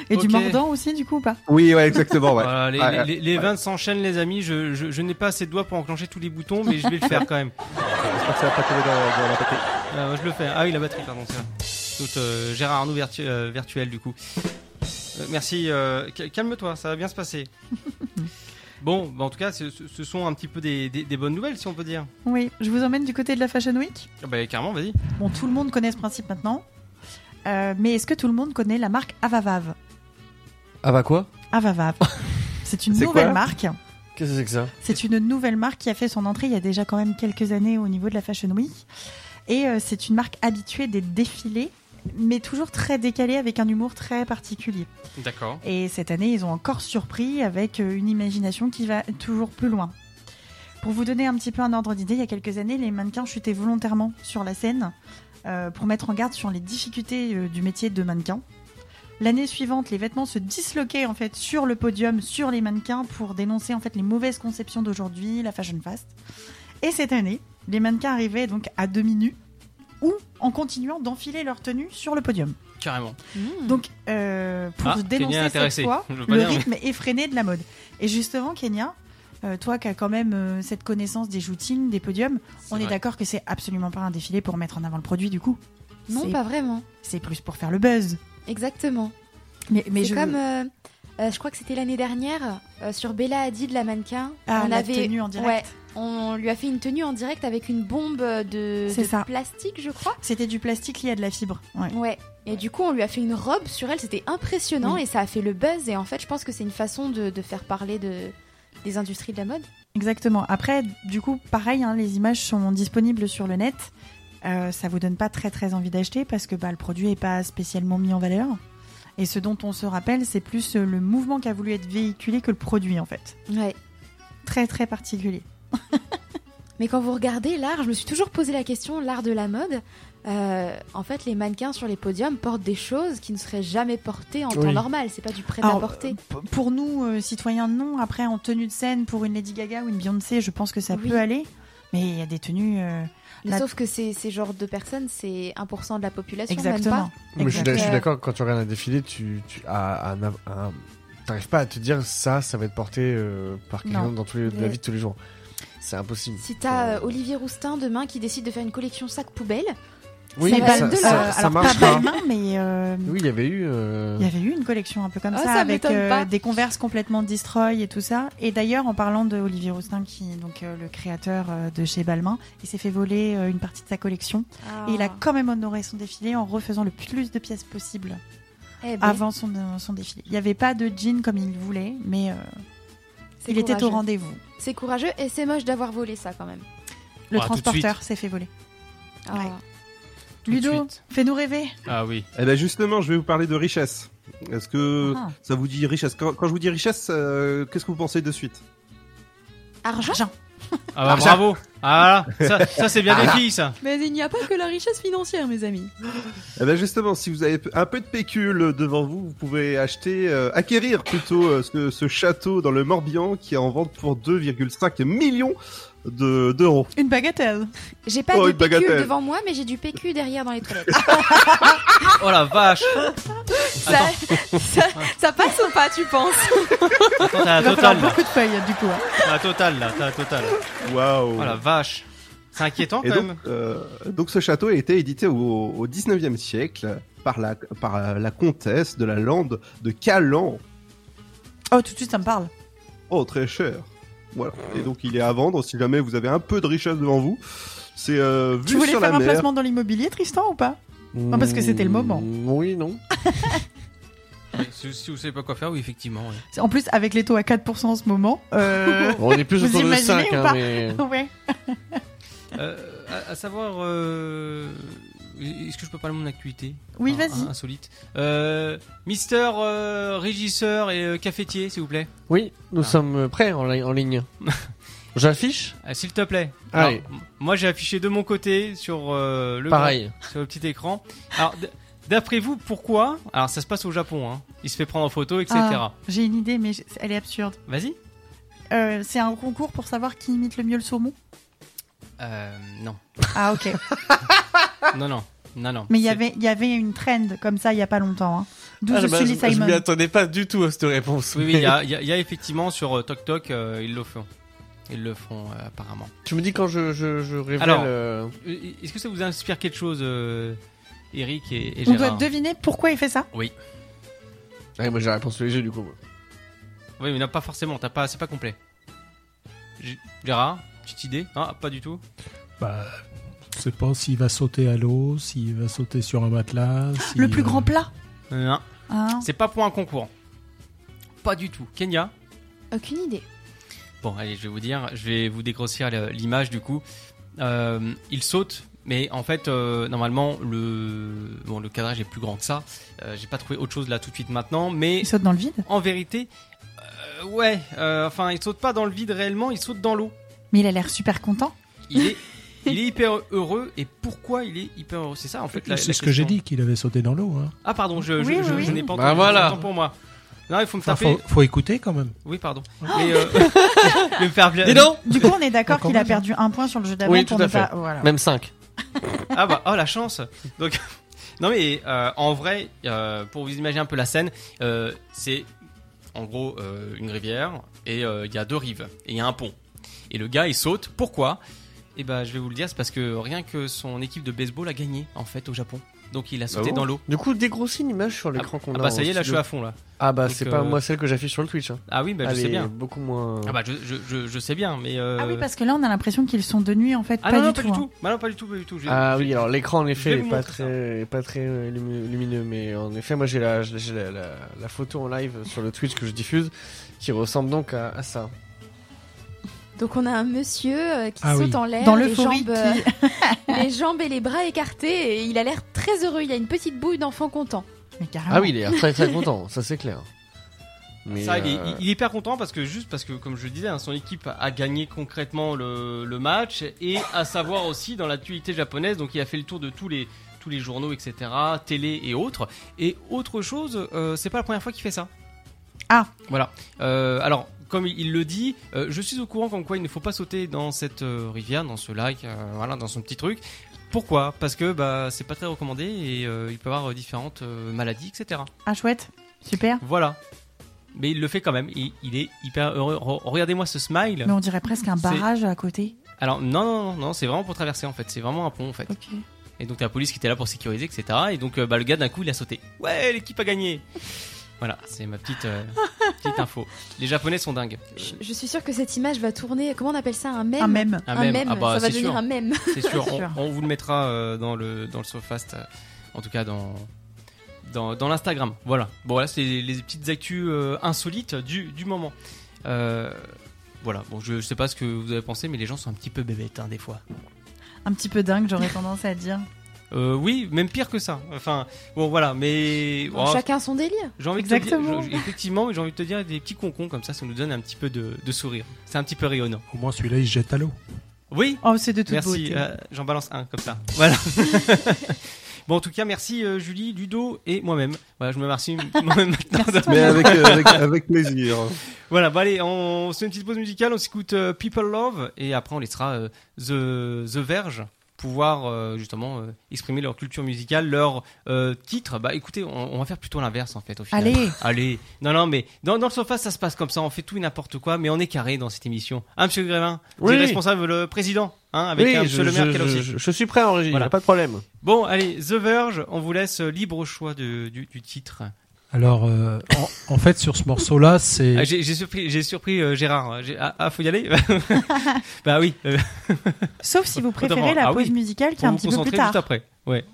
[SPEAKER 3] Et du
[SPEAKER 2] Ok.
[SPEAKER 3] mordant aussi, du coup, ou pas
[SPEAKER 5] Oui, ouais, exactement. Ouais.
[SPEAKER 2] Voilà, les,
[SPEAKER 5] Ouais,
[SPEAKER 2] les-
[SPEAKER 5] ouais.
[SPEAKER 2] les- les 20 s'enchaînent, les amis. Je, je- je n'ai pas assez de doigts pour enclencher tous les boutons, mais je vais le faire quand même.
[SPEAKER 5] J'espère que ça va pas tomber dans, dans la batterie.
[SPEAKER 2] Ah, moi, je le fais. Ah oui, la batterie, pardon. c'est Tout, euh, Gérard Arnaud vertu- euh, virtuel, du coup. Euh, merci. euh, cal- Calme-toi, ça va bien se passer. Bon, bah, en tout cas, ce, ce- ce sont un petit peu des, des- des bonnes nouvelles, si on peut dire.
[SPEAKER 3] Oui, je vous emmène du côté de la Fashion Week.
[SPEAKER 2] Ah Bah, carrément, vas-y.
[SPEAKER 3] Bon, tout le monde connaît ce principe maintenant. Euh, mais est-ce que tout le monde connaît la marque Avavav
[SPEAKER 4] Ah bah quoi
[SPEAKER 3] Avavav. C'est une
[SPEAKER 4] C'est
[SPEAKER 3] nouvelle
[SPEAKER 4] quoi
[SPEAKER 3] marque.
[SPEAKER 4] Qu'est-ce que c'est que ça
[SPEAKER 3] C'est une nouvelle marque qui a fait son entrée il y a déjà quand même quelques années au niveau de la Fashion Week. Et euh, c'est une marque habituée des défilés, mais toujours très décalée avec un humour très particulier.
[SPEAKER 2] D'accord.
[SPEAKER 3] Et cette année, ils ont encore surpris avec euh, une imagination qui va toujours plus loin. Pour vous donner un petit peu un ordre d'idée, il y a quelques années, les mannequins chutaient volontairement sur la scène euh, pour mettre en garde sur les difficultés euh, du métier de mannequin. L'année suivante, les vêtements se disloquaient en fait sur le podium, sur les mannequins pour dénoncer en fait les mauvaises conceptions d'aujourd'hui, la fashion fast. Et cette année, les mannequins arrivaient donc à demi nus ou en continuant d'enfiler leur tenue sur le podium.
[SPEAKER 2] Carrément.
[SPEAKER 3] Donc, euh, pour
[SPEAKER 2] Ah, Kenya
[SPEAKER 3] dénoncer cette
[SPEAKER 2] intéressé.
[SPEAKER 3] fois
[SPEAKER 2] Je veux pas
[SPEAKER 3] le
[SPEAKER 2] dire, mais-
[SPEAKER 3] rythme effréné de la mode. Et justement, Kenya, euh, toi qui as quand même euh, cette connaissance des shootings, des podiums, on est
[SPEAKER 13] vrai.
[SPEAKER 3] d'accord que c'est absolument pas un défilé pour mettre en avant le produit du coup.
[SPEAKER 13] Non,
[SPEAKER 3] C'est-
[SPEAKER 13] pas vraiment.
[SPEAKER 3] C'est plus pour faire le buzz.
[SPEAKER 13] Exactement.
[SPEAKER 3] Mais, mais
[SPEAKER 13] c'est
[SPEAKER 3] je...
[SPEAKER 13] comme, euh, euh, je crois que c'était l'année dernière, euh, sur Bella Hadid, la mannequin.
[SPEAKER 3] Ah,
[SPEAKER 13] on
[SPEAKER 3] la
[SPEAKER 13] avait...
[SPEAKER 3] tenue en direct.
[SPEAKER 13] Ouais, on lui a fait une tenue en direct avec une bombe de,
[SPEAKER 3] C'est
[SPEAKER 13] de
[SPEAKER 3] ça.
[SPEAKER 13] plastique, je crois.
[SPEAKER 3] C'était du plastique lié à de la fibre. Ouais.
[SPEAKER 13] Ouais. Et du coup, on lui a fait une robe sur elle, c'était impressionnant
[SPEAKER 3] Oui.
[SPEAKER 13] et ça a fait le buzz. Et en fait, je pense que c'est une façon de, de faire parler de, des industries de la mode.
[SPEAKER 3] Exactement. Après, du coup, pareil, hein, les images sont disponibles sur le net. Euh, ça vous donne pas très très envie d'acheter parce que bah, le produit est pas spécialement mis en valeur. Et ce dont on se rappelle, c'est plus euh, le mouvement qui a voulu être véhiculé que le produit en fait.
[SPEAKER 13] Ouais.
[SPEAKER 3] Très très particulier.
[SPEAKER 13] Mais quand vous regardez l'art, je me suis toujours posé la question, l'art de la mode. euh, en fait, les mannequins sur les podiums portent des choses qui ne seraient jamais portées en
[SPEAKER 3] Oui.
[SPEAKER 13] temps normal. C'est pas du prêt-à-porter.
[SPEAKER 3] Alors, p- pour nous, euh, citoyens, non. Après, en tenue de scène, pour une Lady Gaga ou une Beyoncé, je pense que ça peut aller. Mais il y a des tenues. euh,
[SPEAKER 13] Mais
[SPEAKER 3] la-
[SPEAKER 13] Sauf que ces, ces genres de personnes, c'est 1% de la population,
[SPEAKER 3] Exactement.
[SPEAKER 13] même pas.
[SPEAKER 4] Mais je suis
[SPEAKER 13] Exactement.
[SPEAKER 4] d'ac- je suis d'accord, quand tu regardes un défilé, tu, tu à- à un- à un- t'arrives pas à te dire ça, ça va être porté euh, par quelqu'un
[SPEAKER 13] Non.
[SPEAKER 4] dans tous les, de la
[SPEAKER 13] Mais-
[SPEAKER 4] vie de tous les jours. C'est impossible.
[SPEAKER 13] Si t'as euh, Olivier Roustin demain qui décide de faire une collection sac poubelle,
[SPEAKER 4] Oui,
[SPEAKER 13] ça
[SPEAKER 4] mais
[SPEAKER 13] va
[SPEAKER 4] ça-
[SPEAKER 13] être de
[SPEAKER 4] ça-
[SPEAKER 13] l'art.
[SPEAKER 4] ça
[SPEAKER 3] Alors,
[SPEAKER 4] marche hein.
[SPEAKER 3] pas
[SPEAKER 4] pas.
[SPEAKER 3] Balmain, mais. euh,
[SPEAKER 4] Oui, il y avait eu. euh,
[SPEAKER 3] Il y avait eu une collection un peu comme
[SPEAKER 13] Ah,
[SPEAKER 3] ça,
[SPEAKER 13] ça
[SPEAKER 3] avec
[SPEAKER 13] m'étonne
[SPEAKER 3] euh,
[SPEAKER 13] pas.
[SPEAKER 3] des converses complètement destroy et tout ça. Et d'ailleurs, en parlant de Olivier Roustin, qui est donc euh, le créateur euh, de chez Balmain, il s'est fait voler euh, une partie de sa collection.
[SPEAKER 13] Ah.
[SPEAKER 3] Et il a quand même honoré son défilé en refaisant le plus de pièces possible
[SPEAKER 13] Eh ben.
[SPEAKER 3] avant son, euh, son défilé. Il n'y avait pas de jean comme il voulait, mais euh,
[SPEAKER 13] c'est
[SPEAKER 3] il était au
[SPEAKER 13] courageux.
[SPEAKER 3] rendez-vous.
[SPEAKER 13] C'est courageux et c'est moche d'avoir volé ça quand même.
[SPEAKER 3] Le
[SPEAKER 2] Ah, tout de
[SPEAKER 3] transporteur s'est fait voler.
[SPEAKER 13] Ah.
[SPEAKER 3] Ludo, fais-nous rêver.
[SPEAKER 2] Ah oui.
[SPEAKER 5] Eh ben justement, je vais vous parler de richesse. Est-ce que
[SPEAKER 3] Ah.
[SPEAKER 5] ça vous dit richesse quand, quand je vous dis richesse, euh, qu'est-ce que vous pensez de suite
[SPEAKER 13] Argent.
[SPEAKER 2] Ah bah,
[SPEAKER 5] Argent.
[SPEAKER 2] bravo. Ah, ça, ça, c'est bien des filles, ça.
[SPEAKER 18] Mais il n'y a pas que la richesse financière, mes amis.
[SPEAKER 5] Eh ben justement, si vous avez un peu de pécule devant vous, vous pouvez acheter, euh, acquérir plutôt euh, ce, ce château dans le Morbihan qui est en vente pour 2,5 millions de- d'euros.
[SPEAKER 3] Une bagatelle.
[SPEAKER 13] J'ai pas
[SPEAKER 5] Oh,
[SPEAKER 13] de
[SPEAKER 5] une
[SPEAKER 13] PQ
[SPEAKER 5] bagatelle.
[SPEAKER 13] devant moi, mais j'ai du PQ derrière dans les toilettes.
[SPEAKER 2] Oh la
[SPEAKER 5] Ah,
[SPEAKER 2] vache.
[SPEAKER 18] Ça, ça, ça passe ou pas, tu penses
[SPEAKER 2] Attends, t'as
[SPEAKER 3] Il va falloir
[SPEAKER 2] la totale, là.
[SPEAKER 3] beaucoup de feuilles, du coup. hein.
[SPEAKER 2] T'as la totale, là. T'as la totale.
[SPEAKER 5] Waouh.
[SPEAKER 2] Oh la vache. C'est inquiétant, quand
[SPEAKER 5] Et donc,
[SPEAKER 2] même.
[SPEAKER 5] euh, donc ce château a été édité au, au 19e siècle par la, par euh, la comtesse de la lande de Calan.
[SPEAKER 3] Oh, tout de suite, ça me parle.
[SPEAKER 5] Oh, très cher. Voilà. Et donc il est à vendre si jamais vous avez un peu de richesse devant vous. C'est euh,
[SPEAKER 3] Tu
[SPEAKER 5] vu
[SPEAKER 3] voulais
[SPEAKER 5] sur
[SPEAKER 3] faire
[SPEAKER 5] la
[SPEAKER 3] un
[SPEAKER 5] mer.
[SPEAKER 3] placement dans l'immobilier, Tristan, ou pas Non, parce que c'était
[SPEAKER 5] Hmm,
[SPEAKER 3] le moment.
[SPEAKER 4] Oui, non.
[SPEAKER 2] Si si vous savez pas quoi faire, oui, effectivement. ouais.
[SPEAKER 3] En plus, avec les taux à 4% en ce moment. euh,
[SPEAKER 2] On est plus
[SPEAKER 3] vous
[SPEAKER 2] autour de
[SPEAKER 3] imaginez
[SPEAKER 2] 5,
[SPEAKER 3] ou
[SPEAKER 2] hein,
[SPEAKER 3] pas
[SPEAKER 2] mais-
[SPEAKER 3] Ouais.
[SPEAKER 2] Euh, à, à savoir, euh, est-ce que je peux parler de mon actualité
[SPEAKER 3] Oui,
[SPEAKER 2] Un-
[SPEAKER 3] vas-y.
[SPEAKER 2] un- Insolite. Euh, Mister euh, régisseur et euh, cafetier, s'il vous plaît.
[SPEAKER 3] Ah.
[SPEAKER 4] Oui, nous sommes prêts en, li- en ligne. J'affiche
[SPEAKER 2] Ah, S'il te plaît.
[SPEAKER 4] Allez.
[SPEAKER 2] Alors, m- moi, j'ai affiché de mon côté sur euh, le
[SPEAKER 4] Pareil.
[SPEAKER 2] grand- sur le petit écran. Alors, d- d'après vous, pourquoi Alors, ça se passe au Japon. hein. Il se fait prendre en photo, etc.
[SPEAKER 3] Ah, J'ai une idée, mais je- elle est absurde.
[SPEAKER 2] Vas-y.
[SPEAKER 3] Euh, c'est un concours pour savoir qui imite le mieux le saumon
[SPEAKER 2] Euh, non.
[SPEAKER 3] Ah, ok.
[SPEAKER 2] non, non, non, non.
[SPEAKER 3] Mais il y avait- il y avait une trend comme ça il y a pas longtemps. Hein. D'où
[SPEAKER 4] Ah,
[SPEAKER 3] je
[SPEAKER 4] bah,
[SPEAKER 3] suis
[SPEAKER 4] je
[SPEAKER 3] les Simon.
[SPEAKER 4] m'y attendais pas du tout à cette réponse.
[SPEAKER 2] Oui, oui, il y a, il y a- il y a effectivement sur euh, Tok Tok, euh, ils le font. Ils le font euh, apparemment.
[SPEAKER 4] Tu me dis quand je, je, je révèle.
[SPEAKER 2] Alors,
[SPEAKER 4] euh,
[SPEAKER 2] euh, est-ce que ça vous inspire quelque chose, euh, Eric et, et
[SPEAKER 3] On doit
[SPEAKER 2] Gérard
[SPEAKER 3] deviner pourquoi il fait ça
[SPEAKER 2] Oui.
[SPEAKER 4] Ouais, Ah moi j'ai la réponse sous les yeux du coup.
[SPEAKER 2] Oui, mais non, pas forcément. T'as pas, c'est pas complet. G- Gérard, petite idée Ah, pas du tout.
[SPEAKER 14] Bah, je sais pas s'il va sauter à l'eau, s'il va sauter sur un matelas.
[SPEAKER 3] Le
[SPEAKER 14] s'il,
[SPEAKER 3] plus
[SPEAKER 14] euh,
[SPEAKER 3] grand plat
[SPEAKER 2] Non.
[SPEAKER 3] Ah.
[SPEAKER 2] C'est pas pour un concours. Pas du tout. Kenya.
[SPEAKER 13] Aucune idée.
[SPEAKER 2] Bon, allez, je vais vous dire, je vais vous dégrossir le- l'image du coup. Euh, il saute, mais en fait, euh, normalement, le, bon, le cadrage est plus grand que ça. Euh, J'ai pas trouvé autre chose là tout de suite maintenant, mais. Il
[SPEAKER 3] saute dans le vide
[SPEAKER 2] En vérité, euh, ouais, euh, enfin, il saute pas dans le vide réellement, il saute dans l'eau.
[SPEAKER 3] Mais il a l'air super content.
[SPEAKER 2] Il est, il est hyper heureux, et pourquoi il est hyper heureux C'est ça en fait la,
[SPEAKER 14] C'est
[SPEAKER 2] la
[SPEAKER 14] ce que j'ai
[SPEAKER 2] question.
[SPEAKER 14] dit, qu'il avait sauté dans l'eau. Hein.
[SPEAKER 2] Ah, pardon, je, je-
[SPEAKER 14] Oui,
[SPEAKER 2] je-
[SPEAKER 14] oui,
[SPEAKER 2] je
[SPEAKER 14] oui.
[SPEAKER 2] n'ai pas
[SPEAKER 14] Bah
[SPEAKER 2] entendu.
[SPEAKER 14] voilà.
[SPEAKER 2] autant pour moi. Non, il faut me
[SPEAKER 14] Enfin,
[SPEAKER 2] taper.
[SPEAKER 14] faut, faut écouter quand même.
[SPEAKER 2] Oui, pardon.
[SPEAKER 3] Ah.
[SPEAKER 2] Mais, euh, je vais me faire
[SPEAKER 4] Dis donc
[SPEAKER 3] Du coup, on est d'accord
[SPEAKER 4] Encore
[SPEAKER 3] qu'il a
[SPEAKER 4] mal.
[SPEAKER 3] perdu un point sur le jeu d'avant
[SPEAKER 4] oui, tout
[SPEAKER 3] pour
[SPEAKER 4] à
[SPEAKER 3] ne
[SPEAKER 4] fait.
[SPEAKER 3] pas. Voilà.
[SPEAKER 4] Même 5.
[SPEAKER 2] ah bah oh la chance donc non mais euh, en vrai euh, pour vous imaginer un peu la scène euh, c'est en gros euh, une rivière et euh, il y a deux rives et il y a un pont et le gars il saute pourquoi et ben je vais vous le dire c'est parce que rien que son équipe de baseball a gagné en fait au Japon donc il a sauté
[SPEAKER 4] Bah,
[SPEAKER 2] dans l'eau
[SPEAKER 4] Du coup, dégrossis l'image sur l'écran qu'on
[SPEAKER 2] ah
[SPEAKER 4] a.
[SPEAKER 2] bah,
[SPEAKER 4] en
[SPEAKER 2] ça y est, là, je
[SPEAKER 4] studio.
[SPEAKER 2] suis à fond, là.
[SPEAKER 4] Ah bah,
[SPEAKER 2] Donc,
[SPEAKER 4] c'est pas
[SPEAKER 2] euh,
[SPEAKER 4] moi celle que j'affiche sur le Twitch. hein.
[SPEAKER 2] ah oui bah
[SPEAKER 4] Elle
[SPEAKER 2] je sais
[SPEAKER 4] est
[SPEAKER 2] bien
[SPEAKER 4] Beaucoup moins.
[SPEAKER 2] ah bah je, je, je, je sais bien mais euh,
[SPEAKER 3] Ah oui, parce que là, on a l'impression qu'ils sont de nuit en fait.
[SPEAKER 2] Ah
[SPEAKER 3] pas
[SPEAKER 2] non, non,
[SPEAKER 3] du
[SPEAKER 2] pas
[SPEAKER 3] tout.
[SPEAKER 2] du
[SPEAKER 3] hein.
[SPEAKER 2] tout. Bah non, pas du tout, pas du tout. J'ai-
[SPEAKER 4] Ah oui, alors l'écran en
[SPEAKER 2] Je
[SPEAKER 4] effet
[SPEAKER 2] vais
[SPEAKER 4] est
[SPEAKER 2] vous
[SPEAKER 4] pas
[SPEAKER 2] montrer
[SPEAKER 4] très, est pas très euh, lumi- lumineux, mais en effet, moi j'ai la, j'ai la, la, la photo en live sur le Twitch que je diffuse qui ressemble donc à, à ça.
[SPEAKER 13] Donc on a un monsieur euh, qui
[SPEAKER 4] Ah
[SPEAKER 13] saute
[SPEAKER 4] oui.
[SPEAKER 13] en l'air,
[SPEAKER 3] Dans
[SPEAKER 13] les,
[SPEAKER 3] l'euphorie
[SPEAKER 13] jambes, euh, les jambes et les bras écartés, et il a l'air très heureux, il a une petite bouille d'enfant content.
[SPEAKER 3] Mais
[SPEAKER 4] Ah oui, il est très très content, ça c'est clair. Mais,
[SPEAKER 2] Ça, il, est,
[SPEAKER 4] euh,
[SPEAKER 2] il est hyper content parce que juste parce que comme je le disais, hein, son équipe a gagné concrètement le, le match et à savoir aussi dans l'actualité japonaise, donc il a fait le tour de tous les tous les journaux, etc., télé et autres. Et autre chose, euh, c'est pas la première fois qu'il fait ça.
[SPEAKER 3] Ah.
[SPEAKER 2] Voilà. Euh, alors, comme il, il le dit, euh, je suis au courant comme quoi il ne faut pas sauter dans cette euh, rivière, dans ce lac, euh, voilà, dans son petit truc. Pourquoi Parce que bah c'est pas très recommandé et euh, il peut avoir euh, différentes euh, maladies, etc.
[SPEAKER 3] Ah chouette, super.
[SPEAKER 2] Voilà. Mais il le fait quand même. Il, il est hyper heureux. Re- Regardez-moi ce smile.
[SPEAKER 3] Mais on dirait presque un
[SPEAKER 2] C'est-
[SPEAKER 3] barrage à côté.
[SPEAKER 2] Alors non, non, non, non, c'est vraiment pour traverser en fait. C'est vraiment un pont en fait. Et donc t'as la police qui était là pour sécuriser, etc. Et donc euh, bah, le gars d'un coup il a sauté. Ouais, l'équipe a gagné. Voilà, c'est ma petite euh, petite info. Les Japonais sont dingues.
[SPEAKER 13] Je suis sûre que cette image va tourner, comment on appelle ça, un mème
[SPEAKER 3] Un mème.
[SPEAKER 2] Un mème. Ah bah,
[SPEAKER 13] ça va
[SPEAKER 2] c'est
[SPEAKER 13] devenir
[SPEAKER 2] sûr.
[SPEAKER 13] un mème.
[SPEAKER 2] C'est sûr. on, on vous le mettra euh, dans le dans le Sofast, euh, en tout cas dans dans, dans l'Instagram. Voilà. Bon, là, c'est les, les petites actus euh, insolites du, du moment. Euh, voilà. Bon, je, je sais pas ce que vous avez pensé, mais les gens sont un petit peu bébêtes hein, des fois.
[SPEAKER 3] Un petit peu dingue, j'aurais tendance à dire.
[SPEAKER 2] Euh, oui, même pire que ça. Enfin, bon, voilà. Mais
[SPEAKER 13] Bon,
[SPEAKER 2] oh,
[SPEAKER 13] chacun son délire.
[SPEAKER 2] J'ai envie
[SPEAKER 13] Exactement.
[SPEAKER 2] De te dire, j'ai- effectivement, j'ai envie de te dire des petits concons comme ça, ça nous donne un petit peu de, de sourire. C'est un petit peu rayonnant.
[SPEAKER 14] Au moins celui-là, il se jette à l'eau.
[SPEAKER 2] Oui.
[SPEAKER 3] Oh, c'est de toute
[SPEAKER 2] merci,
[SPEAKER 3] beauté.
[SPEAKER 2] euh, J'en balance un comme ça. Voilà. bon, en tout cas, merci euh, Julie, Ludo et moi-même. Voilà, je me remercie moi-même maintenant. de-
[SPEAKER 5] Mais avec, euh, avec, avec plaisir.
[SPEAKER 2] Voilà, bah allez, on se fait une petite pause musicale, on s'écoute euh, People Love et après on laissera euh, The, The Verge pouvoir euh, justement euh, exprimer leur culture musicale, leur euh, titre. Bah écoutez, on, on va faire plutôt l'inverse en fait au final.
[SPEAKER 3] Allez.
[SPEAKER 2] Allez Non, non, mais dans, dans le sofa ça se passe comme ça, on fait tout et n'importe quoi, mais on est carré dans cette émission. Hein, monsieur Grévin
[SPEAKER 4] Oui.
[SPEAKER 2] Vous êtes responsable, le président, hein, avec
[SPEAKER 4] oui,
[SPEAKER 2] un
[SPEAKER 4] je,
[SPEAKER 2] monsieur le maire
[SPEAKER 4] je-
[SPEAKER 2] qui est là
[SPEAKER 4] je-
[SPEAKER 2] aussi.
[SPEAKER 4] je- je suis prêt en régie,
[SPEAKER 2] Voilà.
[SPEAKER 4] y a pas de problème.
[SPEAKER 2] Bon, allez, The Verge, on vous laisse euh, libre choix de- du, du titre.
[SPEAKER 14] Alors, euh, en, en fait, sur ce morceau-là, c'est.
[SPEAKER 2] Ah, j'ai j'ai surpris, j'ai surpris euh, Gérard. J'ai- Ah, ah, faut y aller Bah oui. euh.
[SPEAKER 3] Sauf si vous préférez
[SPEAKER 2] Autrement,
[SPEAKER 3] la
[SPEAKER 2] ah
[SPEAKER 3] pause
[SPEAKER 2] oui.
[SPEAKER 3] musicale qui est
[SPEAKER 2] Faut
[SPEAKER 3] un
[SPEAKER 2] vous
[SPEAKER 3] petit peu plus
[SPEAKER 2] concentrer
[SPEAKER 3] tard.
[SPEAKER 2] Juste après. Ouais.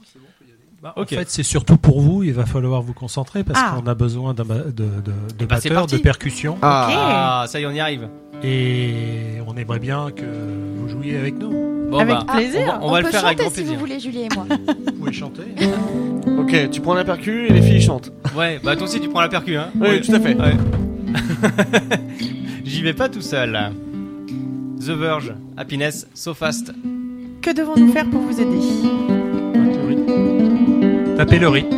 [SPEAKER 14] En
[SPEAKER 2] ok.
[SPEAKER 14] fait, c'est surtout pour vous, il va falloir vous concentrer parce
[SPEAKER 2] Ah.
[SPEAKER 14] qu'on a besoin d'un ba- de, de, de
[SPEAKER 2] Bah, c'est
[SPEAKER 14] batteur,
[SPEAKER 2] parti.
[SPEAKER 14] de percussion.
[SPEAKER 2] Ah, ça y est, on y arrive.
[SPEAKER 14] Et on aimerait bien que vous jouiez avec nous.
[SPEAKER 2] Bon,
[SPEAKER 13] avec
[SPEAKER 2] bah,
[SPEAKER 13] plaisir.
[SPEAKER 2] On va, on va
[SPEAKER 13] peut
[SPEAKER 2] le faire
[SPEAKER 13] chanter
[SPEAKER 2] avec grand
[SPEAKER 13] si vous
[SPEAKER 2] plaisir.
[SPEAKER 13] voulez, Julie et moi.
[SPEAKER 14] Vous pouvez chanter.
[SPEAKER 4] Ok, tu prends la percu et les filles chantent.
[SPEAKER 2] Ouais, bah toi aussi tu prends la percu, hein
[SPEAKER 4] Oui, tout à fait.
[SPEAKER 2] Ouais. J'y vais pas tout seul. The Verge, Happiness, So Fast.
[SPEAKER 3] Que devons-nous faire pour vous aider
[SPEAKER 2] Tapez le rythme.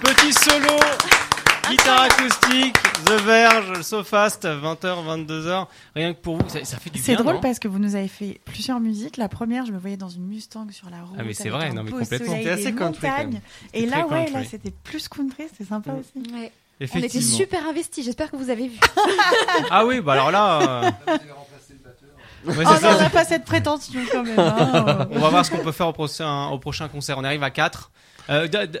[SPEAKER 2] Petit solo, guitare acoustique, The Verge, So Fast, 20h, 22h. Rien que pour vous, ça, ça fait du bien.
[SPEAKER 3] C'est drôle
[SPEAKER 2] non
[SPEAKER 3] parce que vous nous avez fait plusieurs musiques. La première, je me voyais dans une Mustang sur la route.
[SPEAKER 2] Ah, mais c'est
[SPEAKER 3] avec
[SPEAKER 2] vrai,
[SPEAKER 3] un
[SPEAKER 2] non, mais
[SPEAKER 3] beau
[SPEAKER 2] complètement.
[SPEAKER 3] soleil,
[SPEAKER 2] C'était assez
[SPEAKER 3] des
[SPEAKER 2] country, quand même.
[SPEAKER 3] montagnes.
[SPEAKER 2] C'était
[SPEAKER 3] Et là,
[SPEAKER 2] très
[SPEAKER 3] ouais,
[SPEAKER 2] country.
[SPEAKER 3] là, c'était plus country, c'est sympa
[SPEAKER 13] Mm.
[SPEAKER 3] aussi.
[SPEAKER 13] On était
[SPEAKER 2] Effectivement.
[SPEAKER 13] super investis, j'espère que vous avez vu.
[SPEAKER 2] Ah oui, bah alors là. euh, Ouais, c'est
[SPEAKER 3] oh non,
[SPEAKER 2] ça.
[SPEAKER 3] on n'a pas cette prétention quand même. hein.
[SPEAKER 2] on va voir ce qu'on peut faire au prochain, au prochain concert. On arrive à 4.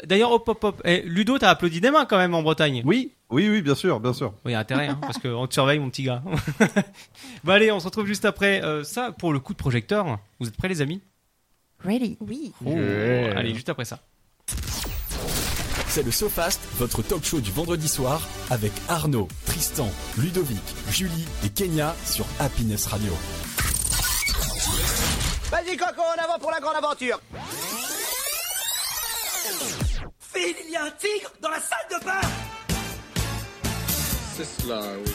[SPEAKER 2] D'ailleurs, hop, hop, hop. Eh, Ludo, t'as applaudi des mains quand même en Bretagne.
[SPEAKER 5] Oui, oui, oui, bien sûr, bien sûr.
[SPEAKER 2] Oui, intérêt, hein, parce qu'on te surveille, mon petit gars. bon, allez, on se retrouve juste après euh, ça pour le coup de projecteur. Vous êtes prêts, les amis
[SPEAKER 3] Ready Oui.
[SPEAKER 2] Oh,
[SPEAKER 1] Ouais.
[SPEAKER 2] Allez, juste après ça.
[SPEAKER 1] C'est le SoFast, votre talk show du vendredi soir avec Arnaud, Tristan, Ludovic, Julie et Kenya sur Happiness Radio.
[SPEAKER 16] Vas-y Coco, en avant pour la grande aventure Phil, il y a un tigre dans la salle de bain
[SPEAKER 19] C'est cela, oui.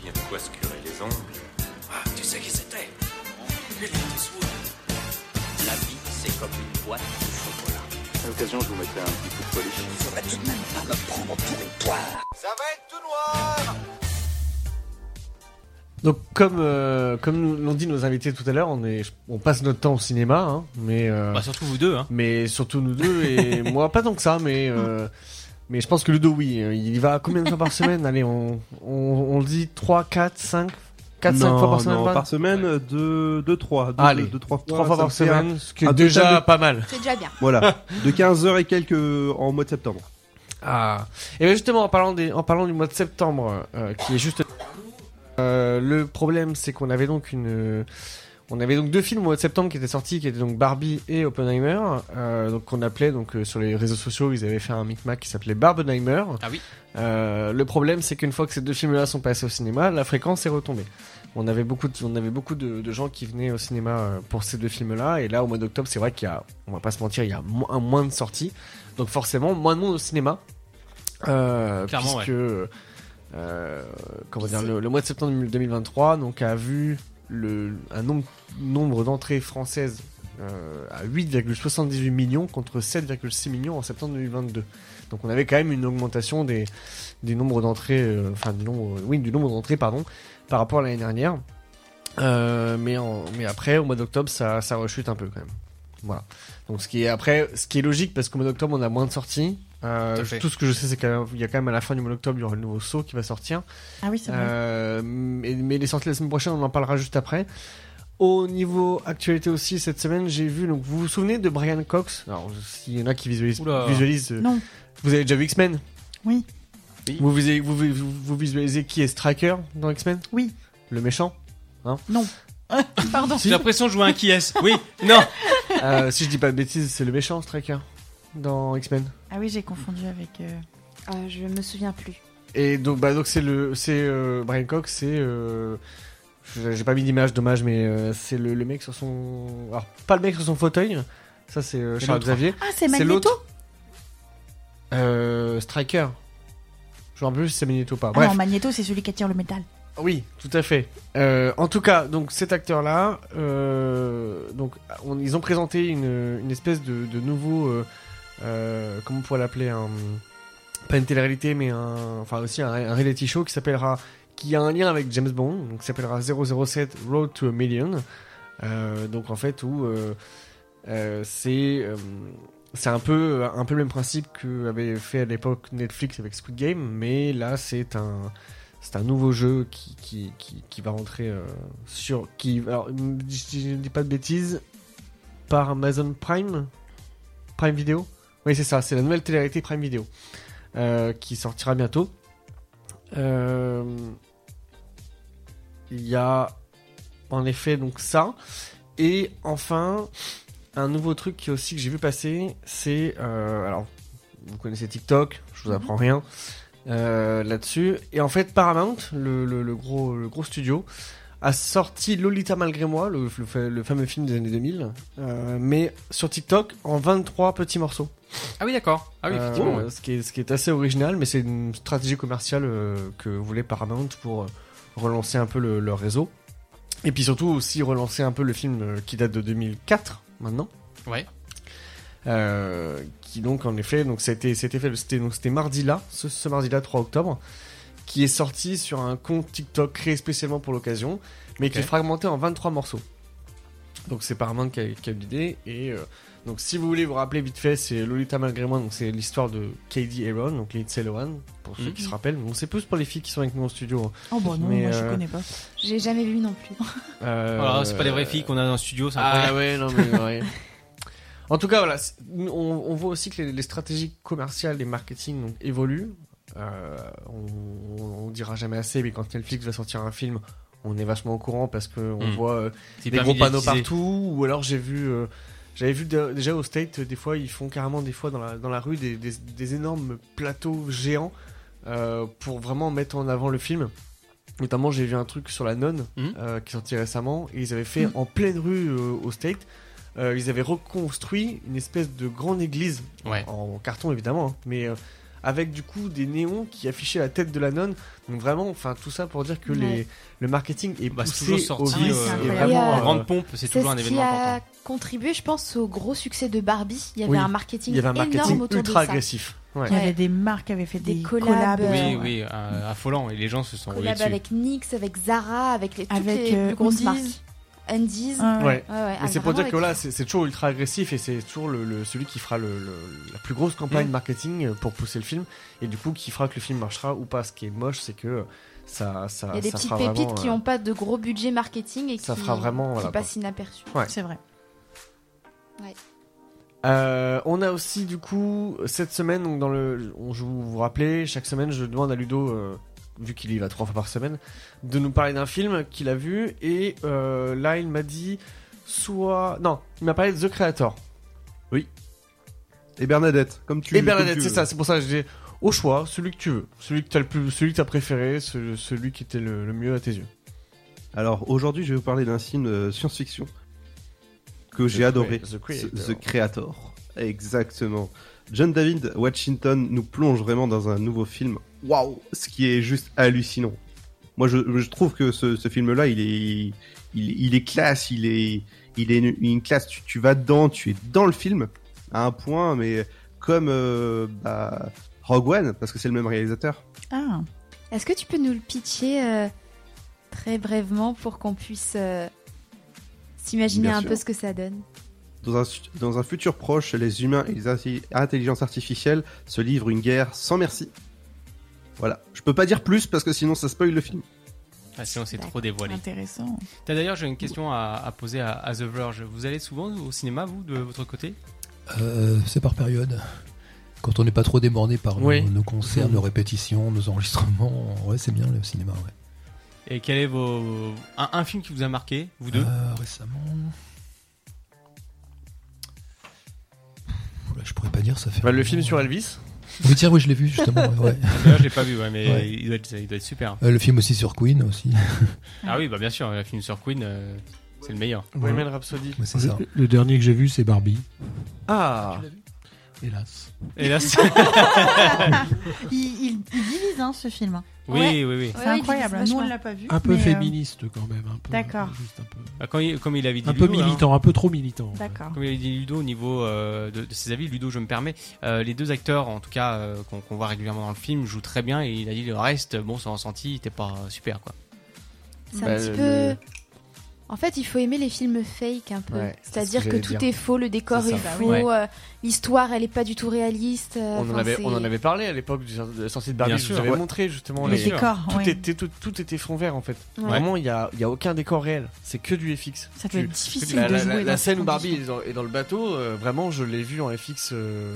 [SPEAKER 19] Il y a de quoi se curer les ongles.
[SPEAKER 16] Ah, tu sais qui c'était Il était sourd. La vie, c'est comme une boîte de chocolat.
[SPEAKER 19] À l'occasion, je vous mettrai un petit coup de polish.
[SPEAKER 16] Il faudrait tout de même pas me prendre pour une poire. Ça va être tout noir
[SPEAKER 4] Donc comme euh, comme nous l'ont dit nos invités tout à l'heure, on est on passe notre temps au cinéma, hein, mais euh,
[SPEAKER 2] Bah, surtout vous deux. Hein.
[SPEAKER 4] mais surtout nous deux et moi pas tant que ça, mais euh, mais je pense que Ludo oui, euh, il y va combien de fois par semaine Allez, on, on on le dit 3, 4, 5 4, 5
[SPEAKER 5] Non,
[SPEAKER 4] fois par semaine
[SPEAKER 5] non,
[SPEAKER 4] Van
[SPEAKER 5] par semaine, 2-3. Deux, deux, trois. Deux-
[SPEAKER 4] Allez.
[SPEAKER 5] deux- trois-
[SPEAKER 4] Ouais,
[SPEAKER 5] trois
[SPEAKER 4] ça
[SPEAKER 5] fois par
[SPEAKER 4] me fait un-
[SPEAKER 5] semaine.
[SPEAKER 4] ce qui est
[SPEAKER 5] Un
[SPEAKER 4] déjà
[SPEAKER 5] total de-
[SPEAKER 4] pas mal.
[SPEAKER 13] C'est déjà bien.
[SPEAKER 5] Voilà, de 15h et quelques en mois de septembre.
[SPEAKER 4] Ah. Et bien justement, en parlant, des, en parlant du mois de septembre, euh, qui est juste... Euh, le problème, c'est qu'on avait donc une... On avait donc deux films au mois de septembre qui étaient sortis, qui étaient donc Barbie et Oppenheimer, euh, donc qu'on appelait donc euh, sur les réseaux sociaux, ils avaient fait un micmac qui s'appelait Barbenheimer.
[SPEAKER 2] Ah oui.
[SPEAKER 4] Euh, le problème, c'est qu'une fois que ces deux films-là sont passés au cinéma, la fréquence est retombée. On avait beaucoup, de, on avait beaucoup de, de gens qui venaient au cinéma euh, pour ces deux films-là, et là au mois d'octobre, c'est vrai qu'il y a, on va pas se mentir, il y a mo- un moins de sorties, donc forcément moins de monde au cinéma. Euh,
[SPEAKER 2] Clairement,
[SPEAKER 4] puisque, euh, comment dire, le, le mois de septembre 2023 donc, a vu le, un nombre, nombre d'entrées françaises euh, à 8,78 millions contre 7,6 millions en septembre 2022. Donc on avait quand même une augmentation des, des nombres d'entrées, euh, enfin du nombre, oui, du nombre d'entrées pardon, par rapport à l'année dernière. Euh, mais, en- mais après, au mois d'octobre, ça, ça rechute un peu quand même. Voilà. Donc ce qui est après, ce qui est logique parce qu'au mois d'octobre, on a moins de sorties. Euh,
[SPEAKER 2] Tout à fait.
[SPEAKER 4] tout ce que je sais, c'est qu'il y a quand même à la fin du mois d'octobre, il y aura le nouveau saut qui va sortir.
[SPEAKER 3] Ah oui, c'est vrai.
[SPEAKER 4] Euh, mais, mais les sorties la semaine prochaine, on en parlera juste après. Au niveau actualité aussi, cette semaine, j'ai vu. Donc, vous vous souvenez de Brian Cox Alors, s'il y en a qui visualisent.
[SPEAKER 2] Oula.
[SPEAKER 4] visualisent, euh,
[SPEAKER 2] Non.
[SPEAKER 4] Vous avez déjà vu X-Men
[SPEAKER 3] Oui.
[SPEAKER 4] Vous, visualisez, vous, vous- vous visualisez qui est Striker dans X-Men
[SPEAKER 3] Oui.
[SPEAKER 4] Le méchant hein
[SPEAKER 3] Non. Pardon.
[SPEAKER 2] J'ai l'impression de jouer à un qui est. Oui, non.
[SPEAKER 4] Euh, si je dis pas de bêtises, c'est le méchant Striker dans X-Men.
[SPEAKER 3] Ah oui, j'ai confondu avec. euh,
[SPEAKER 13] je me souviens plus.
[SPEAKER 4] Et donc, bah, donc c'est le, c'est euh, Brian Cox, c'est, euh, j'ai j'ai pas mis d'image, dommage, mais euh, c'est le, le mec sur son, alors pas le mec sur son fauteuil, ça c'est euh,
[SPEAKER 2] C'est
[SPEAKER 4] Charles
[SPEAKER 2] l'autre.
[SPEAKER 4] Xavier.
[SPEAKER 3] Ah, c'est Magneto
[SPEAKER 4] l'autre. Euh, Striker. Je me rappelle plus si c'est Magneto ou pas.
[SPEAKER 3] Ah
[SPEAKER 4] Bref.
[SPEAKER 3] non, Magneto, c'est celui qui attire le métal.
[SPEAKER 4] Oui, tout à fait. Euh, en tout cas, donc cet acteur-là, euh, donc on- ils ont présenté une, une espèce de, de nouveau, euh, euh, comment on pourrait l'appeler, un, pas une télé-réalité, mais un, enfin aussi un, un reality show qui s'appellera, qui a un lien avec James Bond, donc qui s'appellera 007 Road to a Million. Euh, donc en fait où euh, euh, c'est euh, c'est un peu un peu le même principe que avait fait à l'époque Netflix avec Squid Game, mais là c'est un c'est un nouveau jeu qui qui, qui, qui va rentrer euh, sur qui alors je, je ne dis pas de bêtises par Amazon Prime Prime Video oui c'est ça c'est la nouvelle télé-réalité Prime Video euh, qui sortira bientôt Euh, il y a en effet donc ça et enfin un nouveau truc qui aussi que j'ai vu passer c'est euh, alors vous connaissez TikTok je
[SPEAKER 2] Mhm.
[SPEAKER 4] vous apprends rien euh, là-dessus et en fait Paramount le, le- le gros le gros studio a sorti Lolita malgré moi le, le fa- le fameux film des années 2000 euh, mais sur TikTok en 23 petits morceaux
[SPEAKER 2] Ah oui, d'accord. Ah oui,
[SPEAKER 4] euh,
[SPEAKER 2] effectivement. ouais.
[SPEAKER 4] ce, qui est, ce qui est assez original, mais c'est une stratégie commerciale euh, que voulait Paramount pour euh, relancer un peu le- leur réseau. Et puis surtout aussi relancer un peu le film euh, qui date de 2004 maintenant.
[SPEAKER 2] Ouais.
[SPEAKER 4] Euh, qui donc en effet, donc c'était c'était fait, c'était donc c'était mardi là, ce, ce mardi là 3 octobre, qui est sorti sur un compte TikTok créé spécialement pour l'occasion, mais qui
[SPEAKER 2] Ok.
[SPEAKER 4] est fragmenté en 23 morceaux. Donc c'est Paramount qui a, qui a eu l'idée. Et euh, donc si vous voulez vous rappeler vite fait, c'est Lolita malgré moi. Donc c'est l'histoire de Katie Aaron, donc Lindsay Lohan, pour ceux
[SPEAKER 13] Mhm.
[SPEAKER 4] qui se rappellent. Donc c'est plus pour les filles qui sont avec nous en studio. hein.
[SPEAKER 13] Oh, bon,
[SPEAKER 3] bah non,
[SPEAKER 4] Mais,
[SPEAKER 3] moi, je
[SPEAKER 4] euh,
[SPEAKER 3] connais pas.
[SPEAKER 13] J'ai jamais vu non plus.
[SPEAKER 4] euh,
[SPEAKER 2] Voilà, c'est pas les vraies filles qu'on a dans le studio, c'est
[SPEAKER 4] Ah
[SPEAKER 2] incroyable.
[SPEAKER 4] ouais, non mais ouais. En tout cas, voilà, c'est- nous, on, on voit aussi que les, les stratégies commerciales et marketing donc, évoluent. Euh, on, on- on dira jamais assez, mais quand Netflix va sortir un film, on est vachement au courant parce qu'on
[SPEAKER 2] Mm.
[SPEAKER 4] voit euh,
[SPEAKER 2] C'est
[SPEAKER 4] des
[SPEAKER 2] hyper
[SPEAKER 4] gros panneaux
[SPEAKER 2] médiatisé.
[SPEAKER 4] partout. Ou alors j'ai vu, euh, j'avais vu de- déjà au State, euh, des fois ils font carrément des fois dans la, dans la rue des, des- des énormes plateaux géants euh, pour vraiment mettre en avant le film. Notamment, j'ai vu un truc sur la nonne
[SPEAKER 2] Mhm.
[SPEAKER 4] euh, qui est sorti récemment et ils avaient fait en pleine rue euh, au State. euh, ils avaient reconstruit une espèce de grande église
[SPEAKER 2] Ouais.
[SPEAKER 4] en, en carton évidemment, hein, mais euh, avec du coup des néons qui affichaient la tête de la nonne. Donc vraiment, enfin tout ça pour dire que
[SPEAKER 13] Ouais.
[SPEAKER 4] les, le marketing est
[SPEAKER 2] Bah, c'est
[SPEAKER 4] poussé
[SPEAKER 2] toujours sorti,
[SPEAKER 4] au vice
[SPEAKER 2] euh,
[SPEAKER 4] et
[SPEAKER 2] Ouais.
[SPEAKER 4] vraiment
[SPEAKER 2] en
[SPEAKER 4] euh,
[SPEAKER 2] grande pompe, c'est toujours un
[SPEAKER 13] ce
[SPEAKER 2] événement
[SPEAKER 13] qui a
[SPEAKER 2] important.
[SPEAKER 13] contribué, je pense, au gros succès de Barbie. Il y avait
[SPEAKER 4] Oui.
[SPEAKER 13] un marketing
[SPEAKER 4] Il y avait un marketing
[SPEAKER 13] énorme autour
[SPEAKER 4] ultra
[SPEAKER 13] de ça.
[SPEAKER 4] agressif. Ouais.
[SPEAKER 3] Il y avait des marques qui avaient fait des,
[SPEAKER 13] Des
[SPEAKER 3] collabs.
[SPEAKER 13] collabs,
[SPEAKER 3] euh,
[SPEAKER 2] Oui, oui, euh, affolant. Et les gens se sont rués
[SPEAKER 13] Collab
[SPEAKER 2] dessus.
[SPEAKER 13] avec NYX, avec Zara, avec les, toutes
[SPEAKER 3] Avec,
[SPEAKER 13] les
[SPEAKER 3] euh,
[SPEAKER 13] plus grosses
[SPEAKER 3] Undies.
[SPEAKER 13] marques. Undies.
[SPEAKER 4] Ouais.
[SPEAKER 13] ouais,
[SPEAKER 4] Mais
[SPEAKER 13] ah,
[SPEAKER 4] c'est
[SPEAKER 13] vraiment
[SPEAKER 4] pour dire
[SPEAKER 13] avec-
[SPEAKER 4] que là, c'est c'est toujours ultra agressif et c'est toujours le, le- celui qui fera le, le- la plus grosse campagne
[SPEAKER 2] Mhm.
[SPEAKER 4] marketing euh, pour pousser le film et du coup qui fera que le film marchera ou pas. Ce qui est moche, c'est que ça, ça,
[SPEAKER 13] Il y a des
[SPEAKER 4] ça
[SPEAKER 13] petites
[SPEAKER 4] fera
[SPEAKER 13] pépites
[SPEAKER 4] vraiment,
[SPEAKER 13] qui
[SPEAKER 4] euh,
[SPEAKER 13] n'ont pas de gros budget marketing et
[SPEAKER 4] ça
[SPEAKER 13] qui,
[SPEAKER 4] fera vraiment
[SPEAKER 13] qui
[SPEAKER 4] voilà,
[SPEAKER 13] passent
[SPEAKER 4] quoi.
[SPEAKER 13] inaperçues.
[SPEAKER 4] Ouais.
[SPEAKER 3] C'est vrai.
[SPEAKER 13] Ouais.
[SPEAKER 4] Euh, on a aussi du coup cette semaine donc dans le, on, je vous, vous rappelez, chaque semaine je demande à Ludo euh, vu qu'il y va trois fois par semaine, de nous parler d'un film qu'il a vu. Et euh, là, il m'a dit soit. Non, il m'a parlé de The Creator.
[SPEAKER 5] Oui. Et Bernadette, comme tu
[SPEAKER 4] Et Bernadette,
[SPEAKER 5] comme tu
[SPEAKER 4] c'est
[SPEAKER 5] veux.
[SPEAKER 4] ça, c'est pour ça que j'ai au choix celui que tu veux, celui que t'as le plus, celui que t'as préféré, ce- celui qui était le, le mieux à tes yeux.
[SPEAKER 5] Alors aujourd'hui, je vais vous parler d'un film euh, science-fiction que j'ai
[SPEAKER 4] Cre-
[SPEAKER 5] adoré,
[SPEAKER 4] The
[SPEAKER 5] The,
[SPEAKER 4] Creator.
[SPEAKER 5] The Creator. Exactement. John David Washington nous plonge vraiment dans un nouveau film. Waouh, ce qui est juste hallucinant. Moi, je, je trouve que ce, ce film-là, il est, il, il est classe, il est, il est une, une classe. Tu, tu vas dedans, tu es dans le film à un point, mais comme euh, bah, Rogue One, parce que c'est le même réalisateur.
[SPEAKER 13] Est-ce que tu peux nous le pitcher euh, très brièvement pour qu'on puisse euh, s'imaginer
[SPEAKER 5] Bien
[SPEAKER 13] un
[SPEAKER 5] sûr.
[SPEAKER 13] peu ce que ça donne
[SPEAKER 5] Dans un, dans un futur proche, les humains et les inti- intelligences artificielles se livrent une guerre sans merci. Voilà. Je peux pas dire plus parce que sinon ça spoil le film.
[SPEAKER 2] Ah, sinon, c'est trop dévoilé.
[SPEAKER 3] Intéressant.
[SPEAKER 2] T'as d'ailleurs, j'ai une question à, à poser à, à The Verge. Vous allez souvent au cinéma, vous, de votre côté
[SPEAKER 6] Euh, c'est par période. Quand on n'est pas trop débordé par nos-
[SPEAKER 2] Oui.
[SPEAKER 6] nos, concerts,
[SPEAKER 4] Mm.
[SPEAKER 6] nos répétitions, nos enregistrements, ouais, c'est bien le cinéma. ouais.
[SPEAKER 2] Et quel est vos un, un film qui vous a marqué, vous deux
[SPEAKER 6] Euh, Récemment. Oula, je pourrais pas dire, ça fait.
[SPEAKER 4] Bah, le film sur Elvis.
[SPEAKER 6] Oui, tiens, oui, je l'ai vu justement. ouais, ouais.
[SPEAKER 2] Ah, D'ailleurs, je l'ai pas vu, ouais, mais
[SPEAKER 6] Ouais.
[SPEAKER 2] Il, doit être, il doit être super.
[SPEAKER 6] Euh, le film aussi sur Queen aussi.
[SPEAKER 2] Ah oui, bah bien sûr, le film sur Queen, euh, c'est le meilleur.
[SPEAKER 4] Bohemian Rhapsody.
[SPEAKER 6] c'est ça.
[SPEAKER 14] Le, le dernier que j'ai vu, c'est Barbie.
[SPEAKER 4] Ah.
[SPEAKER 14] Hélas.
[SPEAKER 2] Hélas.
[SPEAKER 3] il, il- il divise hein, ce film.
[SPEAKER 2] Oui, oui, oui.
[SPEAKER 3] C'est
[SPEAKER 2] Ouais, il
[SPEAKER 3] incroyable.
[SPEAKER 2] divise
[SPEAKER 3] Nous, on
[SPEAKER 2] vachement.
[SPEAKER 3] l'a pas vu.
[SPEAKER 14] Un peu
[SPEAKER 3] mais, euh,
[SPEAKER 14] féministe quand même. hein. un peu-
[SPEAKER 3] D'accord.
[SPEAKER 2] Bah, quand il- comme il avait dit
[SPEAKER 14] Un peu
[SPEAKER 2] Ludo, hein.
[SPEAKER 14] militant, un peu trop militant.
[SPEAKER 3] D'accord.
[SPEAKER 2] Comme il avait dit Ludo au niveau euh, de, de ses avis, Ludo, je me permets, euh, les deux acteurs, en tout cas, euh, qu'on qu'on voit régulièrement dans le film, jouent très bien et il a dit le reste, bon, son ressenti, était pas super quoi.
[SPEAKER 13] C'est
[SPEAKER 2] Bah,
[SPEAKER 13] un petit
[SPEAKER 2] le-
[SPEAKER 13] peu. En fait, il faut aimer les films fake un peu.
[SPEAKER 4] Ouais, c'est
[SPEAKER 13] C'est-à-dire
[SPEAKER 4] ce que
[SPEAKER 13] que,
[SPEAKER 4] j'allais
[SPEAKER 13] tout
[SPEAKER 4] dire.
[SPEAKER 13] est faux, le décor est,
[SPEAKER 4] C'est ça. Bah
[SPEAKER 13] faux,
[SPEAKER 4] Ouais.
[SPEAKER 13] euh, l'histoire elle est pas du tout réaliste. euh,
[SPEAKER 4] On en,
[SPEAKER 13] enfin,
[SPEAKER 4] avait, on
[SPEAKER 13] c'est-
[SPEAKER 4] en avait parlé à l'époque du de la sortie de Barbie,
[SPEAKER 2] Bien
[SPEAKER 4] je
[SPEAKER 2] sûr.
[SPEAKER 4] vous avais
[SPEAKER 2] Ouais.
[SPEAKER 4] montré justement
[SPEAKER 2] Bien
[SPEAKER 4] les
[SPEAKER 2] sûr.
[SPEAKER 4] décors. Tout,
[SPEAKER 2] ouais.
[SPEAKER 4] était, tout, tout était fond vert en fait.
[SPEAKER 2] Ouais.
[SPEAKER 4] Vraiment, il n'y a, il y a aucun décor réel, c'est que du FX.
[SPEAKER 3] Ça doit
[SPEAKER 4] Tu-
[SPEAKER 3] être difficile
[SPEAKER 4] La,
[SPEAKER 3] de
[SPEAKER 4] la-
[SPEAKER 3] jouer
[SPEAKER 4] la-
[SPEAKER 3] dans
[SPEAKER 4] la
[SPEAKER 3] ces
[SPEAKER 4] scène où Barbie est dans, est dans le bateau, euh, vraiment, je l'ai vu en FX. euh,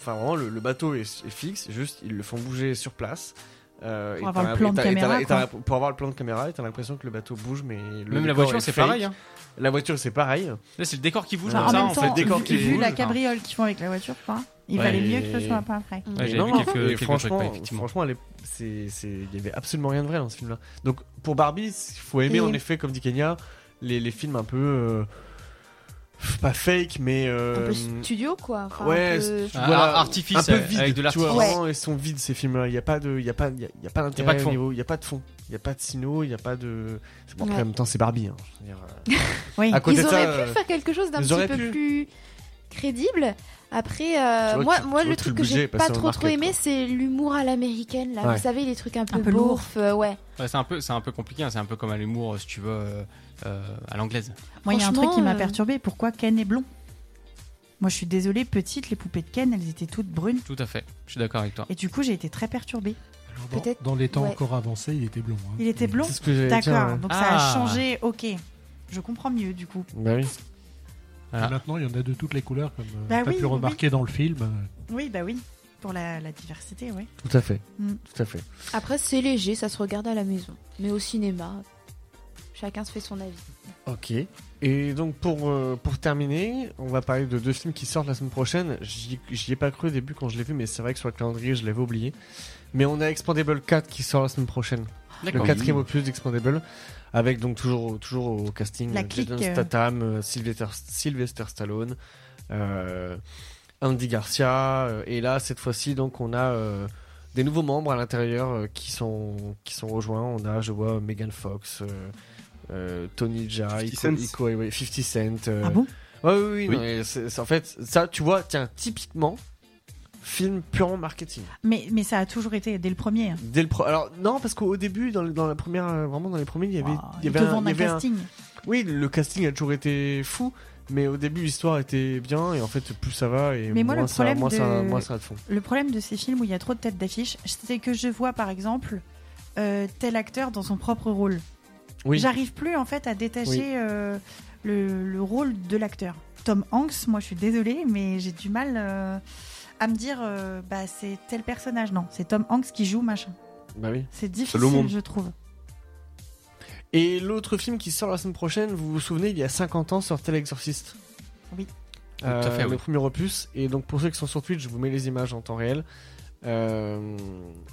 [SPEAKER 4] Enfin, vraiment, le, le bateau est, est fixe, juste ils le font bouger sur place. euh,
[SPEAKER 3] Pour
[SPEAKER 4] et
[SPEAKER 3] avoir
[SPEAKER 4] t'as-
[SPEAKER 3] le plan
[SPEAKER 4] et
[SPEAKER 3] de
[SPEAKER 4] t'as- et t'as-
[SPEAKER 3] caméra,
[SPEAKER 4] et t'as-
[SPEAKER 3] quoi.
[SPEAKER 4] Pour avoir le plan de caméra, et t'as l'impression que le bateau bouge, mais le
[SPEAKER 2] Même la
[SPEAKER 4] décor
[SPEAKER 2] voiture,
[SPEAKER 4] est
[SPEAKER 2] c'est
[SPEAKER 4] fake.
[SPEAKER 2] pareil, hein.
[SPEAKER 4] La voiture, c'est pareil.
[SPEAKER 2] Là, c'est le décor qui bouge
[SPEAKER 3] Enfin,
[SPEAKER 2] comme ça,
[SPEAKER 3] en même
[SPEAKER 2] en fait. Ah,
[SPEAKER 3] temps,
[SPEAKER 2] Le décor qui
[SPEAKER 3] vu
[SPEAKER 2] bouge.
[SPEAKER 3] la cabriole qu'ils font avec la voiture, quoi, il
[SPEAKER 4] Ouais.
[SPEAKER 3] valait mieux que ce soit pas vrai.
[SPEAKER 2] Ouais, j'ai
[SPEAKER 4] Non,
[SPEAKER 2] vu
[SPEAKER 4] non,
[SPEAKER 2] quelques-
[SPEAKER 4] mais
[SPEAKER 2] quelques
[SPEAKER 4] franchement,
[SPEAKER 2] trucs, ouais, effectivement.
[SPEAKER 4] franchement, elle est- c'est- c'est- il y avait absolument rien de vrai dans ce film-là. Donc pour Barbie, il faut aimer
[SPEAKER 2] Et-
[SPEAKER 4] en effet, comme dit Kenya, les, les films un peu euh, pas fake, mais euh,
[SPEAKER 13] Un peu studio, quoi. Enfin,
[SPEAKER 4] ouais,
[SPEAKER 13] un peu-
[SPEAKER 4] tu vois,
[SPEAKER 2] Ah, artifice,
[SPEAKER 4] un peu
[SPEAKER 2] avec
[SPEAKER 4] vide.
[SPEAKER 2] de l'artifice.
[SPEAKER 4] tu vois,
[SPEAKER 2] Ouais.
[SPEAKER 4] vraiment, ils sont vides ces films-là. Il y a pas de, il y a pas, il y a- il y a pas d'intérêt
[SPEAKER 2] Il y a pas de
[SPEAKER 4] au
[SPEAKER 2] fond.
[SPEAKER 4] niveau- Il y a pas de fond. Il y a pas de sino. Il y a pas de. C'est Bon, après,
[SPEAKER 13] Ouais.
[SPEAKER 4] en même temps, c'est Barbie. hein, je veux dire, euh.
[SPEAKER 13] Oui.
[SPEAKER 4] À côté
[SPEAKER 13] ils
[SPEAKER 4] de ça,
[SPEAKER 13] auraient
[SPEAKER 4] euh,
[SPEAKER 13] pu faire quelque chose d'un
[SPEAKER 4] ils
[SPEAKER 13] petit
[SPEAKER 4] auraient
[SPEAKER 13] peu
[SPEAKER 4] pu.
[SPEAKER 13] plus crédible. Après, euh,
[SPEAKER 4] Tu vois
[SPEAKER 13] moi, moi
[SPEAKER 4] que- tu
[SPEAKER 13] le
[SPEAKER 4] vois que
[SPEAKER 13] truc
[SPEAKER 4] le
[SPEAKER 13] que
[SPEAKER 4] budget
[SPEAKER 13] j'ai
[SPEAKER 4] est
[SPEAKER 13] pas
[SPEAKER 4] passé dans
[SPEAKER 13] trop
[SPEAKER 4] le
[SPEAKER 13] trop
[SPEAKER 4] market,
[SPEAKER 13] aimé, c'est l'humour à l'américaine. Là,
[SPEAKER 2] Ouais.
[SPEAKER 13] vous savez, les trucs un peu,
[SPEAKER 3] peu lourd.
[SPEAKER 13] bourf, euh, ouais.
[SPEAKER 2] Ouais, c'est un peu, c'est un peu compliqué. hein. C'est un peu comme à l'humour, si tu veux, euh, euh, à l'anglaise.
[SPEAKER 3] Moi, il y a un truc qui
[SPEAKER 13] Franchement,
[SPEAKER 3] m'a
[SPEAKER 13] euh,
[SPEAKER 3] perturbé. Pourquoi Ken est blond Moi, je suis désolée, petite, les poupées de Ken, elles étaient toutes brunes.
[SPEAKER 2] Tout à fait. Je suis d'accord avec toi.
[SPEAKER 3] Et du coup, j'ai été très perturbée.
[SPEAKER 14] Dans, dans les temps encore avancés, il était blond. hein.
[SPEAKER 3] Il était blond
[SPEAKER 14] C'est ce que j'allais dire,
[SPEAKER 3] D'accord,
[SPEAKER 14] ouais.
[SPEAKER 3] donc ça a
[SPEAKER 14] Ah.
[SPEAKER 3] changé, ok. Je comprends mieux du coup.
[SPEAKER 4] Bah
[SPEAKER 2] Ah.
[SPEAKER 14] Et maintenant, il y en a de toutes les couleurs, comme euh,
[SPEAKER 3] Bah
[SPEAKER 14] t'as
[SPEAKER 3] oui,
[SPEAKER 14] pu
[SPEAKER 3] oui.
[SPEAKER 14] remarquer dans le film.
[SPEAKER 3] Oui, bah oui, pour la, la diversité, oui.
[SPEAKER 4] Tout à fait.
[SPEAKER 3] Mm.
[SPEAKER 4] Tout à fait.
[SPEAKER 13] Après, c'est léger, ça se regarde à la maison. Mais au cinéma, chacun se fait son avis.
[SPEAKER 4] Ok. Et donc pour, euh, pour terminer, on va parler de deux films qui sortent la semaine prochaine. J'y j'y ai pas cru au début quand je l'ai vu, mais c'est vrai que sur le calendrier, je l'avais oublié. Mais on a Expandable 4 qui sort la semaine prochaine. Le
[SPEAKER 2] D'accord.
[SPEAKER 4] quatrième
[SPEAKER 2] Oui.
[SPEAKER 4] opus d'Expandable, avec donc toujours, toujours au casting
[SPEAKER 2] La
[SPEAKER 4] euh, Jason
[SPEAKER 2] clique, euh.
[SPEAKER 4] Statham, euh, Sylvester, Sylvester Stallone, euh, Andy Garcia. euh, Et là, cette fois-ci, donc on a euh, des nouveaux membres à l'intérieur euh, qui, sont, qui sont rejoints. On a, je vois, Megan Fox. euh, euh, Tony Jaa,
[SPEAKER 5] 50
[SPEAKER 4] Iko-
[SPEAKER 5] Cent.
[SPEAKER 4] Iko- ouais, 50 Cent. euh,
[SPEAKER 5] Ah bon
[SPEAKER 4] ouais, Oui, oui,
[SPEAKER 5] Oui.
[SPEAKER 4] non, et c'est- c'est- en fait, ça, tu vois, tiens, typiquement, film purement marketing.
[SPEAKER 3] Mais, mais ça a toujours été dès le premier. hein.
[SPEAKER 4] Dès le pro- Alors, non, parce qu'au début, dans, le- dans la première, euh, vraiment dans les premiers, il y avait, il y
[SPEAKER 3] Ah, ils
[SPEAKER 4] avait
[SPEAKER 3] te vendent
[SPEAKER 4] il y
[SPEAKER 3] un
[SPEAKER 4] avait
[SPEAKER 3] casting.
[SPEAKER 4] Oui, le casting a toujours été fou, mais au début, l'histoire était bien, et en fait, plus ça va, et
[SPEAKER 3] Mais moi,
[SPEAKER 4] moins,
[SPEAKER 3] le
[SPEAKER 4] ça,
[SPEAKER 3] problème,
[SPEAKER 4] moins,
[SPEAKER 3] de...
[SPEAKER 4] ça, moins ça a de fond.
[SPEAKER 3] le problème de ces films où il y a trop de têtes d'affiche, c'est que je vois par exemple euh, tel acteur dans son propre rôle.
[SPEAKER 4] Oui.
[SPEAKER 3] J'arrive plus en fait à détacher
[SPEAKER 4] Oui.
[SPEAKER 3] euh, le, le rôle de l'acteur. Tom Hanks, moi je suis désolée, mais j'ai du mal euh, à me dire euh, bah c'est tel personnage. Non, c'est Tom Hanks qui joue machin.
[SPEAKER 4] Bah oui.
[SPEAKER 3] C'est
[SPEAKER 4] Selon
[SPEAKER 3] difficile,
[SPEAKER 4] monde.
[SPEAKER 3] je trouve.
[SPEAKER 4] Et l'autre film qui sort la semaine prochaine, vous vous souvenez, il y a 50 ans sortait l'Exorciste.
[SPEAKER 3] Oui.
[SPEAKER 4] Euh,
[SPEAKER 2] Tout à fait,
[SPEAKER 4] le
[SPEAKER 2] oui.
[SPEAKER 4] premier opus. Et donc pour ceux qui sont sur Twitch, je vous mets les images en temps réel. Euh,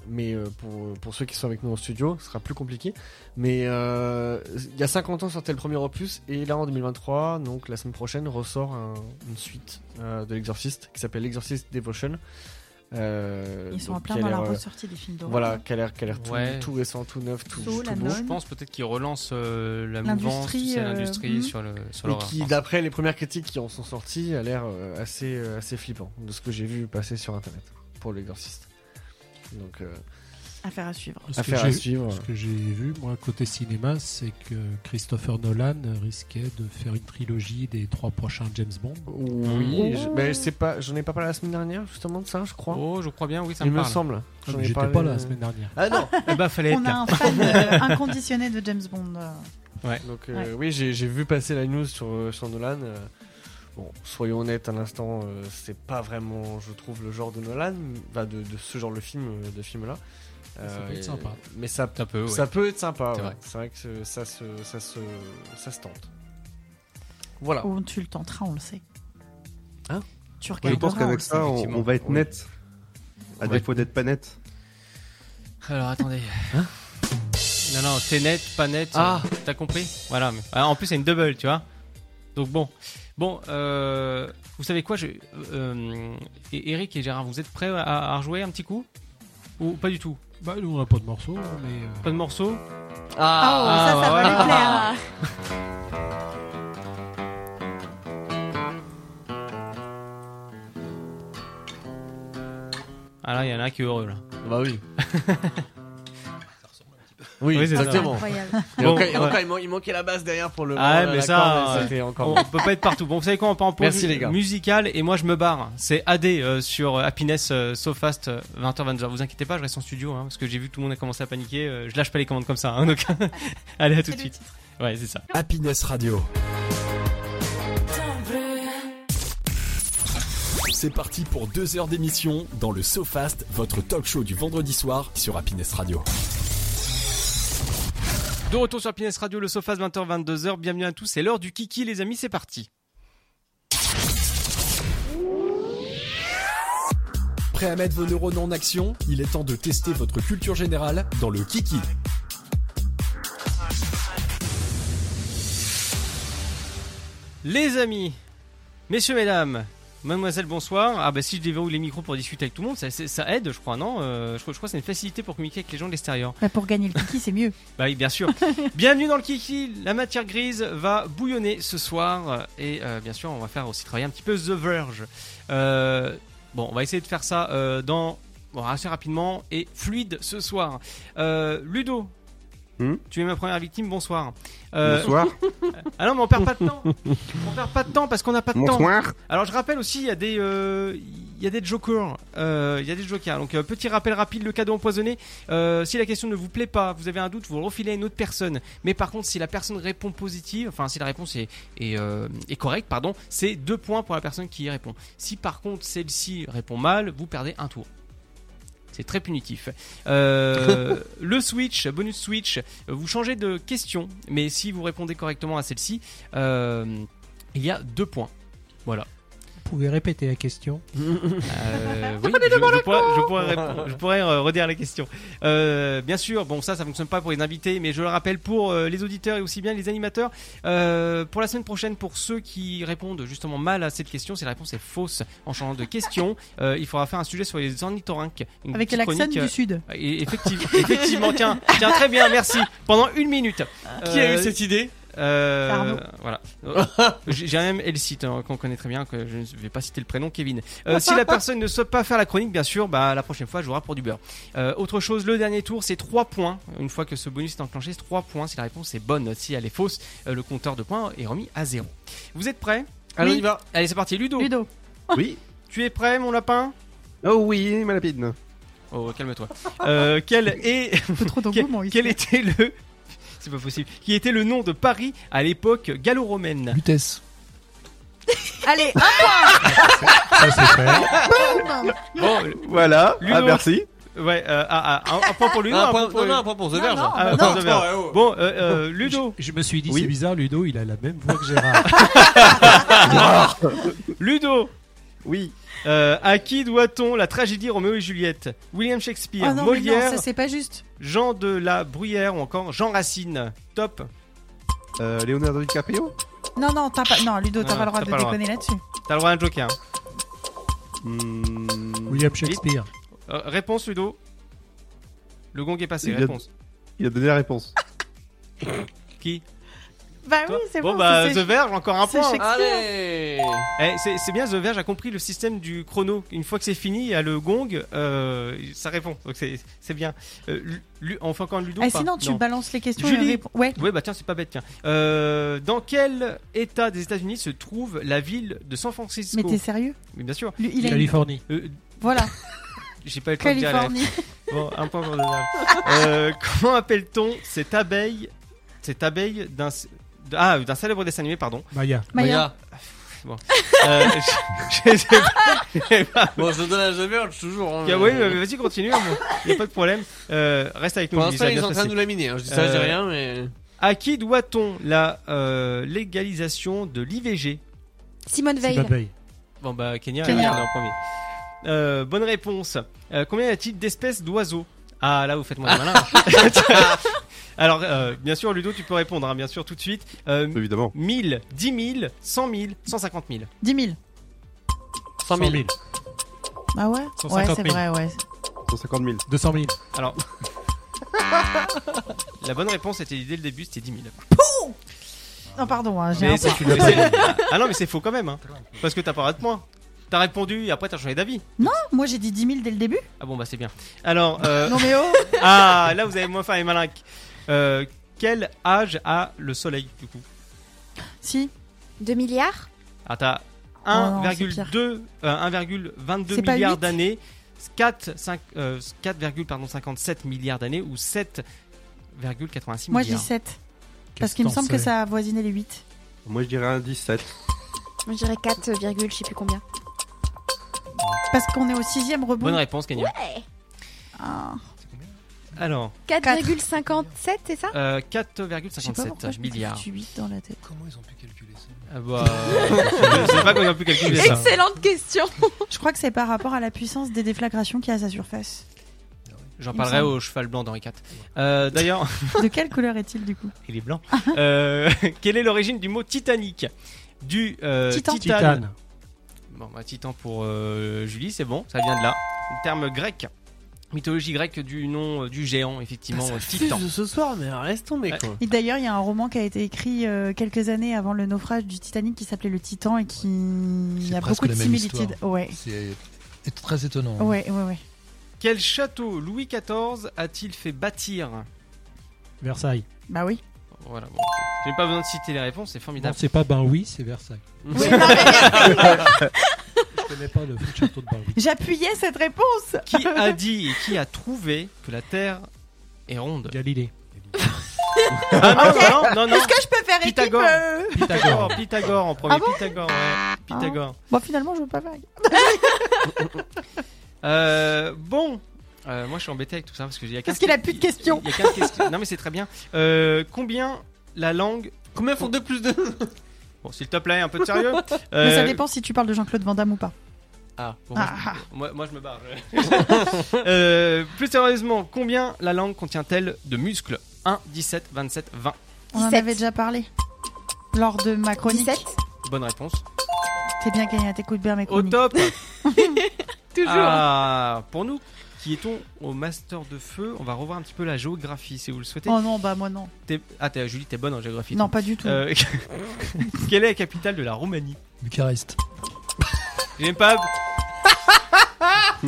[SPEAKER 4] mais euh, pour, pour ceux qui sont avec nous en studio, ce sera plus compliqué. Mais euh, il y a 50 ans sortait le premier opus et là en 2023, donc la semaine prochaine, ressort un- une suite euh, de l'Exorciste qui s'appelle l'Exorciste Devotion. Euh,
[SPEAKER 3] Ils sont
[SPEAKER 4] donc,
[SPEAKER 3] en plein
[SPEAKER 4] qui a
[SPEAKER 3] dans la
[SPEAKER 4] l'air, euh,
[SPEAKER 3] ressortie des films d'horreur.
[SPEAKER 4] Voilà, qui a l'air, qui a l'air tout-
[SPEAKER 2] Ouais.
[SPEAKER 4] tout, récent, tout neuf, tout,
[SPEAKER 3] Saw,
[SPEAKER 4] tout
[SPEAKER 3] La
[SPEAKER 4] beau.
[SPEAKER 3] Nonne.
[SPEAKER 2] Je pense peut-être qu'il relance euh, la mouvance, tu
[SPEAKER 3] L'industrie,
[SPEAKER 2] sais,
[SPEAKER 3] euh,
[SPEAKER 2] l'industrie
[SPEAKER 3] mhm.
[SPEAKER 2] sur le sur
[SPEAKER 4] Et
[SPEAKER 2] l'horreur.
[SPEAKER 4] qui, d'après les premières critiques qui en sont sorties, a l'air euh, assez, euh, assez flippant de ce que j'ai vu passer sur internet pour l'exorciste. Donc, euh,
[SPEAKER 3] Affaire à suivre.
[SPEAKER 14] Ce que
[SPEAKER 4] Affaire à
[SPEAKER 14] j'ai-
[SPEAKER 4] suivre.
[SPEAKER 14] Ce que j'ai vu, moi, côté cinéma, c'est que Christopher Nolan risquait de faire une trilogie des trois prochains James Bond.
[SPEAKER 4] oui, je, mais je sais pas, j'en ai pas parlé la semaine dernière justement de ça, je crois.
[SPEAKER 2] Oh, je crois bien, oui, ça
[SPEAKER 4] Il
[SPEAKER 2] me
[SPEAKER 4] me
[SPEAKER 2] parle.
[SPEAKER 4] semble.
[SPEAKER 14] Ah,
[SPEAKER 4] J'en
[SPEAKER 14] mais
[SPEAKER 4] ai
[SPEAKER 14] j'étais
[SPEAKER 4] parlé-
[SPEAKER 14] pas là la semaine dernière.
[SPEAKER 4] Ah non.
[SPEAKER 2] Eh ben, fallait
[SPEAKER 3] On
[SPEAKER 2] être
[SPEAKER 3] a
[SPEAKER 2] là.
[SPEAKER 3] un fan euh, inconditionné de James Bond. euh.
[SPEAKER 4] Donc euh,
[SPEAKER 3] Ouais.
[SPEAKER 4] oui, j'ai j'ai vu passer la news sur, euh, sur Nolan. euh, bon, soyons honnêtes, à l'instant, euh, c'est pas vraiment, je trouve, le genre de Nolan, bah, de, de ce genre de film, euh, de film là.
[SPEAKER 14] Ça peut être
[SPEAKER 4] et-
[SPEAKER 14] sympa.
[SPEAKER 4] Mais ça,
[SPEAKER 2] Ça peut, ouais.
[SPEAKER 4] ça peut être sympa.
[SPEAKER 2] C'est
[SPEAKER 4] ouais.
[SPEAKER 2] vrai.
[SPEAKER 4] C'est vrai. que ça se, ça se, ça se tente. Voilà.
[SPEAKER 3] Ou tu le tenteras, on le sait.
[SPEAKER 4] Hein
[SPEAKER 3] Tu
[SPEAKER 5] Je
[SPEAKER 3] regarderas.
[SPEAKER 5] pense
[SPEAKER 3] on le
[SPEAKER 5] qu'avec
[SPEAKER 3] sait.
[SPEAKER 5] ça, on, on va être net. À
[SPEAKER 2] On va
[SPEAKER 5] défaut d'être pas net.
[SPEAKER 2] Alors attendez.
[SPEAKER 4] Hein
[SPEAKER 2] non non, t'es net, pas net.
[SPEAKER 4] Ah.
[SPEAKER 2] euh, t'as compris Voilà. mais- ah, en plus, c'est une double, tu vois. Donc bon, bon. euh, vous savez quoi je, euh, et Eric et Gérard, vous êtes prêts à, à rejouer un petit coup ou pas du tout
[SPEAKER 14] Bah, nous, on a pas de morceau, mais. euh,
[SPEAKER 2] Pas de morceau
[SPEAKER 14] Ah,
[SPEAKER 2] bah voilà. Ah là, il y en a un qui est heureux là.
[SPEAKER 4] Bah oui.
[SPEAKER 2] Oui, c'est ça.
[SPEAKER 4] exactement.
[SPEAKER 2] Incroyable.
[SPEAKER 4] Et
[SPEAKER 2] Bon,
[SPEAKER 4] encore- et
[SPEAKER 2] ouais.
[SPEAKER 4] encore, il man- il manquait la base derrière pour le.
[SPEAKER 2] Ah
[SPEAKER 4] la-
[SPEAKER 2] mais
[SPEAKER 4] la
[SPEAKER 2] ça,
[SPEAKER 4] corde,
[SPEAKER 2] euh,
[SPEAKER 4] c'était encore.
[SPEAKER 2] on peut pas être partout. Bon, vous savez quoi, on part en pause
[SPEAKER 4] Merci, les gars.
[SPEAKER 2] musicale et moi je me barre. C'est AD euh, sur euh, Happiness euh, So Fast 20h-22h. Vous inquiétez pas, je reste en studio hein, parce que j'ai vu que tout le monde a commencé à paniquer. euh, je lâche pas les commandes comme ça. hein, donc, allez à tout de suite. Ouais, c'est ça.
[SPEAKER 1] Happiness Radio. C'est parti pour deux heures d'émission dans le SoFast, votre talk show du vendredi soir sur Happiness Radio.
[SPEAKER 2] De retour sur Happiness Radio, le SoFast 20h-22h. Bienvenue à tous. C'est l'heure du kiki, les amis. C'est parti.
[SPEAKER 1] Prêt à mettre vos neurones en action Il est temps de tester votre culture générale dans le Kiki.
[SPEAKER 2] Les amis, messieurs, mesdames, mademoiselle, bonsoir. Ah bah si je déverrouille les micros pour discuter avec tout le monde, ça, c'est- ça aide, je crois, non Euh, je, crois- je crois que c'est une facilité pour communiquer avec les gens de l'extérieur.
[SPEAKER 3] Bah, pour gagner le kiki, c'est mieux.
[SPEAKER 2] Bah oui, bien sûr. Bienvenue dans le Kiki. La matière grise va bouillonner ce soir. euh, Et euh, bien sûr, on va faire aussi travailler un petit peu The Verge. Euh, bon, on va essayer de faire ça euh, dans bon, assez rapidement et fluide ce soir. Euh, Ludo,
[SPEAKER 5] Hmm
[SPEAKER 2] tu es ma première victime. Bonsoir. Euh,
[SPEAKER 5] Bonsoir.
[SPEAKER 2] ah non, mais on perd pas de temps. On perd pas de temps parce qu'on n'a pas de
[SPEAKER 5] Bonsoir.
[SPEAKER 2] temps. Alors je rappelle aussi, il y a des, euh, il y a des jokers, Euh, il y a des jokers. Donc euh, petit rappel rapide, le cadeau empoisonné. Euh, si la question ne vous plaît pas, vous avez un doute, vous le refilez à une autre personne. Mais par contre, si la personne répond positive, enfin si la réponse est, est, euh, est correcte, pardon, c'est deux points pour la personne qui y répond. Si par contre celle-ci répond mal, vous perdez un tour. C'est très punitif. Euh, le switch, bonus switch, euh, vous changez de question, mais si vous répondez correctement à celle-ci, euh, il y a deux points. Voilà.
[SPEAKER 11] Vous pouvez répéter la question
[SPEAKER 2] Euh, oui, je, je pourrais, je pourrais répondre- je pourrais, euh, redire la question. Euh, bien sûr, bon ça, ça fonctionne pas pour les invités, mais je le rappelle pour euh, les auditeurs et aussi bien les animateurs. Euh, pour la semaine prochaine, pour ceux qui répondent justement mal à cette question, si la réponse est fausse en changeant de question, euh, il faudra faire un sujet sur les ornithorynques. une
[SPEAKER 3] Avec
[SPEAKER 2] petite
[SPEAKER 3] l'accent
[SPEAKER 2] chronique,
[SPEAKER 3] du
[SPEAKER 2] euh,
[SPEAKER 3] Sud.
[SPEAKER 2] et effectivement, effectivement, tiens, tiens très bien, merci. Pendant une minute.
[SPEAKER 4] Qui a eu cette
[SPEAKER 2] idée euh,
[SPEAKER 4] C'est Arnaud.
[SPEAKER 2] voilà. Euh, J'ai j'ai même Elcite hein, qu'on connaît très bien, que je ne vais pas citer le prénom, Kevin. Euh, si la personne ne souhaite pas faire la chronique, bien sûr, bah, la prochaine fois, jouera pour du beurre. Euh, autre chose, le dernier tour, c'est 3 points. Une fois que ce bonus est enclenché, c'est 3 points. Si la réponse est bonne, si elle est fausse, euh, le compteur de points est remis à 0. Vous êtes prêts
[SPEAKER 4] Allez, on y va.
[SPEAKER 2] Allez, c'est parti, Ludo.
[SPEAKER 3] Ludo.
[SPEAKER 5] Oui.
[SPEAKER 2] Tu es prêt, mon lapin
[SPEAKER 5] Oh oui, ma lapine.
[SPEAKER 2] Oh, calme-toi. Euh, quel est. quel, quel était le. C'est pas possible. Qui était le nom de Paris à l'époque gallo-romaine
[SPEAKER 6] Lutèce.
[SPEAKER 18] Allez, un point
[SPEAKER 6] Ça, c'est fait.
[SPEAKER 18] Boum
[SPEAKER 2] Bon,
[SPEAKER 5] Voilà.
[SPEAKER 2] Ludo,
[SPEAKER 5] ah merci.
[SPEAKER 2] Ouais, euh, ah, ah, un, un point pour lui.
[SPEAKER 4] Un
[SPEAKER 2] non,
[SPEAKER 4] point-
[SPEAKER 2] pour
[SPEAKER 4] non,
[SPEAKER 2] lui.
[SPEAKER 4] non, un point pour The Verge.
[SPEAKER 2] Ah,
[SPEAKER 4] Non,
[SPEAKER 2] un point
[SPEAKER 4] non.
[SPEAKER 2] pour The Verge.
[SPEAKER 4] Oh, oh.
[SPEAKER 2] Bon, euh, euh, Ludo.
[SPEAKER 20] Je, je me suis dit,
[SPEAKER 2] Oui.
[SPEAKER 20] c'est bizarre, Ludo, il a la même voix que Gérard.
[SPEAKER 2] Ludo. Oui. à qui doit-on la tragédie Roméo et Juliette William Shakespeare,
[SPEAKER 3] Oh non, mais non,
[SPEAKER 2] Molière,
[SPEAKER 3] ça c'est pas juste.
[SPEAKER 2] Jean de la Bruyère ou encore Jean Racine. Top.
[SPEAKER 5] Euh, Leonardo DiCaprio
[SPEAKER 3] Non, non, t'as pas. Non, Ludo, t'as
[SPEAKER 2] Non,
[SPEAKER 3] pas le droit
[SPEAKER 2] t'as
[SPEAKER 3] de
[SPEAKER 2] pas le droit.
[SPEAKER 3] déconner là-dessus.
[SPEAKER 2] T'as le droit à un joker. hein.
[SPEAKER 5] Hmm.
[SPEAKER 20] William Shakespeare.
[SPEAKER 2] Euh, réponse Ludo. Le gong est passé.
[SPEAKER 5] il, a,
[SPEAKER 2] Réponse.
[SPEAKER 5] il a donné la réponse.
[SPEAKER 2] Qui
[SPEAKER 3] Bah
[SPEAKER 2] Toi
[SPEAKER 3] oui, c'est
[SPEAKER 2] Bon
[SPEAKER 3] bon,
[SPEAKER 2] bah
[SPEAKER 3] c'est-
[SPEAKER 2] The Verge encore un
[SPEAKER 3] c'est
[SPEAKER 2] point. hein.
[SPEAKER 3] Shakespeare.
[SPEAKER 2] Eh, c'est c'est bien The Verge a compris le système du chrono. Une fois que c'est fini, il y a le gong, euh, ça répond. Donc c'est c'est bien. Euh, Lu- Lu- on fait encore une Ludo
[SPEAKER 3] Ah,
[SPEAKER 2] ou pas
[SPEAKER 3] sinon, tu
[SPEAKER 2] Non.
[SPEAKER 3] balances les questions et
[SPEAKER 2] Julie.
[SPEAKER 3] réponds- ouais.
[SPEAKER 2] bah tiens c'est pas bête tiens. Euh, dans quel état des États-Unis se trouve la ville de San Francisco
[SPEAKER 3] Mais t'es sérieux
[SPEAKER 2] Mais bien sûr.
[SPEAKER 3] Lui, il a-
[SPEAKER 20] Californie.
[SPEAKER 2] Euh,
[SPEAKER 3] Voilà.
[SPEAKER 2] j'ai pas eu le temps de dire la-
[SPEAKER 3] Californie.
[SPEAKER 2] Bon, un point pour le dame. Euh, comment appelle-t-on cette abeille, cette abeille d'un de- ah, d'un célèbre dessin animé, pardon.
[SPEAKER 20] Maya.
[SPEAKER 12] Maya.
[SPEAKER 2] Bon. Euh, je, je sais pas. je sais pas.
[SPEAKER 4] Bon, je donne à The Verge toujours. hein.
[SPEAKER 2] Ok, oui, Ah, mais vas-y, continue. Il n'y a pas de problème. Euh, reste avec nous.
[SPEAKER 4] Pour
[SPEAKER 2] Lisa,
[SPEAKER 4] l'instant, ils
[SPEAKER 2] bien
[SPEAKER 4] sont en train
[SPEAKER 2] passé. Euh,
[SPEAKER 4] de nous laminer, hein. Je dis ça, je dis rien, mais-
[SPEAKER 2] À qui doit-on la euh, légalisation de l'IVG
[SPEAKER 13] Simone Veil. Simone Veil.
[SPEAKER 2] Bon, bah, Kenya,
[SPEAKER 13] Kenya.
[SPEAKER 2] elle est en premier. Euh, bonne réponse. Euh, combien y a-t-il d'espèces d'oiseaux Ah, là, vous faites moins malin. Alors, euh, bien sûr, Ludo, tu peux répondre, hein, bien sûr, tout de suite. Euh,
[SPEAKER 5] Évidemment.
[SPEAKER 2] 1000, 10 000, 100 000, 150 000.
[SPEAKER 3] 10 000.
[SPEAKER 2] 100 000.
[SPEAKER 3] Ah ouais Ouais,
[SPEAKER 2] 150
[SPEAKER 3] c'est
[SPEAKER 2] 000.
[SPEAKER 3] vrai, ouais.
[SPEAKER 5] 150 000.
[SPEAKER 20] 200 000.
[SPEAKER 2] Alors, la bonne réponse était dès le début, c'était 10 000.
[SPEAKER 3] Non, pardon, hein, j'ai
[SPEAKER 2] Mais
[SPEAKER 3] un
[SPEAKER 2] c'est-
[SPEAKER 3] point.
[SPEAKER 2] mais c'est- ah non, mais c'est faux quand même, hein. parce que t'as pas de point. T'as répondu et après t'as changé d'avis.
[SPEAKER 3] Non, moi j'ai dit 10 000 dès le début.
[SPEAKER 2] Ah bon, bah c'est bien. Alors, euh,
[SPEAKER 3] Non, mais oh
[SPEAKER 2] Ah, là vous avez moins faim les malins. Euh, quel âge a le soleil du coup
[SPEAKER 3] Si.
[SPEAKER 13] 2 milliards
[SPEAKER 2] Ah, t'as
[SPEAKER 13] Oh non, c'est
[SPEAKER 2] 1,2 euh, 1,22
[SPEAKER 13] C'est pas
[SPEAKER 2] milliards
[SPEAKER 13] huit
[SPEAKER 2] d'années, 4, 5, euh, 4, pardon, 57 milliards d'années ou 7,86
[SPEAKER 3] Moi je dis
[SPEAKER 2] milliards.
[SPEAKER 3] 7. Parce qu'il me semble que ça a voisiné les 8.
[SPEAKER 5] Moi, je dirais un 17.
[SPEAKER 13] Moi, je dirais 4, virgule, je sais plus combien.
[SPEAKER 3] Parce qu'on est au sixième rebond. Ah.
[SPEAKER 2] Bonne réponse, Kenya.
[SPEAKER 13] Ouais.
[SPEAKER 2] Alors,
[SPEAKER 13] 4,57, c'est ça
[SPEAKER 2] euh,
[SPEAKER 3] Je sais pas pourquoi
[SPEAKER 2] 4,57
[SPEAKER 3] je me
[SPEAKER 2] milliards.
[SPEAKER 3] suis 8 dans la tête. Comment ils ont pu calculer ça
[SPEAKER 2] Ah bah, je sais pas comment ils ont pu calculer ça.
[SPEAKER 13] question
[SPEAKER 3] Je crois que c'est par rapport à la puissance des déflagrations qu'il y a à sa surface.
[SPEAKER 2] J'en
[SPEAKER 3] Il me
[SPEAKER 2] parlerai
[SPEAKER 3] semble.
[SPEAKER 2] au cheval blanc d'Henri IV. Euh, D'ailleurs,
[SPEAKER 3] De quelle couleur est-il du coup
[SPEAKER 2] il est blanc. Euh, quelle est l'origine du mot Titanic Du euh,
[SPEAKER 3] Titan.
[SPEAKER 2] titane.
[SPEAKER 3] Titane.
[SPEAKER 2] Bon, bah, titan pour euh, Julie, c'est bon, ça vient de là. Le terme grec. Mythologie grecque du nom euh, du géant, effectivement,
[SPEAKER 4] Bah, Ça
[SPEAKER 2] euh,
[SPEAKER 4] fuse
[SPEAKER 2] Titan.
[SPEAKER 4] ce soir, mais reste tomber quoi.
[SPEAKER 3] Et d'ailleurs, il y a un roman qui a été écrit euh, quelques années avant le naufrage du Titanic qui s'appelait Le Titan et qui il y a
[SPEAKER 6] presque
[SPEAKER 3] beaucoup de
[SPEAKER 6] la même
[SPEAKER 3] similitudes.
[SPEAKER 6] histoire.
[SPEAKER 3] Ouais.
[SPEAKER 6] C'est c'est très étonnant.
[SPEAKER 3] Ouais, ouais, ouais.
[SPEAKER 2] Quel château Louis XIV a-t-il fait bâtir
[SPEAKER 20] Versailles.
[SPEAKER 3] Bah oui.
[SPEAKER 2] Voilà, bon, j'ai pas besoin de citer les réponses, c'est
[SPEAKER 20] Non,
[SPEAKER 2] formidable.
[SPEAKER 20] c'est pas Ben oui, c'est Versailles.
[SPEAKER 2] Oui, non, mais-
[SPEAKER 20] Je connais pas le foot château de Ben oui.
[SPEAKER 3] J'appuyais cette réponse.
[SPEAKER 2] Qui a dit et qui a trouvé que la Terre est ronde
[SPEAKER 20] Galilée.
[SPEAKER 2] Ah
[SPEAKER 3] Ok.
[SPEAKER 2] non, non, non, non.
[SPEAKER 3] Est-ce que je peux faire équipe,
[SPEAKER 2] Pythagore.
[SPEAKER 3] euh
[SPEAKER 2] Pythagore, Pythagore en premier.
[SPEAKER 3] Ah bon
[SPEAKER 2] Pythagore, ouais. Pythagore.
[SPEAKER 3] Bon, finalement, je veux pas faire. Ah.
[SPEAKER 2] Euh, bon. Euh, moi, je suis embêté avec tout ça parce que il y a 15
[SPEAKER 3] Parce qu'il a plus de questions.
[SPEAKER 2] Il y a 15 questions. Non, mais c'est très bien. Euh, combien la langue.
[SPEAKER 4] Combien font 2 plus 2
[SPEAKER 2] Bon, s'il te plaît, un peu de sérieux.
[SPEAKER 3] Mais ça
[SPEAKER 2] Euh,
[SPEAKER 3] dépend si tu parles de Jean-Claude Van Damme ou pas.
[SPEAKER 2] Ah, bon,
[SPEAKER 3] Ah,
[SPEAKER 2] moi, je- moi, moi, je me barre. Euh, plus sérieusement, combien la langue contient-elle de muscles 1, 17, 27, 20.
[SPEAKER 3] On en avait déjà parlé lors de ma chronique.
[SPEAKER 2] Bonne réponse.
[SPEAKER 3] T'es bien gagné, t'écoutes bien mes
[SPEAKER 2] Au
[SPEAKER 3] chroniques.
[SPEAKER 2] top
[SPEAKER 3] Toujours.
[SPEAKER 2] Ah, Pour nous qui étions au Master de Feu, on va revoir un petit peu la géographie si vous le souhaitez.
[SPEAKER 3] Oh non, bah moi non.
[SPEAKER 2] T'es- Ah, t'es- Julie, t'es bonne en géographie.
[SPEAKER 3] Non,
[SPEAKER 2] toi.
[SPEAKER 3] pas du tout.
[SPEAKER 2] Euh, Quelle est la capitale de la Roumanie
[SPEAKER 6] Bucarest.
[SPEAKER 2] J'aime pas.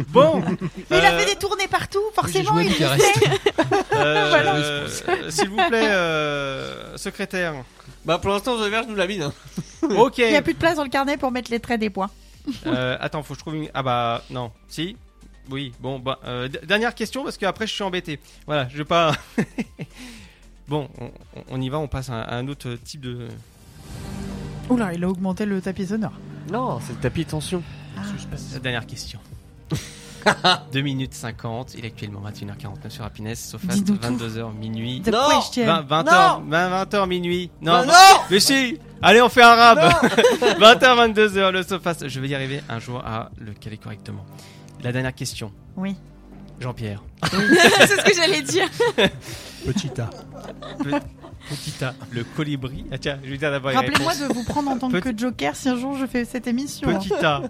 [SPEAKER 2] bon
[SPEAKER 3] Mais il a
[SPEAKER 2] euh,
[SPEAKER 3] fait des tournées partout,
[SPEAKER 2] Oh,
[SPEAKER 3] forcément,
[SPEAKER 6] joué
[SPEAKER 3] il
[SPEAKER 6] à
[SPEAKER 3] le
[SPEAKER 6] Bucarest.
[SPEAKER 3] sait.
[SPEAKER 2] euh,
[SPEAKER 3] Voilà.
[SPEAKER 2] euh, S'il vous plaît, euh, secrétaire.
[SPEAKER 4] Bah pour l'instant, The Verge nous lamine. Hein.
[SPEAKER 2] Ok.
[SPEAKER 3] Il n'y a plus de place dans le carnet pour mettre les traits des points.
[SPEAKER 2] Euh, attends, faut que je trouve une. Ah bah non, si. Oui, bon, bah, euh, d- dernière question parce qu'après je suis embêté. Voilà, je vais pas. bon, on, on- on y va, on passe à, à un autre type de.
[SPEAKER 3] Oula, il a augmenté le tapis sonore.
[SPEAKER 2] Ah.
[SPEAKER 4] Non, c'est le tapis tension.
[SPEAKER 2] La dernière question. 2 minutes 50. Il est actuellement 21h49 sur Happiness. Sauf à
[SPEAKER 11] Dis-nous tout.
[SPEAKER 2] 22h minuit.
[SPEAKER 11] The Non. question.
[SPEAKER 2] 20h, 20h minuit. Non,
[SPEAKER 11] Bah
[SPEAKER 2] vingt-
[SPEAKER 11] non.
[SPEAKER 2] Mais si Allez, on fait un rab 20h, 22h, le Sofast. Je vais y arriver un jour à le caler correctement. La dernière question.
[SPEAKER 3] Oui.
[SPEAKER 2] Jean-Pierre.
[SPEAKER 18] C'est ce que j'allais dire.
[SPEAKER 2] Petit A. Petit A. Le colibri. Ah, tiens, je vais dire d'abord. les
[SPEAKER 3] Rappelez-moi
[SPEAKER 2] réponses.
[SPEAKER 3] de vous prendre en tant
[SPEAKER 2] Petit-
[SPEAKER 3] que joker si un jour je fais cette émission. hein.
[SPEAKER 2] Petit A,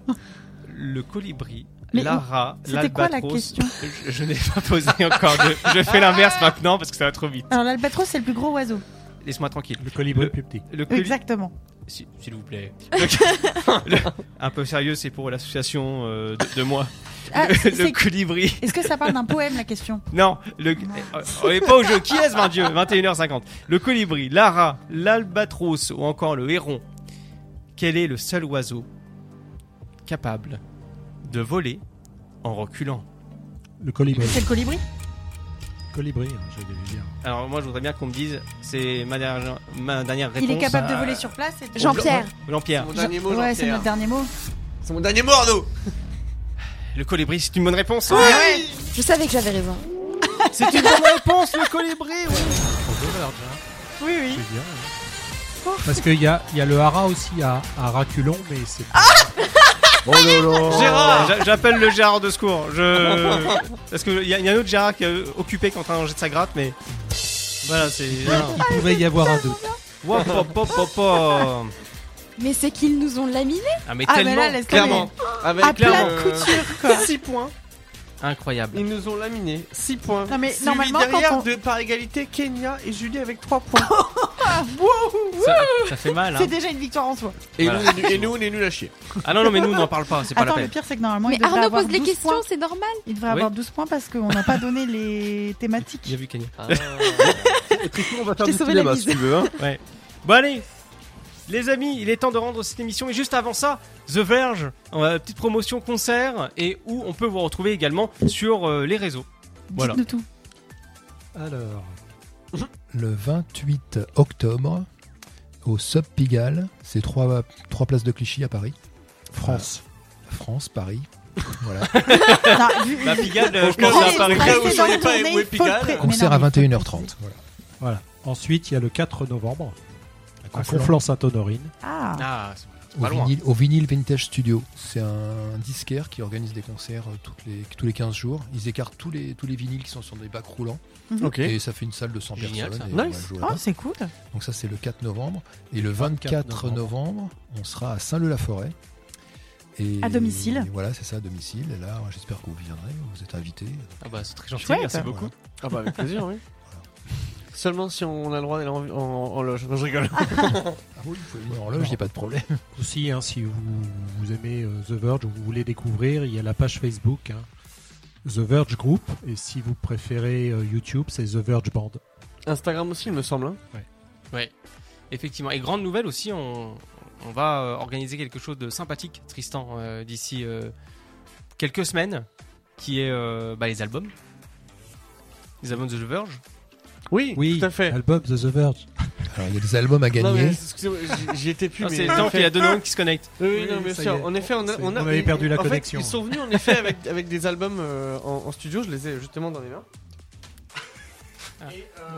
[SPEAKER 2] le colibri,
[SPEAKER 3] Mais
[SPEAKER 2] Lara,
[SPEAKER 3] c'était quoi la
[SPEAKER 2] l'albatros.
[SPEAKER 3] question
[SPEAKER 2] je, je n'ai pas posé encore de. Je fais l'inverse maintenant parce que ça va trop vite.
[SPEAKER 3] Alors l'albatros c'est le plus gros oiseau.
[SPEAKER 2] Laisse-moi tranquille. Le colibri plus petit.
[SPEAKER 3] Exactement.
[SPEAKER 2] S'il s'il vous plaît. Le- le- un peu sérieux, c'est pour l'association euh, de, de moi.
[SPEAKER 3] Ah,
[SPEAKER 2] le,
[SPEAKER 3] c'est-
[SPEAKER 2] le
[SPEAKER 3] c'est-
[SPEAKER 2] colibri.
[SPEAKER 3] Est-ce que ça parle d'un poème la question
[SPEAKER 2] Non, le, euh, on est pas au jeu. Qui est-ce, mon Dieu 21h50. Le colibri, l'ara, l'albatros ou encore le héron. Quel est le seul oiseau capable de voler en reculant
[SPEAKER 14] Le colibri.
[SPEAKER 3] C'est le colibri
[SPEAKER 14] Colibri, hein, j'allais le dire.
[SPEAKER 2] Alors moi, je voudrais bien qu'on me dise, c'est ma dernière, ma dernière réponse.
[SPEAKER 3] Il est capable de
[SPEAKER 2] à-
[SPEAKER 3] voler sur place et-
[SPEAKER 13] Jean-Pierre.
[SPEAKER 2] Euh, Jean-Pierre.
[SPEAKER 3] Ouais, c'est notre dernier mot.
[SPEAKER 2] C'est mon dernier mot, Arnaud Le colibri, c'est une bonne réponse hein.
[SPEAKER 13] Je savais que j'avais raison.
[SPEAKER 2] C'est une bonne réponse, le colibri, oui. Oui, oui.
[SPEAKER 3] Oh.
[SPEAKER 14] Parce qu'il y a, il y a le hara aussi à, à Raculon, mais c'est. Ah
[SPEAKER 6] Oh
[SPEAKER 2] Gérard Oh. j'a- J'appelle le Gérard de secours. Je... Parce qu'il y, a- y a un autre Gérard qui est occupé qui est en train de jeter sa gratte, mais. Voilà, c'est.
[SPEAKER 14] Il pouvait y avoir un doute.
[SPEAKER 2] Wop, wop, wop, wop, wop.
[SPEAKER 13] Mais c'est qu'ils nous ont laminés.
[SPEAKER 2] Ah, mais Ah, mais là, tellement, laisse tomber. clairement. Ah, mais
[SPEAKER 13] à
[SPEAKER 2] clairement.
[SPEAKER 13] plat de
[SPEAKER 2] Euh,
[SPEAKER 13] couture, quoi.
[SPEAKER 4] 6 points.
[SPEAKER 2] Incroyable.
[SPEAKER 4] Ils nous ont laminés. 6 points.
[SPEAKER 3] Non, mais
[SPEAKER 4] Suivi
[SPEAKER 3] normalement, quand
[SPEAKER 4] derrière
[SPEAKER 3] on-
[SPEAKER 4] de, par égalité Kenya et Julie avec 3 points.
[SPEAKER 2] Ça, ça fait mal, hein.
[SPEAKER 3] C'est déjà une victoire en soi.
[SPEAKER 4] Et,
[SPEAKER 2] Voilà.
[SPEAKER 4] nous, on est nu- et nous, on est nuls à chier.
[SPEAKER 2] Ah non, non, mais nous, on n'en parle pas, c'est pas
[SPEAKER 3] Attends,
[SPEAKER 2] la
[SPEAKER 3] le
[SPEAKER 2] peine.
[SPEAKER 3] pire c'est que normalement
[SPEAKER 13] Mais
[SPEAKER 3] il devrait
[SPEAKER 13] Arnaud
[SPEAKER 3] avoir
[SPEAKER 13] pose les
[SPEAKER 3] 12
[SPEAKER 13] questions,
[SPEAKER 3] points.
[SPEAKER 13] c'est normal.
[SPEAKER 3] Il devrait
[SPEAKER 2] Oui.
[SPEAKER 3] avoir 12 points parce qu'on n'a pas donné les thématiques.
[SPEAKER 2] J'ai vu Kenya.
[SPEAKER 5] on va
[SPEAKER 3] faire Ah. Je t'ai du sauvé cinéma, la mise. si tu veux, hein.
[SPEAKER 2] Ouais. Bon, allez, les amis, il est temps de rendre cette émission. Et juste avant ça, The Verge, euh, petite promotion concert et où on peut vous retrouver également sur euh, les réseaux. Voilà.
[SPEAKER 3] Dites-nous tout.
[SPEAKER 14] Alors.
[SPEAKER 6] Le 28 octobre, au Sub Pigalle, c'est trois, trois places de Clichy à Paris. France. France, Paris. Voilà.
[SPEAKER 2] La Pigalle, euh, je
[SPEAKER 14] Concert
[SPEAKER 2] pense que
[SPEAKER 14] à
[SPEAKER 2] c'est à
[SPEAKER 14] Paris.
[SPEAKER 2] Paris.
[SPEAKER 14] Là où
[SPEAKER 2] Vous
[SPEAKER 14] je savais
[SPEAKER 2] savez
[SPEAKER 14] pas
[SPEAKER 2] pas
[SPEAKER 14] où est Pigalle.
[SPEAKER 6] Concert à 21h30. Voilà.
[SPEAKER 14] Voilà. Ensuite, il y a le 4 novembre, à
[SPEAKER 6] Conflans.
[SPEAKER 14] Conflans-Sainte-Honorine.
[SPEAKER 3] Ah.
[SPEAKER 2] c'est
[SPEAKER 6] Au
[SPEAKER 2] pas loin.
[SPEAKER 6] vinyle, au vinyle Vintage Studio. C'est un disquaire qui organise des concerts euh, toutes les, tous les 15 jours. Ils écartent tous les, tous les vinyles qui sont sur des bacs roulants.
[SPEAKER 3] Mhm. Ok.
[SPEAKER 6] Et ça fait une salle de 100
[SPEAKER 2] Génial,
[SPEAKER 6] personnes.
[SPEAKER 2] ça.
[SPEAKER 6] et on va
[SPEAKER 2] Nice.
[SPEAKER 6] jouer
[SPEAKER 3] Oh,
[SPEAKER 6] là-bas.
[SPEAKER 3] c'est cool.
[SPEAKER 6] Donc ça, c'est le 4 novembre. Et le
[SPEAKER 14] 24
[SPEAKER 6] 24 novembre, on sera à Saint-Leu-la-Forêt. Et
[SPEAKER 3] À domicile.
[SPEAKER 6] et voilà, c'est ça, à domicile. Et là, j'espère que vous viendrez. Vous êtes invités.
[SPEAKER 2] Ah bah, c'est très gentil,
[SPEAKER 3] Chouette.
[SPEAKER 2] merci beaucoup.
[SPEAKER 4] Ah bah, avec plaisir, oui. Seulement si on a le droit d'aller en, en- en loge. Non, je rigole.
[SPEAKER 6] oui, vous pouvez venir en loge, il n'y a pas de problème.
[SPEAKER 14] Aussi, hein, si vous, vous aimez euh, The Verge ou vous voulez découvrir, il y a la page Facebook hein, The Verge Group. Et si vous préférez euh, YouTube, c'est The Verge Band.
[SPEAKER 4] Instagram aussi, il me semble. hein.
[SPEAKER 2] Ouais, effectivement. Et grande nouvelle aussi, on, on va euh, organiser quelque chose de sympathique, Tristan, euh, d'ici euh, quelques semaines, qui est euh, bah, les albums. Les albums de The Verge.
[SPEAKER 4] Oui,
[SPEAKER 14] oui,
[SPEAKER 4] tout à fait.
[SPEAKER 14] Album de The Verge.
[SPEAKER 6] Alors, il y a des albums à gagner.
[SPEAKER 4] Non, mais excusez-moi, j'y- j'y étais plus.
[SPEAKER 2] Non,
[SPEAKER 4] mais-
[SPEAKER 2] c'est le temps
[SPEAKER 4] Tout à
[SPEAKER 2] qu'il y a
[SPEAKER 4] fait.
[SPEAKER 2] deux neurones qui se connectent.
[SPEAKER 4] Oui, oui,
[SPEAKER 2] Oui,
[SPEAKER 4] non, bien
[SPEAKER 2] ça y
[SPEAKER 4] sûr.
[SPEAKER 2] est.
[SPEAKER 4] En effet, on, a-
[SPEAKER 2] C'est-
[SPEAKER 4] on, a-
[SPEAKER 2] on avait
[SPEAKER 4] et-
[SPEAKER 2] perdu la
[SPEAKER 4] en fait,
[SPEAKER 2] connexion.
[SPEAKER 4] ils sont venus en effet avec, avec des albums euh, en, en studio, je les ai justement dans les mains.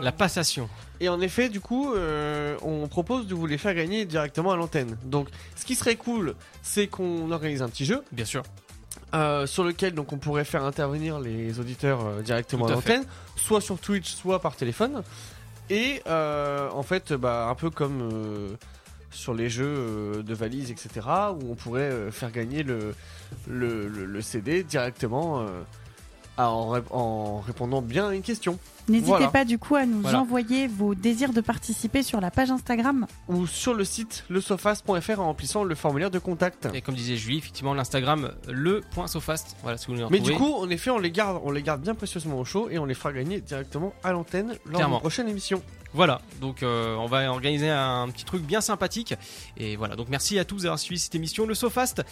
[SPEAKER 2] La passation.
[SPEAKER 4] Et en effet, du coup, euh, on propose de vous les faire gagner directement à l'antenne. Donc, ce qui serait cool, c'est qu'on organise un petit jeu.
[SPEAKER 2] Bien sûr.
[SPEAKER 4] Euh, sur lequel donc on pourrait faire intervenir les auditeurs euh, directement
[SPEAKER 2] Tout
[SPEAKER 4] à
[SPEAKER 2] à
[SPEAKER 4] l'antenne, soit sur Twitch, soit par téléphone. Et euh, en fait, bah, un peu comme euh, sur les jeux euh, de valise, etc., où on pourrait euh, faire gagner le, le, le- le CD directement euh, à- en, ré- en répondant bien à une question.
[SPEAKER 3] N'hésitez
[SPEAKER 4] Voilà.
[SPEAKER 3] pas du coup à nous
[SPEAKER 4] Voilà.
[SPEAKER 3] envoyer vos désirs de participer sur la page Instagram.
[SPEAKER 4] Ou sur le site lesofast.fr en remplissant le formulaire de contact.
[SPEAKER 2] Et comme disait Julie, effectivement, l'Instagram, le.sofast. Voilà, si vous voulez en
[SPEAKER 4] Mais
[SPEAKER 2] retrouver.
[SPEAKER 4] du coup, en effet, on les garde, on les garde bien précieusement au chaud et on les fera gagner directement à l'antenne lors de
[SPEAKER 2] Clairement.
[SPEAKER 4] la prochaine émission.
[SPEAKER 2] Voilà, donc euh, on va organiser un petit truc bien sympathique. Et voilà, donc merci à tous d'avoir suivi cette émission, le SoFast.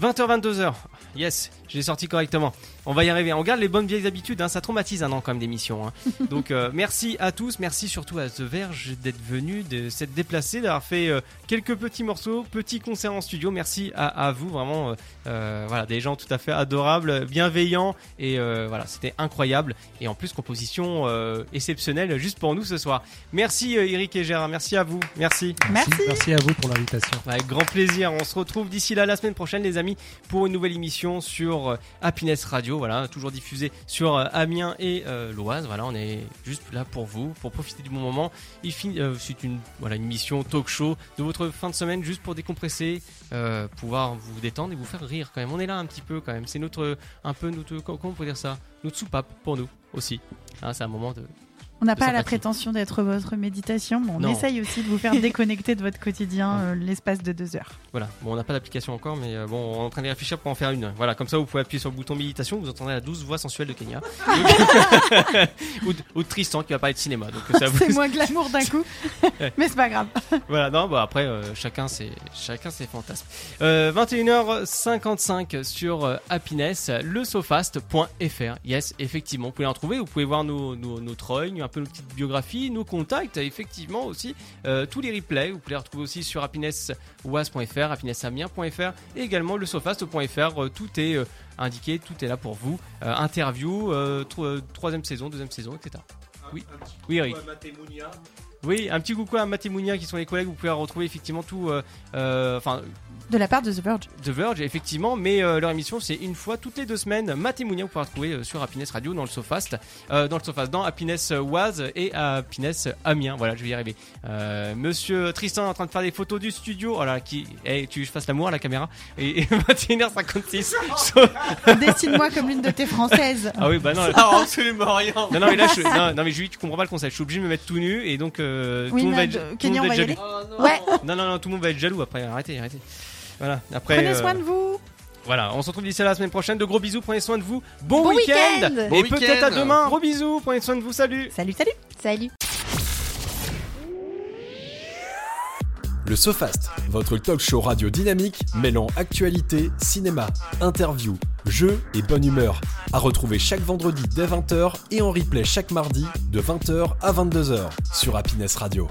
[SPEAKER 2] 20h, 22h. Yes, j'ai sorti correctement. On va y arriver. On garde les bonnes vieilles habitudes. hein. Ça traumatise un an quand même d'émission. hein. Donc euh, merci à tous. Merci surtout à The Verge d'être venu, de s'être déplacé, d'avoir fait euh, quelques petits morceaux, petits concerts en studio. Merci à, à vous. Vraiment, euh, euh, voilà, des gens tout à fait adorables, bienveillants. Et euh, voilà, c'était incroyable. Et en plus, composition euh, exceptionnelle juste pour nous ce soir. Merci euh, Eric et Gérard. Merci à vous. Merci.
[SPEAKER 20] Merci à vous pour l'invitation.
[SPEAKER 2] Avec grand plaisir. On se retrouve d'ici là la semaine prochaine, les amis, pour une nouvelle émission sur euh, Happiness Radio. Voilà, toujours diffusée sur euh, Amiens et euh, l'Oise. Voilà, on est juste là pour vous, pour profiter du bon moment. Il finit, euh, c'est une voilà une mission talk-show de votre fin de semaine, juste pour décompresser, euh, pouvoir vous détendre et vous faire rire quand même. On est là un petit peu quand même. C'est notre un peu notre comment on peut dire ça, notre soupape pour nous aussi. Hein, c'est un moment de
[SPEAKER 3] On n'a
[SPEAKER 2] de
[SPEAKER 3] pas la
[SPEAKER 2] sympathie.
[SPEAKER 3] prétention d'être votre méditation, mais on
[SPEAKER 2] Non.
[SPEAKER 3] essaye aussi de vous faire déconnecter de votre quotidien euh, l'espace de deux heures.
[SPEAKER 2] Voilà, bon, on n'a pas d'application encore, mais euh, bon, on est en train de réfléchir pour en faire une. Voilà, comme ça, vous pouvez appuyer sur le bouton méditation, vous entendrez la douce voix sensuelle de Kenya. ou, de- ou de Tristan qui va parler de cinéma. Donc, ça vous-
[SPEAKER 3] C'est moins glamour d'un coup, mais c'est pas grave.
[SPEAKER 2] voilà, non, bah après, euh, chacun ses, chacun ses fantasmes. Euh, 21h55 sur euh, Happiness, le sofast.fr. Yes, effectivement, vous pouvez en trouver, vous pouvez voir nos, nos, nos trognes, un peu nos petites biographies, nos contacts, effectivement aussi, euh, tous les replays, vous pouvez les retrouver aussi sur happinesswas.fr, happinessamiens.fr et également le sofast.fr. Euh, Tout est euh, indiqué, tout est là pour vous. Euh, interview, euh, tro- euh, troisième saison, deuxième saison, etc. Oui, oui, Eric. Oui, un petit coucou à Matt et Mounia qui sont les collègues. Vous pouvez retrouver effectivement tout. euh, euh, Enfin,
[SPEAKER 3] De la part de The Verge.
[SPEAKER 2] The Verge, effectivement, mais euh, leur émission c'est une fois toutes les deux semaines. Matt et Mounia, vous pouvez retrouver euh, sur Happiness Radio dans le Sofast, euh, dans le Sofast, dans Happiness Oise et Happiness Amiens. Voilà, je vais y arriver. Euh, Monsieur Tristan est en train de faire des photos du studio. Oh là, là, qui, eh, tu fasses l'amour à la caméra. Et, et 21h56.
[SPEAKER 3] Dessine-moi comme l'une de tes françaises.
[SPEAKER 2] Ah oui, bah non.
[SPEAKER 3] Ça rend
[SPEAKER 2] absolument rien. Non, non, mais là, je, non, non, mais Julie, tu comprends pas le concept. Je suis obligé de me mettre tout nu et donc euh,
[SPEAKER 3] Oui,
[SPEAKER 2] tout le monde va
[SPEAKER 3] mais
[SPEAKER 2] être,
[SPEAKER 3] je-
[SPEAKER 2] tout le
[SPEAKER 3] Kenny,
[SPEAKER 2] monde
[SPEAKER 3] on va
[SPEAKER 2] va
[SPEAKER 3] y
[SPEAKER 2] être
[SPEAKER 3] aller
[SPEAKER 2] jaloux.
[SPEAKER 3] Ouais.
[SPEAKER 2] Non, non, non, tout le monde va être jaloux après. Arrêtez, arrêtez. Voilà. Après.
[SPEAKER 3] Prenez
[SPEAKER 2] euh,
[SPEAKER 3] soin de vous.
[SPEAKER 2] Voilà, on se retrouve d'ici à la semaine prochaine. De gros bisous, prenez soin de vous. Bon,
[SPEAKER 3] Bon
[SPEAKER 2] week-end.
[SPEAKER 3] week-end.
[SPEAKER 2] et
[SPEAKER 3] Bon
[SPEAKER 2] peut-être à
[SPEAKER 3] week-end.
[SPEAKER 2] demain. Gros bisous, prenez soin de vous. Salut.
[SPEAKER 3] Salut, salut.
[SPEAKER 13] Salut.
[SPEAKER 1] Le Sofast, votre talk show radio dynamique mêlant actualité, cinéma, interview, jeux et bonne humeur. À retrouver chaque vendredi dès 20h et en replay chaque mardi de 20h à 22h sur Happiness Radio.